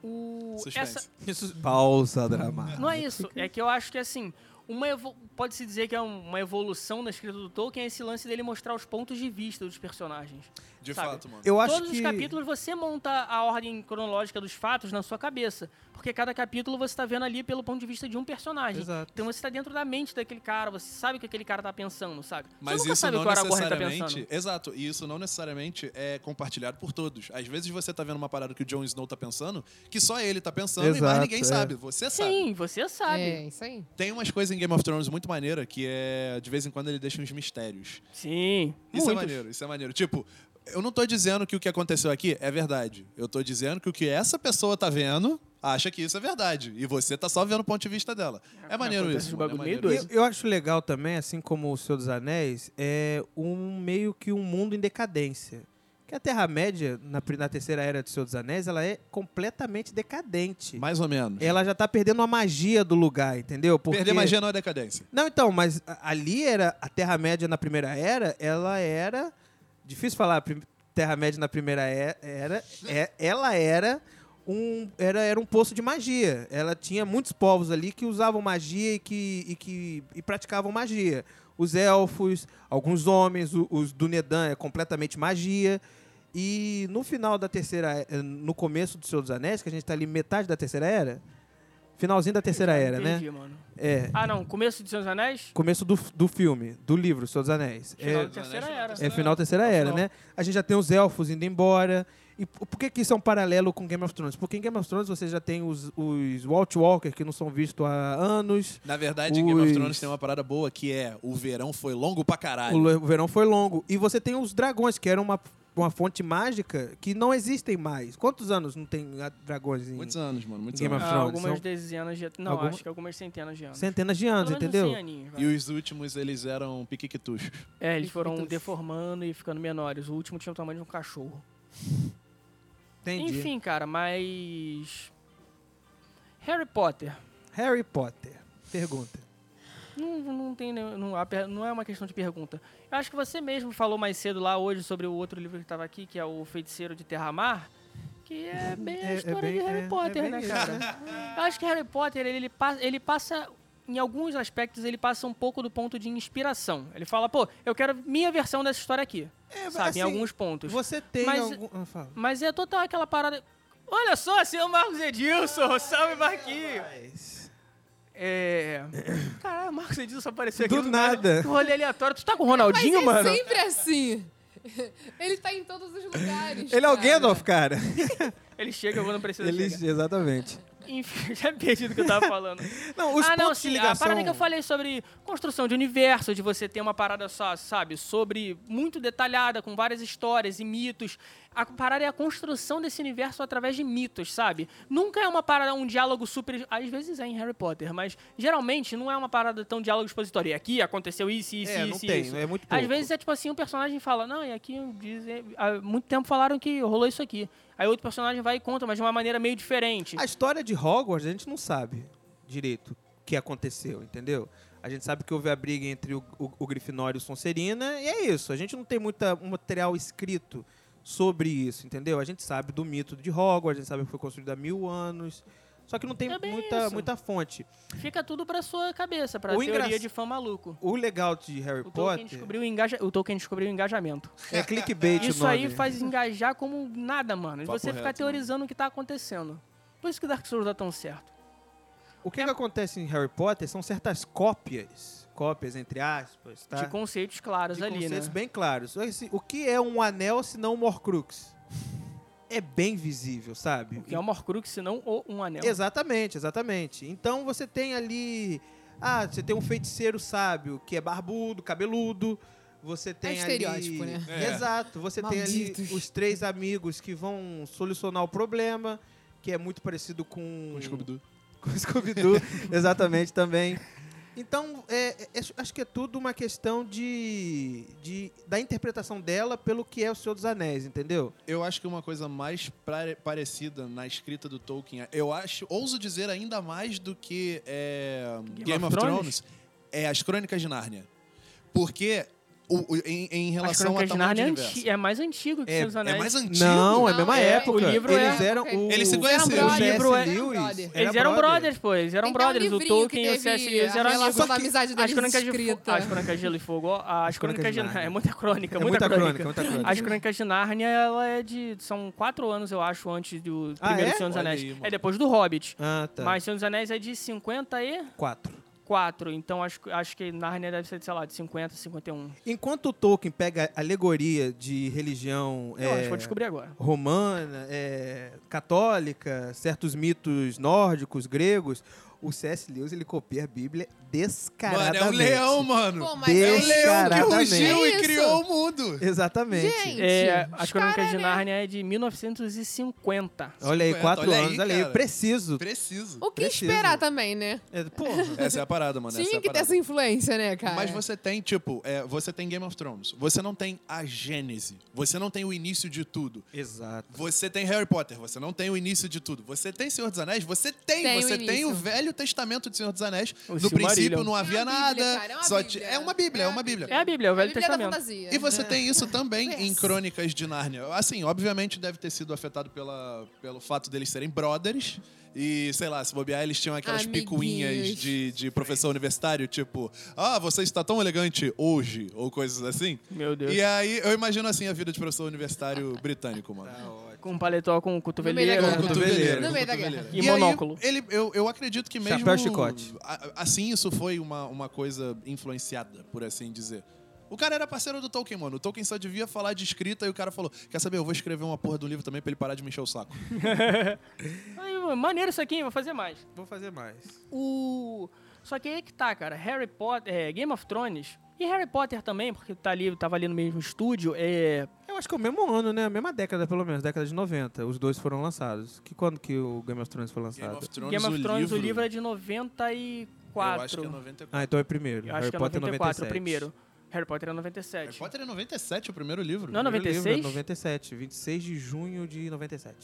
O...
Suspense.
Essa,
Isso- Pausa dramática.
Não é isso. É que eu acho que, assim, uma evo- pode-se dizer que é um- uma evolução na escrita do Tolkien é esse lance dele mostrar os pontos de vista dos personagens.
De
sabe?
fato, mano.
Eu acho
Todos
que...
os capítulos você monta a ordem cronológica dos fatos na sua cabeça. Porque cada capítulo você tá vendo ali pelo ponto de vista de um personagem.
Exato.
Então você tá dentro da mente daquele cara, você sabe o que aquele cara tá pensando, sabe? Você
Mas
nunca
isso
sabe
não
o que o Aragorn tá
necessariamente.
pensando.
exato, e isso não necessariamente é compartilhado por todos. Às vezes você tá vendo uma parada que o Jon Snow tá pensando, que só ele tá pensando e mais
Exato,
ninguém
é.
sabe. Você sabe.
Sim, você sabe.
É, isso aí.
Tem umas coisas em Game of Thrones muito maneira que é. De vez em quando ele deixa uns mistérios.
Sim.
Isso é
muitos.
maneiro, isso é maneiro. Tipo, eu não tô dizendo que o que aconteceu aqui é verdade. Eu tô dizendo que o que essa pessoa tá vendo acha que isso é verdade. E você tá só vendo o ponto de vista dela. É maneiro
acontece
isso.
um
mano,
bagulho
é
meio
maneiro.
doido.
isso.
Pois.
Eu, eu acho legal também, assim como o Senhor dos Anéis, é um meio que um mundo em decadência. Que a Terra-média, na, pri- na terceira era do Senhor dos Anéis, ela é completamente decadente.
Mais ou menos.
Ela já tá perdendo a magia do lugar, entendeu? Porque...
Perder magia não é decadência.
Não, então, mas a- ali era a Terra-média na Primeira Era, ela era. Difícil falar a prim- Terra-média na Primeira E- Era. é- ela era um, era, era um poço de magia. Ela tinha muitos povos ali que usavam magia e que, e que e praticavam magia. Os elfos, alguns homens, o- os Dunedan é completamente magia. E no final da terceira. eh, No começo do Senhor dos Anéis, que a gente tá ali metade da terceira era. Finalzinho da terceira era, né?
Entendi, mano.
É.
Ah, não. Começo de Senhor dos Anéis?
Começo do, do filme, do livro, Senhor dos Anéis.
Final
É,
da terceira
Anéis,
era.
é final da terceira era,
final.
né? A gente já tem os elfos indo embora. E p- por que, que isso é um paralelo com Game of Thrones? Porque em Game of Thrones você já tem os, os Walt Walker que não são vistos há anos.
Na verdade, Game of
Os-
Thrones tem uma parada boa que é o verão foi longo pra caralho.
O, le- o verão foi longo. E você tem os dragões, que eram uma, uma fonte mágica que não existem mais. Quantos anos não tem ah, dragões em
Muitos anos, mano, muitos
Game
anos.
of
Ah,
Thrones,
algumas
são-
dezenas de... Não,
Alguma-
acho que algumas centenas de anos.
Centenas de anos,
Pelo menos uns
entendeu?
100 aninhos, vai.
E os últimos, eles eram piquiquituchos.
É, eles
Então.
foram
Piquitos.
deformando e ficando menores. O último tinha o tamanho de um cachorro.
Entendi.
Enfim, cara, mas. Harry Potter.
Harry Potter. Pergunta.
Não, não tem nenhum- não, há per- não é uma questão de pergunta. Eu acho que você mesmo falou mais cedo lá hoje sobre o outro livro que estava aqui, que é o Feiticeiro de Terramar, que é bem
é-
a
é
história
bem-
de Harry
é- é
Potter,
bem
né,
isso,
cara?
(laughs)
Eu acho que Harry Potter, ele, ele pa- ele passa, em alguns aspectos, ele passa um pouco do ponto de inspiração. Ele fala, pô, eu quero minha versão dessa história aqui,
É,
sabe?
assim,
em alguns pontos.
Você tem
Mas-
algum. Ah, fala.
Mas é total aquela parada... Olha só, seu Marcos Edilson, (laughs) salve Marquinho! É. Caralho, o Marcos Edilson apareceu aqui.
Do nada.
Que rolê aleatório. Tu tá com o
Mas
Ronaldinho,
é
mano?
sempre assim. (laughs) Ele tá em todos os lugares.
Ele é o
cara.
Gandalf, cara. é
Ele chega, eu vou, não precisa
Ele,
chegar.
exatamente.
Enfim, (laughs) já perdi do que eu tava falando.
Não, os
ah,
pontos
não,
de
sim, a
ligação.
parada que eu falei sobre construção de universo, de você ter uma parada só, sabe? Sobre muito detalhada, com várias histórias e mitos. A parada é a construção desse universo através de mitos, sabe? Nunca é uma parada, um diálogo super. Às vezes é em Harry Potter, mas geralmente não é uma parada tão diálogo expositório. E aqui aconteceu isso, isso,
É,
isso,
não
isso,
tem,
isso.
é muito pouco.
Às vezes é tipo assim, um personagem fala, não, e aqui dizem, há muito tempo falaram que rolou isso aqui. Aí outro personagem vai e conta, mas de uma maneira meio diferente.
é- A história de Hogwarts, a gente não sabe direito o que aconteceu, entendeu? A gente sabe que houve a briga entre o, o, o Grifinório e o Sonserina, e é isso. A gente não tem muito material escrito sobre isso, entendeu? A gente sabe do mito de Hogwarts, a gente sabe que foi construído há mil anos. Só que não tem
É bem
muita,
isso.
muita fonte.
Fica tudo pra sua cabeça, pra
O
teoria
engra-
de fã maluco.
O legal de Harry
O Tolkien,
Potter
descobriu o engaja... o Tolkien descobriu o engajamento.
é clickbait o
Isso
nome.
aí faz engajar como nada, mano. E
Papo
você ficar
reto, né?
teorizando o que tá acontecendo. Por isso que Dark Souls dá tão certo.
O
É.
que, que acontece em Harry Potter são certas cópias, cópias entre aspas, tá?
De conceitos claros
De
ali, né?
conceitos bem claros. Esse- o que é um anel se não um Morcrux? É bem visível, sabe?
O que é o Morcrux, se não o um anel.
Exatamente, exatamente. Então você tem ali. Ah, você tem um feiticeiro sábio que é barbudo, cabeludo.
É
Você tem
estereótipo,
ali...
né?
É.
Exato. Você tem
Malditos.
ali os três amigos que vão solucionar o problema, que é muito parecido com.
Com o Scooby-Doo.
(laughs) Com o Scooby-Doo, exatamente, também. Então, é, é, é, acho que é tudo uma questão de, de- da interpretação dela pelo que é o Senhor dos Anéis, entendeu?
Eu acho que uma coisa mais pare- parecida na escrita do Tolkien, eu acho, ouso dizer ainda mais do que é, Game, of, Thrones, é as Crônicas de Nárnia. Porque o- o- em, em relação a tamanho
Crônicas de
de
Nárnia é,
universo.
anti- é mais antigo que
É,
Seus Anéis.
é mais antigo.
Não, é a
Não,
mesma
é.
época.
O livro
eles
é-
eram o...
Eles se
o
conheceram.
C.S.
Eles eram
Lewis.
brothers.
Eles eram brothers, pô. Eles eram
Tem até um
brothers. O
livrinho
Tolkien e
que
o C.S.
teve
Lewis eram
A
amigos.
relação da amizade
As
deles
crônicas, de Fogo,
escrita.
as crônicas de Gelo e Fogo, ó,
Crônicas
as crônicas
de
de
Nárnia.
Nárnia. É muita crônica,
É
muita,
muita crônica, muita crônica.
As crônicas de Nárnia, ela é de. São quatro anos, eu acho, antes do
Ah,
primeiro
é?
Senhor dos
Olha
Anéis.
aí, mano.
é depois do Hobbit.
Ah, tá.
Mas Senhor dos Anéis é de 54.
Quatro.
Então acho, acho que Nárnia deve ser, sei lá, de 50, 51.
Enquanto o Tolkien pega alegoria de religião
Eu acho
é,
que vou descobrir agora.
romana, é, católica, certos mitos nórdicos, gregos, o C.S. Lewis ele copia a Bíblia
Mano,
descaradamente.
é um leão, mano.
Pô, mas
É
é
um
Deus,
isso.
leão que
Descaradamente.
rugiu
É
e
isso.
criou o mundo.
Exatamente.
Gente.
É,
Os
as crônicas
cara,
de
né?
Nárnia é de 1950.
Olha aí,
50,
quatro
olha aí,
anos, olha aí,
cara.
preciso.
é
Preciso.
O que
Preciso.
esperar também, né?
É, porra.
Essa é a parada, mano. essa é
Tinha
a
que ter
parada.
essa influência, né, cara?
Mas você tem, tipo, é, você tem Game of Thrones. Você não tem a gênese. Você não tem o início de tudo.
(laughs) Exato.
Você tem Harry Potter, você não tem o início de tudo. Você tem Senhor dos Anéis, você tem.
Tem o
você tem
início.
o Velho Testamento de Senhor dos Anéis.
O
no
Silmarillion.
princípio não
É uma
havia
Bíblia,
nada.
cara, é uma
só
Bíblia.
ti- É uma Bíblia,
É
é
uma
uma Bíblia.
É a Bíblia, é
É
o
a
Velho
Bíblia da
Testamento.
fantasia.
E você tem isso também
Yes.
em Crônicas de Nárnia. Assim, obviamente deve ter sido afetado pela, pelo fato deles serem brothers. E, sei lá, se bobear, eles tinham aquelas
Amiguinhos.
picuinhas de, de professor universitário, tipo, ah, você está tão elegante hoje, ou coisas assim.
Meu Deus.
E aí, eu imagino assim a vida de professor universitário britânico, mano.
Com paletó, com
meio
cotoveleira.
da
Com
guerra.
cotoveleira.
cotoveleira.
No
com
meio da
cotoveleira.
guerra.
E
aí,
monóculo.
ele, eu, eu acredito que mesmo...
Chapéu e chicote.
a- Assim, isso foi uma, uma coisa influenciada, por assim dizer. O cara era parceiro do Tolkien, mano. O Tolkien só devia falar de escrita e o cara falou, quer saber, eu vou escrever uma porra do livro também pra ele parar de me encher o saco.
Aí, mano, maneiro isso aqui, hein? vou fazer mais.
Vou fazer mais.
O... Só que aí que tá, cara. Harry Potter, é, Game of Thrones e Harry Potter também, porque tá ali, tava ali no mesmo estúdio. É...
Eu acho que é o mesmo ano, né? A mesma década, pelo menos, década de 90. Os dois foram lançados. Que quando que o Game of Thrones foi lançado?
Thrones,
Game of Thrones, o livro é de 94.
Eu acho que é 94.
Ah, então é primeiro.
Eu
Harry
acho que é
Potter
94
97.
o primeiro. Harry Potter é 97.
Harry Potter é 97, o primeiro livro.
Não, não.
Primeiro livro é
96?
97, 26 de junho de 97.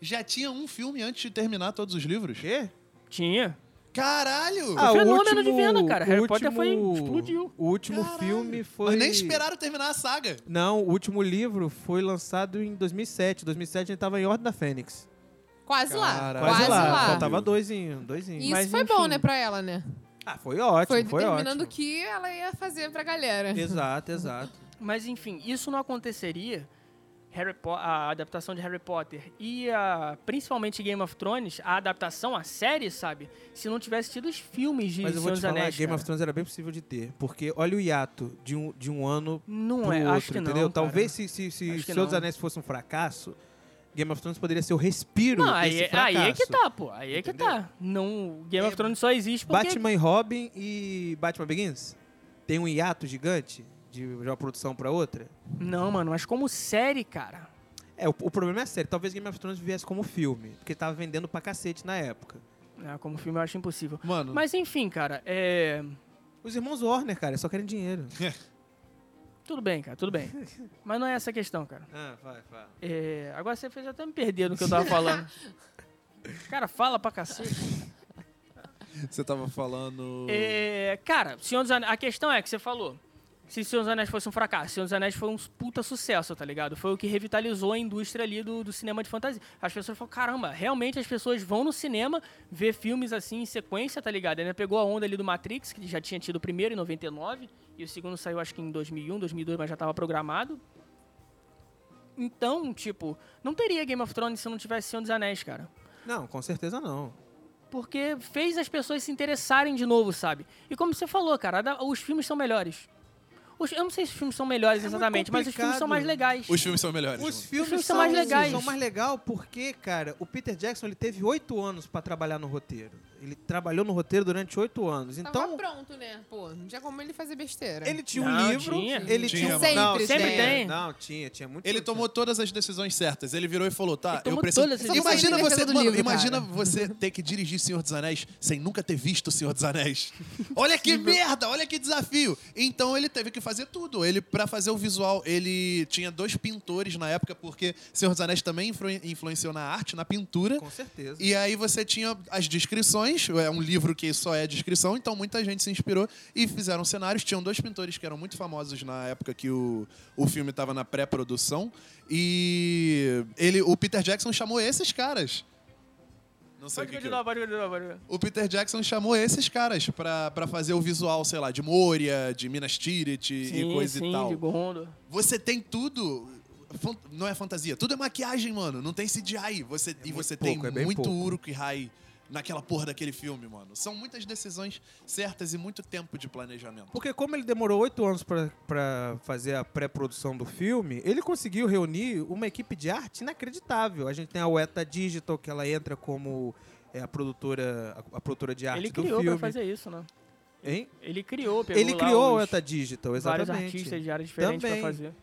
Já tinha um filme antes de terminar todos os livros.
Quê?
Tinha?
Caralho!
Ah, fenômeno de venda, cara. Harry Potter foi- explodiu.
O último
Caralho.
filme foi...
Mas nem esperaram terminar a saga.
Não, o último livro foi lançado em 2007. 2007 a gente tava em Ordem da Fênix.
Quase lá.
Caralho.
Ah, Quase, lá.
Faltava dois em... Dois em.
E
Mas,
isso foi
enfim.
bom, né, pra ela, né?
Ah, foi ótimo,
foi
foi,
determinando o
ótimo.
que ela ia fazer pra galera.
Exato, exato.
Mas enfim, isso não aconteceria. Harry Po- a adaptação de Harry Potter e a, principalmente Game of Thrones, a adaptação, a série, sabe? Se não tivesse tido os filmes de
Mas eu
Senhor
vou te
dos
falar,
Anéis.
Game
cara.
of Thrones era bem possível de ter. Porque olha o hiato de um, de um ano
Não
pro
é,
outro,
acho que não.
entendeu?
cara.
Talvez se, se, se
Acho que
Senhor dos
não.
Anéis fosse um fracasso, Game of Thrones poderia ser o respiro
Não,
desse
aí, aí
um fracasso.
é que tá, pô. Aí é que
Entendeu?
tá. Não, Game of Thrones só existe porque.
Batman e Robin e Batman Begins? Tem um hiato gigante de de uma produção pra outra?
Não, mano, mas como série, cara.
É, o, o problema é a série. Talvez Game of Thrones viesse como filme, porque tava vendendo pra cacete na época.
Ah, como filme eu acho impossível.
Mano,
Mas enfim, cara, é.
Os irmãos Warner, cara, só querem dinheiro.
Tudo bem, cara, tudo bem. Mas não é essa a questão, cara.
ah, vai, vai.
É, agora você fez até me perder no que eu tava falando. cara, fala pra cacete.
você tava falando...
É, cara, Senhor dos Anéis, a questão é que você falou. Se Senhor dos Anéis fosse um fracasso, Senhor dos Anéis foi um puta sucesso, tá ligado? Foi o que revitalizou a indústria ali do, do cinema de fantasia. As pessoas falam, caramba, realmente as pessoas vão no cinema ver filmes assim em sequência, tá ligado? Ainda pegou a onda ali do Matrix, que já tinha tido o primeiro em 99, e o segundo saiu acho que em 2001, 2002, mas já tava programado. Então, tipo, não teria Game of Thrones se não tivesse Senhor dos Anéis, cara
Não, com certeza não.
porque fez as pessoas se interessarem de novo, sabe? E como você falou, cara, da- os filmes são melhores. Os- eu não sei se os filmes são melhores
É muito
exatamente, mas os filmes são mais legais.
Os filmes são melhores.
Os
mano.
filmes,
filmes
são
são mais legais.
São mais legal porque, cara, o Peter Jackson ele teve oito anos pra trabalhar no roteiro. Ele trabalhou no roteiro durante oito anos.
Tava
Então,
pronto, né? Pô, não tinha como ele fazer besteira.
ele tinha um
Não,
livro.
tinha.
Ele
Tinha,
tinha, um-
mano.
não,
Sempre
tinha,
tem.
Não, tinha, tinha muito.
Ele tomou todas as decisões certas. Ele virou e falou: tá,
Ele
eu
tomou
preciso.
todas as
decisões.
Imagina
Eu não
você,
sei nem defesa do
mano,
livro,
imagina
cara.
você ter que dirigir Senhor dos Anéis sem nunca ter visto o Senhor dos Anéis. Olha que merda, olha que desafio. Então ele teve que fazer tudo. Ele para fazer o visual, ele tinha dois pintores na época porque Senhor dos Anéis também influ- influenciou na arte, na pintura.
Com certeza.
E aí você tinha as descrições descrições, é um livro que só é descrição, então muita gente se inspirou e fizeram cenários. Tinham dois pintores que eram muito famosos na época que o, o filme estava na pré-produção, e ele, o Peter Jackson chamou esses caras. Não sei o
Pode
que, que
continuar, pode continuar, pode continuar.
o Peter Jackson chamou esses caras pra, pra fazer o visual, sei lá, de Moria, de Minas Tirith e coisa
sim,
e tal.
de Gondo.
Você tem tudo. fan- Não é fantasia, tudo é maquiagem, mano. Não tem CGI. Você, e você
pouco,
tem
é bem
muito
pouco.
Uruk High naquela porra daquele filme, mano. São muitas decisões certas e muito tempo de planejamento.
Porque como ele demorou oito anos pra- pra fazer a pré-produção do filme, ele conseguiu reunir uma equipe de arte inacreditável. A gente tem a Weta Digital, que ela entra como é, a produtora a, a produtora de arte
Ele
do
criou pra
filme.
fazer isso, né?
Hein?
Ele criou, pegou
Ele
lá
criou a
é,
os
tá,
Weta Digital,
vários
exatamente.
artistas de áreas diferentes
Também.
pra fazer.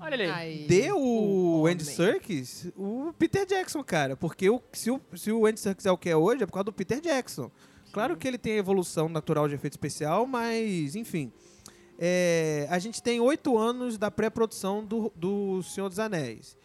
Olha ele aí.
Aí,
Deu o
homem.
Andy Serkis o Peter Jackson, cara. Porque o- se, o, se o Andy Serkis é o que é hoje, é por causa do Peter Jackson. Claro que ele tem a evolução natural de efeito especial, mas, enfim. É, a gente tem oito anos da pré-produção do, do Senhor dos Anéis.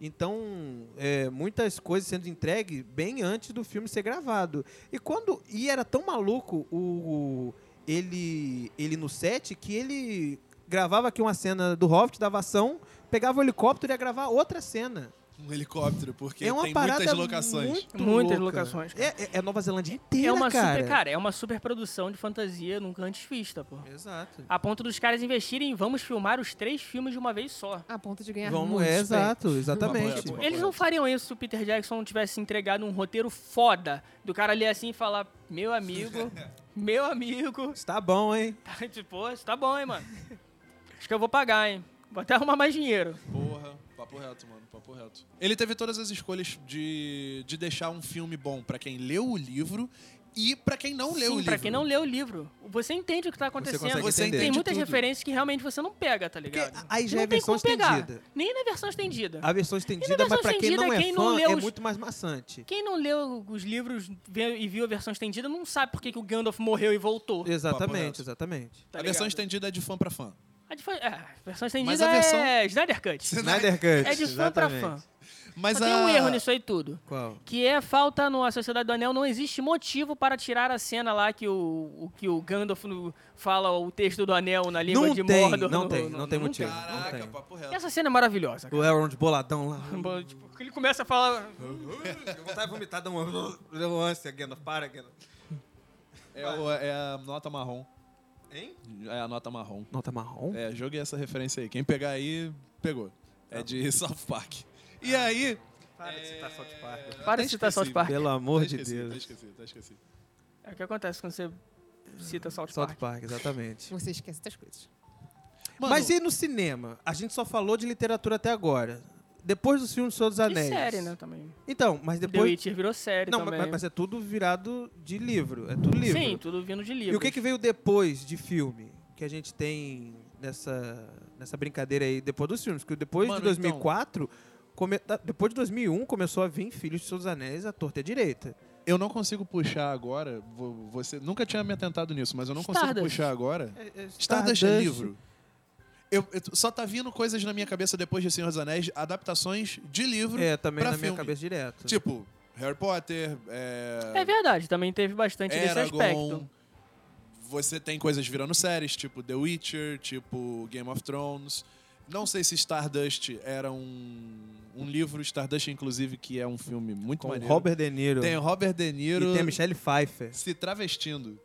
Então, é, muitas coisas sendo entregue bem antes do filme ser gravado. E quando. E era tão maluco o. Ele, ele no set que ele gravava aqui uma cena do Hobbit, dava ação, pegava o helicóptero e ia gravar outra cena.
Um helicóptero, porque
é uma
tem
parada
muitas locações.
muito
Muitas
louca.
locações, cara.
É, é- é Nova Zelândia inteira,
É uma
cara.
super, cara, é uma super produção de fantasia nunca antes vista, pô.
Exato.
A ponto dos caras investirem em vamos filmar os três filmes de uma vez só.
A ponto de ganhar
Vamos,
muitos
é,
prêmios.
exato, exatamente.
Tipo,
Eles não fariam isso se o Peter Jackson não tivesse entregado um roteiro foda do cara ali assim e falar: Meu amigo, meu amigo. (laughs)
Está bom, hein?
Tá, tipo, "Pô, isso tá bom, hein, mano. Acho que eu vou pagar, hein. Vou até arrumar mais dinheiro.
Porra, papo reto, mano, papo reto. Ele teve todas as escolhas de, de deixar um filme bom pra quem leu o livro e pra quem não leu o
Sim,
livro.
pra quem não leu o livro. Você entende o que tá acontecendo.
consegue
Você
entender.
entende
Tem muitas
tudo.
referências que realmente você não pega, tá
Porque
ligado?
aí já
não
é
tem
versão
como pegar.
estendida.
Nem na versão estendida.
A versão estendida, mas
versão
pra quem não
estendida,
é
quem
fã,
não leu
é
os-
muito mais maçante.
Quem não leu os livros vê- e viu a versão estendida não sabe por que, que o Gandalf morreu e voltou.
Exatamente,
reto.
exatamente.
(laughs)
tá
a versão
ligado?
estendida é de fã pra fã.
A, difa- é, a versão estendida
a versão-
é Snyder Cut.
Snyder Cut,
É de fã pra
exatamente.
fã.
Mas
Só
a...
tem um erro nisso aí tudo.
Qual?
Que é a falta no A Sociedade do Anel, não existe motivo para tirar a cena lá que o, o- que o Gandalf no- fala o texto do anel na língua
Não
de
tem,
Mordor.
não
no-
tem,
no-
não tem
no-
motivo. Não
Caraca,
tem.
papo
E
reto.
Essa cena é maravilhosa, cara.
O Elrond boladão lá.
Hum.
Tipo, ele começa a falar...
vontade de vomitar, dá uma... Deu uma ânsia, Gandalf, para, Gandalf.
É, o- é a nota marrom.
Hein?
É a nota marrom.
Nota marrom?
É, joguei essa referência aí. Quem pegar aí, pegou. É
Tá
de South Park. E aí...
Para de citar South Park.
Para de citar South Park.
Pelo amor
Tá
de
esquecido, Tá
Deus.
esquecido, tá esquecido.
É o que acontece quando você cita South
South
Park.
Park, exatamente.
Você esquece das coisas.
(laughs) Mano,
Mas e no cinema? A gente só falou de literatura até agora. Depois dos filmes do Senhor dos
E
Anéis.
série, né, também.
Então, mas
The
depois.
Witcher virou série
Não,
também.
mas, mas é tudo virado de livro. É tudo livro.
Sim, tudo vindo de livro.
E o que, que veio depois de filme? Que a gente tem nessa, nessa brincadeira aí, depois dos filmes. Porque depois
Mano,
de 2004. come- da- Depois de 2001 começou a vir Filhos de Seus Anéis à torta e à direita.
eu não consigo puxar agora... vo- Você nunca tinha me atentado nisso, mas eu não consigo
Stardust.
puxar agora...
É- é
Stardust é livro. Eu, eu- só tá vindo coisas na minha cabeça depois de Senhor dos Anéis, adaptações de livro.
É, também
Pra
na minha
filme.
cabeça direto.
Tipo, Harry Potter, é,
É verdade, também teve bastante desse aspecto.
Eragon. Você tem coisas virando séries, tipo The Witcher, tipo Game of Thrones. Não sei se Stardust era um, um livro, Stardust, inclusive, que é um filme muito
com
maneiro.
Robert De Niro.
Tem Robert De Niro
E tem a Michelle Pfeiffer.
se travestindo.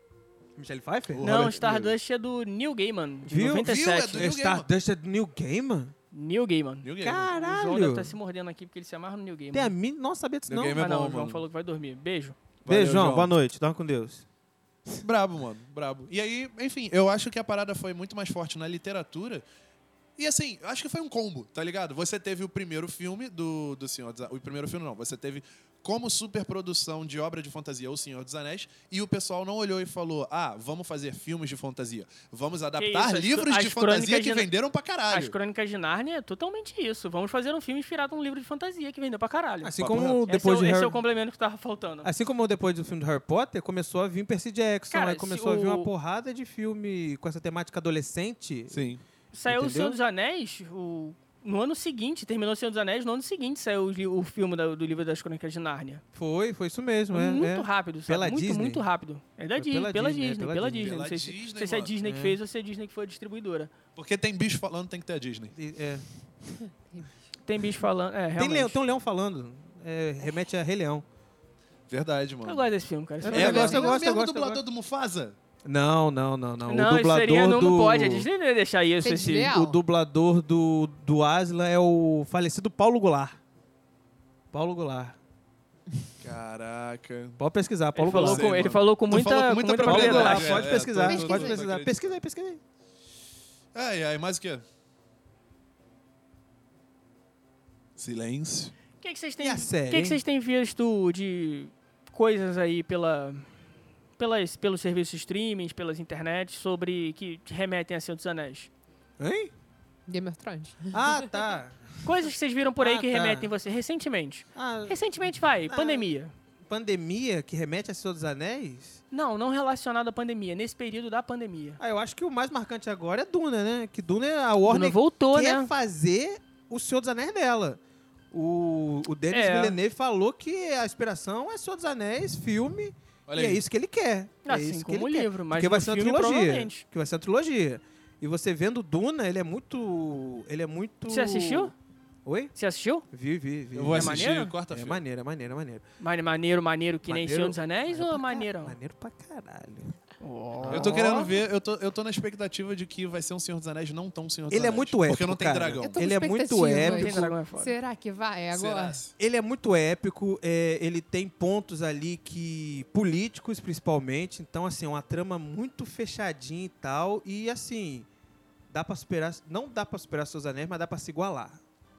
Michelle Pfeiffer?
O
Não,
Robert-
Stardust é do Neil Gaiman, de
Viu?
97.
Viu? É
É Stardust é do Neil Gaiman?
Neil Gaiman.
Neil Gaiman.
O João deve
Caralho!
estar se mordendo aqui porque ele se amarra no Neil Gaiman.
Tem a mim? Não sabia disso,
Neil
não.
Gaiman
ah,
é
não,
bom,
o João
mano.
falou que vai dormir. Beijo.
Valeu,
Beijo, João. Boa noite. Dorme com Deus.
Brabo, mano, brabo. E aí, enfim, eu acho que a parada foi muito mais forte na literatura. E assim, eu acho que foi um combo, tá ligado? Você teve o primeiro filme do, do Senhor dos Anéis. O primeiro filme não, você teve como superprodução de obra de fantasia O Senhor dos Anéis. E o pessoal não olhou e falou: ah, vamos fazer filmes de fantasia. Vamos adaptar
isso, as
livros
cro-
de
as
fantasia
crônicas
que
de-
venderam pra
As
caralho.
Crônicas de Nárnia é totalmente isso. Vamos fazer um filme inspirado num livro de fantasia que vendeu pra caralho.
Assim
Papo
como
reto.
esse é,
depois
o,
de
esse é
Harry...
o complemento que tava faltando.
Assim como depois do filme do Harry Potter, começou a vir Percy Jackson,
Cara,
aí
se
começou a vir uma
o-
porrada de filme com essa temática adolescente.
Sim.
Saiu o
Entendeu?
Senhor dos Anéis, o no ano seguinte, terminou o Senhor dos Anéis, no ano seguinte saiu o li- o, filme da- do livro das Crônicas de Nárnia.
Foi, foi isso mesmo. É,
muito
é.
rápido, sabe?
Pela
muito,
Disney?
muito rápido. É da
É
Disney,
pela
pela
Disney, é
Disney,
pela
pela
Disney.
Disney.
Pela
Não sei se,
Disney,
não sei se é a
mano.
Disney que
É.
fez ou se é a Disney que foi a distribuidora.
Porque tem bicho falando, tem que ter a Disney.
E- é.
Tem bicho falando. É,
Tem,
realmente.
leão, tem um leão falando. É, remete a Rei Leão.
Verdade,
Eu
mano.
gosto desse filme, cara. Esse
É,
filme
É,
eu gosto,
é
eu
o
gosto,
mesmo
eu gosto, eu
dublador
gosto.
do Mufasa?
Não, não, não, não.
Não,
o
isso
dublador
seria, não,
do...
não pode. é A Disney não ia deixar isso.
Você
Esse...
desvia?
O dublador do, do Aslan é o falecido Paulo Goulart. Paulo Goulart.
Caraca.
Pode pesquisar,
Ele,
Paulo
falou
Goulart.
Goulart.
com, ele
Mano.
falou com
Tu
muita,
falou com
com
muita
muita
Paulo
propriedade.
propriedade.
Goulart, pode
É, é,
pesquisar,
tô-
pode
tô-
pesquisar.
tô-
Pesquisa aí, pesquisa aí.
Ai, ai, mais o quê? Silêncio.
O que, que vocês
E
têm?
a
o
série,
que,
hein?
que vocês têm visto de coisas aí pela, pelas, pelos serviços streamings, pelas internet, sobre que te remetem a Senhor dos Anéis?
Hein?
Game of Thrones.
Ah, tá.
(laughs) Coisas que vocês viram por aí
Ah,
que
tá.
remetem você recentemente.
Ah,
Recentemente vai,
Ah.
pandemia.
pandemia que remete a Senhor dos Anéis?
Não, não relacionado à pandemia, nesse período da pandemia.
Ah, eu acho que o mais marcante agora é Duna, né? Que Duna, a
Duna
Warner
voltou,
quer
né?
fazer o Senhor dos Anéis dela. O, o Denis
É.
Villeneuve falou que a inspiração é Senhor dos Anéis, filme,
Olha
e é
aí.
isso que ele quer. é
Assim
isso
como
que
o
ele quer.
livro, mas
Porque
no
vai ser uma
filme,
trilogia.
provavelmente.
Que vai ser uma trilogia. E você vendo Duna, ele é muito. Ele é muito.
Você assistiu?
Oi?
Você assistiu?
Vi, vi, vi.
Eu vou
É
assistir Tá
maneiro?
É
quarta-feira.
maneiro, é maneiro, é maneiro.
Mane- Maneiro, maneiro, que nem
Maneiro-
Senhor dos Anéis ou
maneiro?
maneiro?
pra ca- Maneiro pra caralho.
Eu tô querendo ver, eu tô, eu tô na expectativa de que vai ser um Senhor dos Anéis não tão Senhor dos
Ele é
Anéis.
muito
Porque
épico,
não tem
cara.
dragão.
Eu tô com
Ele é muito
expectativas.
épico.
Tem dragão é foda.
Será que vai? É agora?
Será?
Ele é muito épico, é, ele tem pontos ali que. políticos, principalmente. Então, assim, é uma trama muito fechadinha e tal. E assim, dá pra superar. Não dá pra superar seus anéis, mas dá pra se igualar.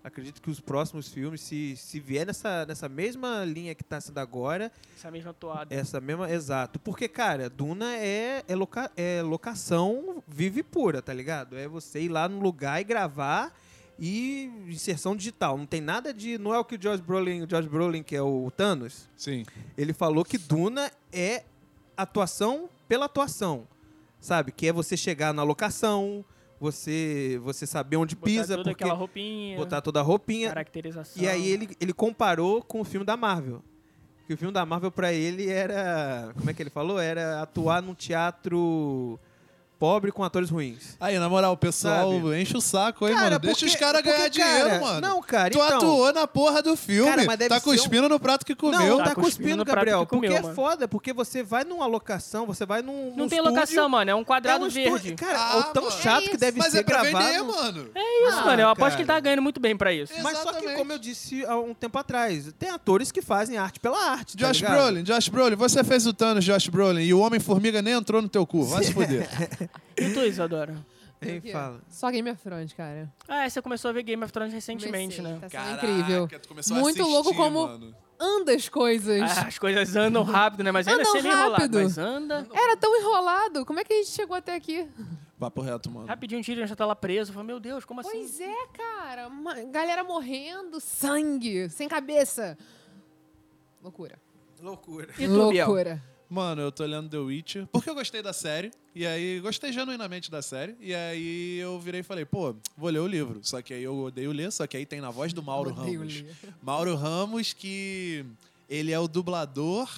Acredito que os próximos filmes, se, se vier nessa, nessa mesma linha que tá sendo agora,
Essa mesma toada.
essa mesma. Exato. Porque, cara, Duna é, é, loca, é locação vive pura, tá ligado? É você ir lá no lugar e gravar e inserção digital. Não tem nada de. Não é o que o George Brolin, o George Brolin, que é o Thanos,
Sim.
ele falou que Duna é atuação pela atuação. Sabe? Que é você chegar na locação, você você saber onde
Botar
pisa,
toda
porque
aquela roupinha, né?
botar toda a roupinha.
caracterização.
E
Ah.
aí ele, ele comparou com o filme da Marvel. Que o filme da Marvel pra ele era, como é que ele falou? Era atuar num teatro pobre com atores ruins.
Aí, na moral, o pessoal
Sabe?
enche o saco aí,
Cara,
mano. Deixa
porque-
os caras ganhar
porque,
dinheiro,
cara,
mano.
Não, cara,
tu
então.
atuou na porra do filme.
Cara, mas deve
tá
ser um-
cuspindo no prato que comeu.
Não, tá
Tá cuspindo
cuspindo,
no prato
Gabriel.
que comeu,
porque é
mano.
foda, porque você vai numa locação, você vai num.
Não
num
tem
estúdio,
locação, mano. É um
é
quadrado
um estúdio-
verde.
Cara,
Ah,
é tão
mano.
chato
É
que
isso.
deve
Mas
ser
é pra
gravado.
vender, mano.
É isso,
Ah,
mano. Eu aposto
cara.
que ele tá ganhando muito bem pra isso.
É.
Mas só que,
Exatamente.
como eu disse há um tempo atrás, tem atores que fazem arte pela arte. tá
Josh
ligado?
Brolin, Josh Brolin, você fez o Thanos, Josh Brolin, e o Homem-Formiga nem entrou no teu cu. Vai se fuder.
E tu, Isadora?
Hein,
é?
Aqui, ó.
fala.
Só Game of Thrones, cara.
Ah, é, você começou a ver Game of Thrones recentemente,
Comecei,
né?
Tá sendo incrível. Muito louco
louco
como Anda as coisas.
Ah, as coisas andam rápido, né? Mas ainda
Andam
sem nem enrolar.
rápido.
Mas anda.
Era tão enrolado. Como é que a gente chegou até aqui?
Papo reto, mano.
Rapidinho, o Tyrion já tá lá preso. Eu falei, meu Deus, como assim?
Pois é, cara. Uma galera morrendo, sangue, sem cabeça. Loucura.
Loucura.
E tu, Biel?
Loucura.
Mano, eu tô olhando The Witcher, porque eu gostei da série, e aí gostei genuinamente da série, e aí eu virei e falei, pô, vou ler o livro. Só que aí eu odeio ler, só que aí tem na voz do Mauro
Odeio
Ramos.
ler.
Mauro Ramos, que ele é o dublador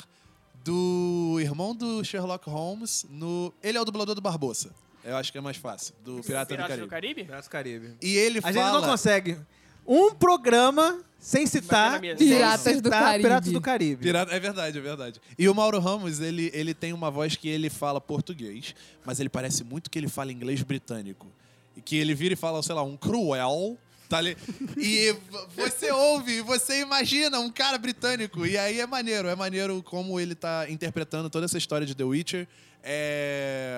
do irmão do Sherlock Holmes no... Ele é o dublador do Barbosa. Eu acho que é mais fácil, do Pirata,
Piratas
do
do
Caribe.
Caribe?
Graças Caribe.
E
(laughs)
ele
A
fala...
gente não consegue um programa sem citar,
Imagina a minha
sem
Piratas do
citar
Caribe.
Piratas do Caribe.
Pirata- é verdade, é verdade. E o Mauro Ramos, ele, ele tem uma voz que ele fala português, mas ele parece muito que ele fala inglês britânico. E que ele vira e fala, sei lá, um cruel. Tá ali, e v- você ouve, você imagina um cara britânico. E aí é maneiro, é maneiro como ele tá interpretando toda essa história de The Witcher. É.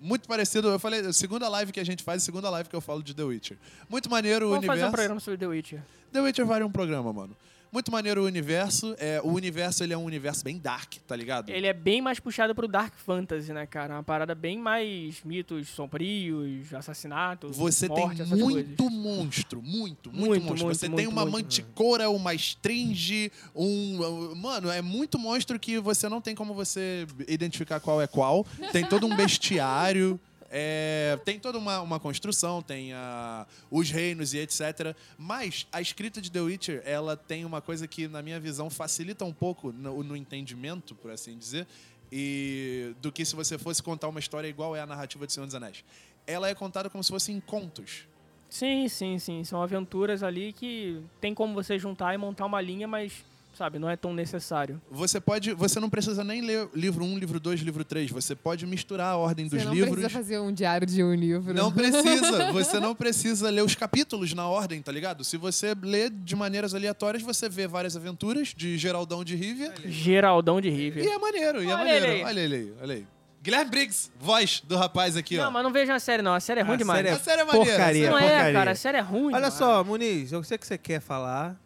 Muito parecido, eu falei, segunda live que a gente faz, segunda live que eu falo de The Witcher. Muito maneiro
Vamos
o universo.
fazer um programa sobre The Witcher.
The Witcher vale um programa, mano. Muito maneiro o universo. É, o universo, ele é um universo bem dark, tá ligado?
Ele é bem mais puxado pro Dark Fantasy, né, cara? Uma parada bem mais mitos sombrios, assassinatos,
Você
morte,
tem
é essas coisas.
muito monstro, muito, muito,
Muito,
monstro.
muito,
Você
muito,
tem uma
muito.
manticoura, uma stringe, um. Mano, é muito monstro que você não tem como você identificar qual é qual. Tem todo um bestiário. É, tem toda uma, uma construção, tem a- os reinos e etc. Mas a escrita de The Witcher, ela tem uma coisa que, na minha visão, facilita um pouco no, no entendimento, por assim dizer, e do que se você fosse contar uma história igual é a narrativa de Senhor dos Anéis. Ela é contada como se fosse em contos.
Sim, sim, sim. São aventuras ali que tem como você juntar e montar uma linha, mas, sabe, não é tão necessário.
Você pode. Você não precisa nem ler livro 1, livro 2, livro 3. Você pode misturar a ordem
Você
dos
não
livros.
precisa fazer um diário de um livro.
Não precisa, você não precisa ler os capítulos na ordem, tá ligado? Se você lê de maneiras aleatórias, você vê várias aventuras de Geraldão de Rivia.
Geraldão de
E
River.
é maneiro, e é
Olha
maneiro.
ele aí.
Olha ele aí, olha ele aí. Guilherme Briggs, voz do rapaz aqui, ó.
Não, mas não vejam a série, não. A série é ruim
A
demais.
série
A série é maneira.
porcaria.
Não é,
porcaria.
cara. A série é ruim.
Olha
demais.
só, Muniz, eu sei que você quer falar.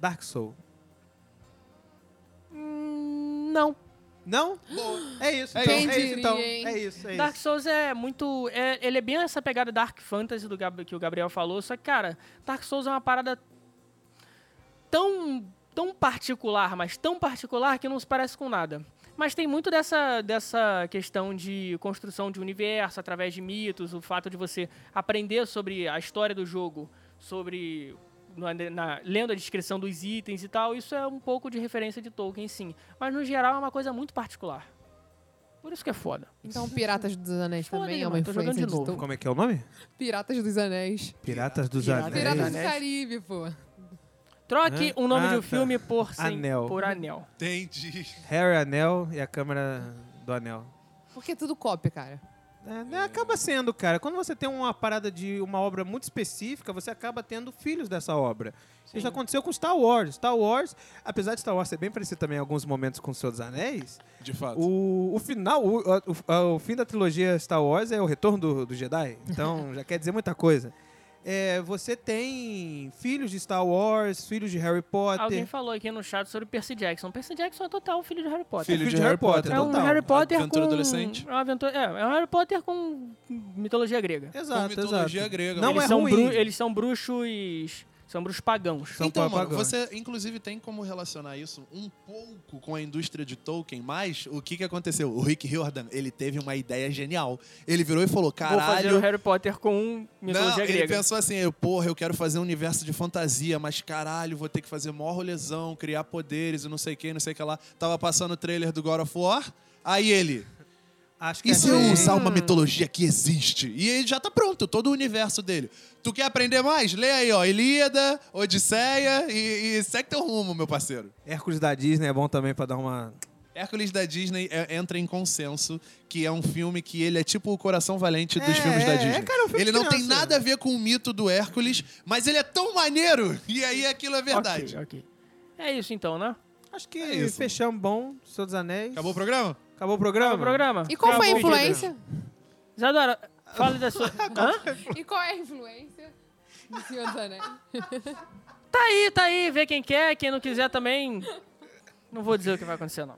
Dark Soul.
Hum, Não.
Não? É isso,
É
então.
isso.
É isso, então.
Quem diria,
É isso, é
Dark
isso.
Souls é muito. é- ele é bem essa pegada Dark Fantasy do Gab- que o Gabriel falou, só que, cara, Dark Souls é uma parada tão, tão particular, mas tão particular que não se parece com nada. Mas tem muito dessa, dessa questão de construção de universo através de mitos, o fato de você aprender sobre a história do jogo, sobre. na- na- lendo a descrição dos itens e tal, isso é um pouco de referência de Tolkien, sim. Mas no geral é uma coisa muito particular. Por isso que é foda.
Então, Piratas dos Anéis
Foda,
também é
irmão,
uma
tô jogando
influência
de
de
novo.
Tolkien.
Como é que é o nome?
Piratas dos Anéis.
Piratas dos
Piratas.
Anéis.
Piratas do
Anéis.
Caribe, pô.
Troque
Hã?
o nome
Ah,
de um
tá.
filme por, sim,
Anel.
por anel.
Entendi.
Harry Anel e a Câmara do Anel.
Porque é tudo cópia, cara.
É, né, Acaba sendo, cara. Quando você tem uma parada de uma obra muito específica, você acaba tendo filhos dessa obra. Isso aconteceu com Star Wars. Star Wars, apesar de Star Wars ser bem parecido também em alguns momentos com O Senhor dos Anéis,
De fato.
o, o final, o, o- o fim da trilogia Star Wars é o retorno do, do Jedi. Então já quer dizer muita coisa. É, você tem filhos de Star Wars, filhos de Harry Potter. É,
Alguém falou aqui no chat sobre Percy Jackson. Percy Jackson é total filho de Harry Potter.
Filho de Harry Potter,
é um
total.
Harry Potter
Aventura
com...
adolescente.
É, uma aventura- é, é um Harry Potter com mitologia grega.
Exato,
Com mitologia
exato.
grega.
É, Não
mano.
eles,
é
são
ruim.
bru- eles são bruxos... São bruxos pagãos.
São
então, mano,
papagões.
você inclusive tem como relacionar isso um pouco com a indústria de Tolkien, mas o que, que aconteceu? O Rick Riordan, ele teve uma ideia genial. Ele virou e falou,
Vou fazer
caralho,
o Harry Potter com um
Não,
mitologia
ele
grega.
pensou assim, eu, porra, eu quero fazer um universo de fantasia, mas caralho, vou ter que fazer mó rolezão, criar poderes e não sei quem, não sei o que lá. Tava passando o trailer do God of War, aí ele,
Acho que
e se eu
assim-
usar uma mitologia que existe? E ele já tá pronto, todo o universo dele. Tu quer aprender mais? Lê aí, ó, Ilíada, Odisseia e, e segue teu rumo, meu parceiro.
Hércules da Disney é bom também pra dar uma.
Hércules da Disney é- entra em consenso que é um filme que ele é tipo o coração valente dos
É,
filmes da
é,
Disney.
é, cara, é um filme
ele
de
não tem
criança.
nada a ver com o mito do Hércules, mas ele é tão maneiro e aí aquilo é verdade.
Ok, ok. É isso então, né?
Acho que
É isso.
fechamos bom, Senhor dos Anéis.
Acabou o programa?
Acabou o programa?
O programa.
E qual foi a
Acabou.
influência?
Isadora, fale
(laughs)
da sua... Hã?
E qual é a influência do Senhor dos Anéis?
Tá aí, tá aí. Vê quem quer, quem não quiser também. Não vou dizer o que vai acontecer, não.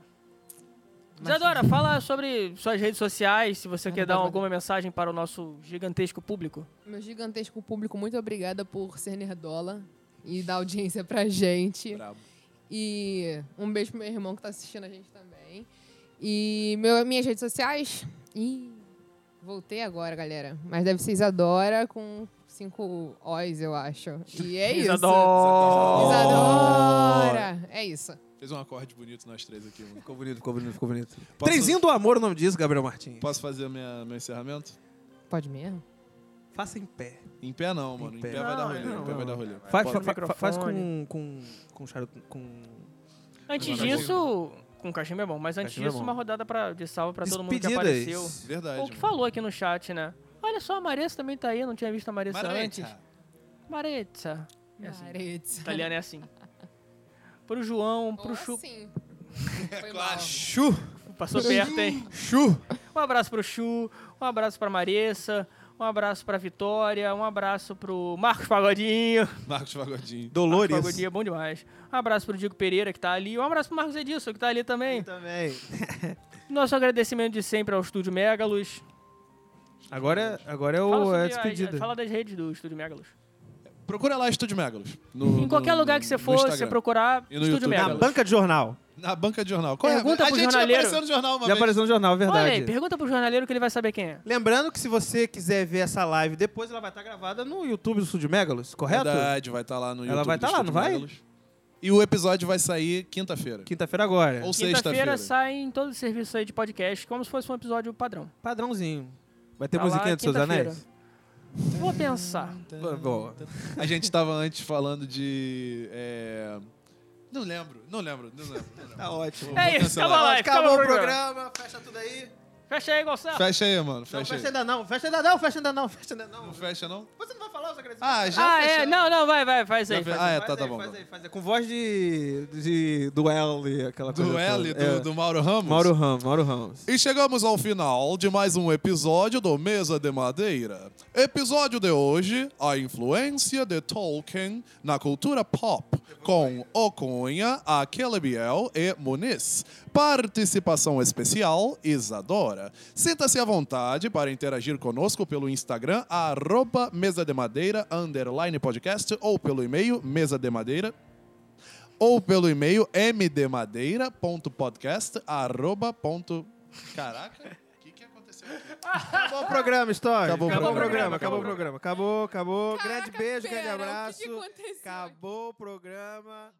Isadora, fala sobre suas redes sociais, se
Ah,
você quer dar alguma mensagem para o nosso gigantesco público.
Meu gigantesco público, muito obrigada por ser nerdola e dar audiência pra gente.
Bravo.
E um beijo pro meu irmão que tá assistindo a gente também. E meu, minhas redes sociais. Ih, voltei agora, galera. Mas deve ser Isadora com cinco O's, eu acho. E é isso. Isadora! É isso.
Fez um acorde bonito nós três aqui, mano.
Ficou bonito, ficou bonito, ficou bonito.
Posso-
Trenzinho do amor o nome disso, Gabriel Martins.
Posso fazer minha, meu encerramento?
Pode mesmo?
Faça em pé.
Em pé não, mano. Em pé,
pé.
vai dar
Não,
rolê.
não,
em pé
não.
vai dar rolê.
Faz,
Pode-
fa- fa-
microfone.
faz com, com, com charuto. Com
Antes
Maravilha.
disso, com cachimbo é bom, mas antes
Cachimbo é
disso,
bom.
uma rodada pra, de salva para todo mundo que
Despedidas.
apareceu.
Verdade.
Ou que
mano.
falou aqui no chat, né? Olha só, a Maressa também tá aí, eu não tinha visto a Maressa
Marreta.
antes. Maressa. É assim.
Marete.
Italiano
(laughs)
é assim. Pro João, pro
Ou
Chu. (laughs)
assim. Foi mal.
Chu!
Passou perto, hein?
Chu!
Um abraço pro Chu, um abraço pra Maressa, um abraço pra Vitória, um abraço pro Marcos Pagodinho.
(laughs) Marcos
Marcos
Pagodinho.
Dolores.
Pagodinho é bom demais. Um abraço pro Diego Pereira, que tá ali. Um abraço pro Marcos Edilson, que tá ali também.
Também.
Nosso agradecimento de sempre ao Estúdio Megalus.
Agora, agora é
Fala
o
sobre
é
a-
despedida.
fala das redes do Estúdio Megalus.
Procura lá Estúdio Megalos. no-
Em qualquer
no-
lugar
no-
que você
no
for,
Instagram.
você procurar
E no
Estúdio
YouTube.
Na
Mega.
Megalos.
banca de jornal.
Na banca de jornal. Qual é?
Pergunta
a
pro
gente
jornaleiro.
apareceu no jornal uma
Já
vez.
apareceu no jornal, é verdade.
Olha aí, pergunta pro jornaleiro que ele vai saber quem é.
Lembrando que se você quiser ver essa live depois, ela vai estar gravada no YouTube do Estúdio Megalos, correto?
Verdade, vai estar lá no
Ela
YouTube.
vai
do
tá lá,
Estúdio
não vai?
Megalos. E o episódio vai sair quinta-feira.
Quinta-feira agora.
Ou sexta-feira.
Quinta-feira sai em todos os serviços aí de podcast, como se fosse um episódio padrão.
Padrãozinho. Vai ter
Tá lá,
musiquinha dos seus
quinta-feira.
anéis?
Vou pensar.
Então,
Boa.
A gente estava antes falando de. é, Não lembro, não lembro, não lembro. não lembro.
Tá ótimo.
É isso, acabou a live.
Acabou o programa, fecha tudo aí.
Fecha aí, Gonçalo.
Fecha aí, mano,
Não,
fecha
fecha
aí.
ainda não, fecha ainda não, fecha ainda não, fecha ainda não.
Não fecha, não?
Você não vai falar, os acredita?
Ah, já
Ah, é.
fechou.
Não, não, vai, vai, faz aí.
Já fe-
faz
Ah, é,
aí.
Faz
tá,
aí,
tá bom.
Faz
tá
aí, faz aí. Com voz de, de do L, aquela
bom.
coisa.
Do L,
toda.
do,
É.
do Mauro Ramos?
Mauro Ramos, Mauro Ramos.
E chegamos ao final de mais um episódio do Mesa de Madeira. Episódio de hoje, a influência de Tolkien na cultura pop, com Ocunha, Aquele Biel e Muniz. Participação especial, Isadora. Sinta-se à vontade para interagir conosco pelo Instagram, arroba Mesa de Madeira, underline podcast, ou pelo e-mail, mesa de madeira, ou pelo e-mail mdmadeira.podcast@ponto- Caraca, o que, que aconteceu aqui?
Acabou o programa, Story.
Acabou o programa,
acabou o
acabou
programa. Acabou, acabou.
Caraca,
grande beijo, grande
pera, o que que
abraço.
aconteceu?
Acabou o programa.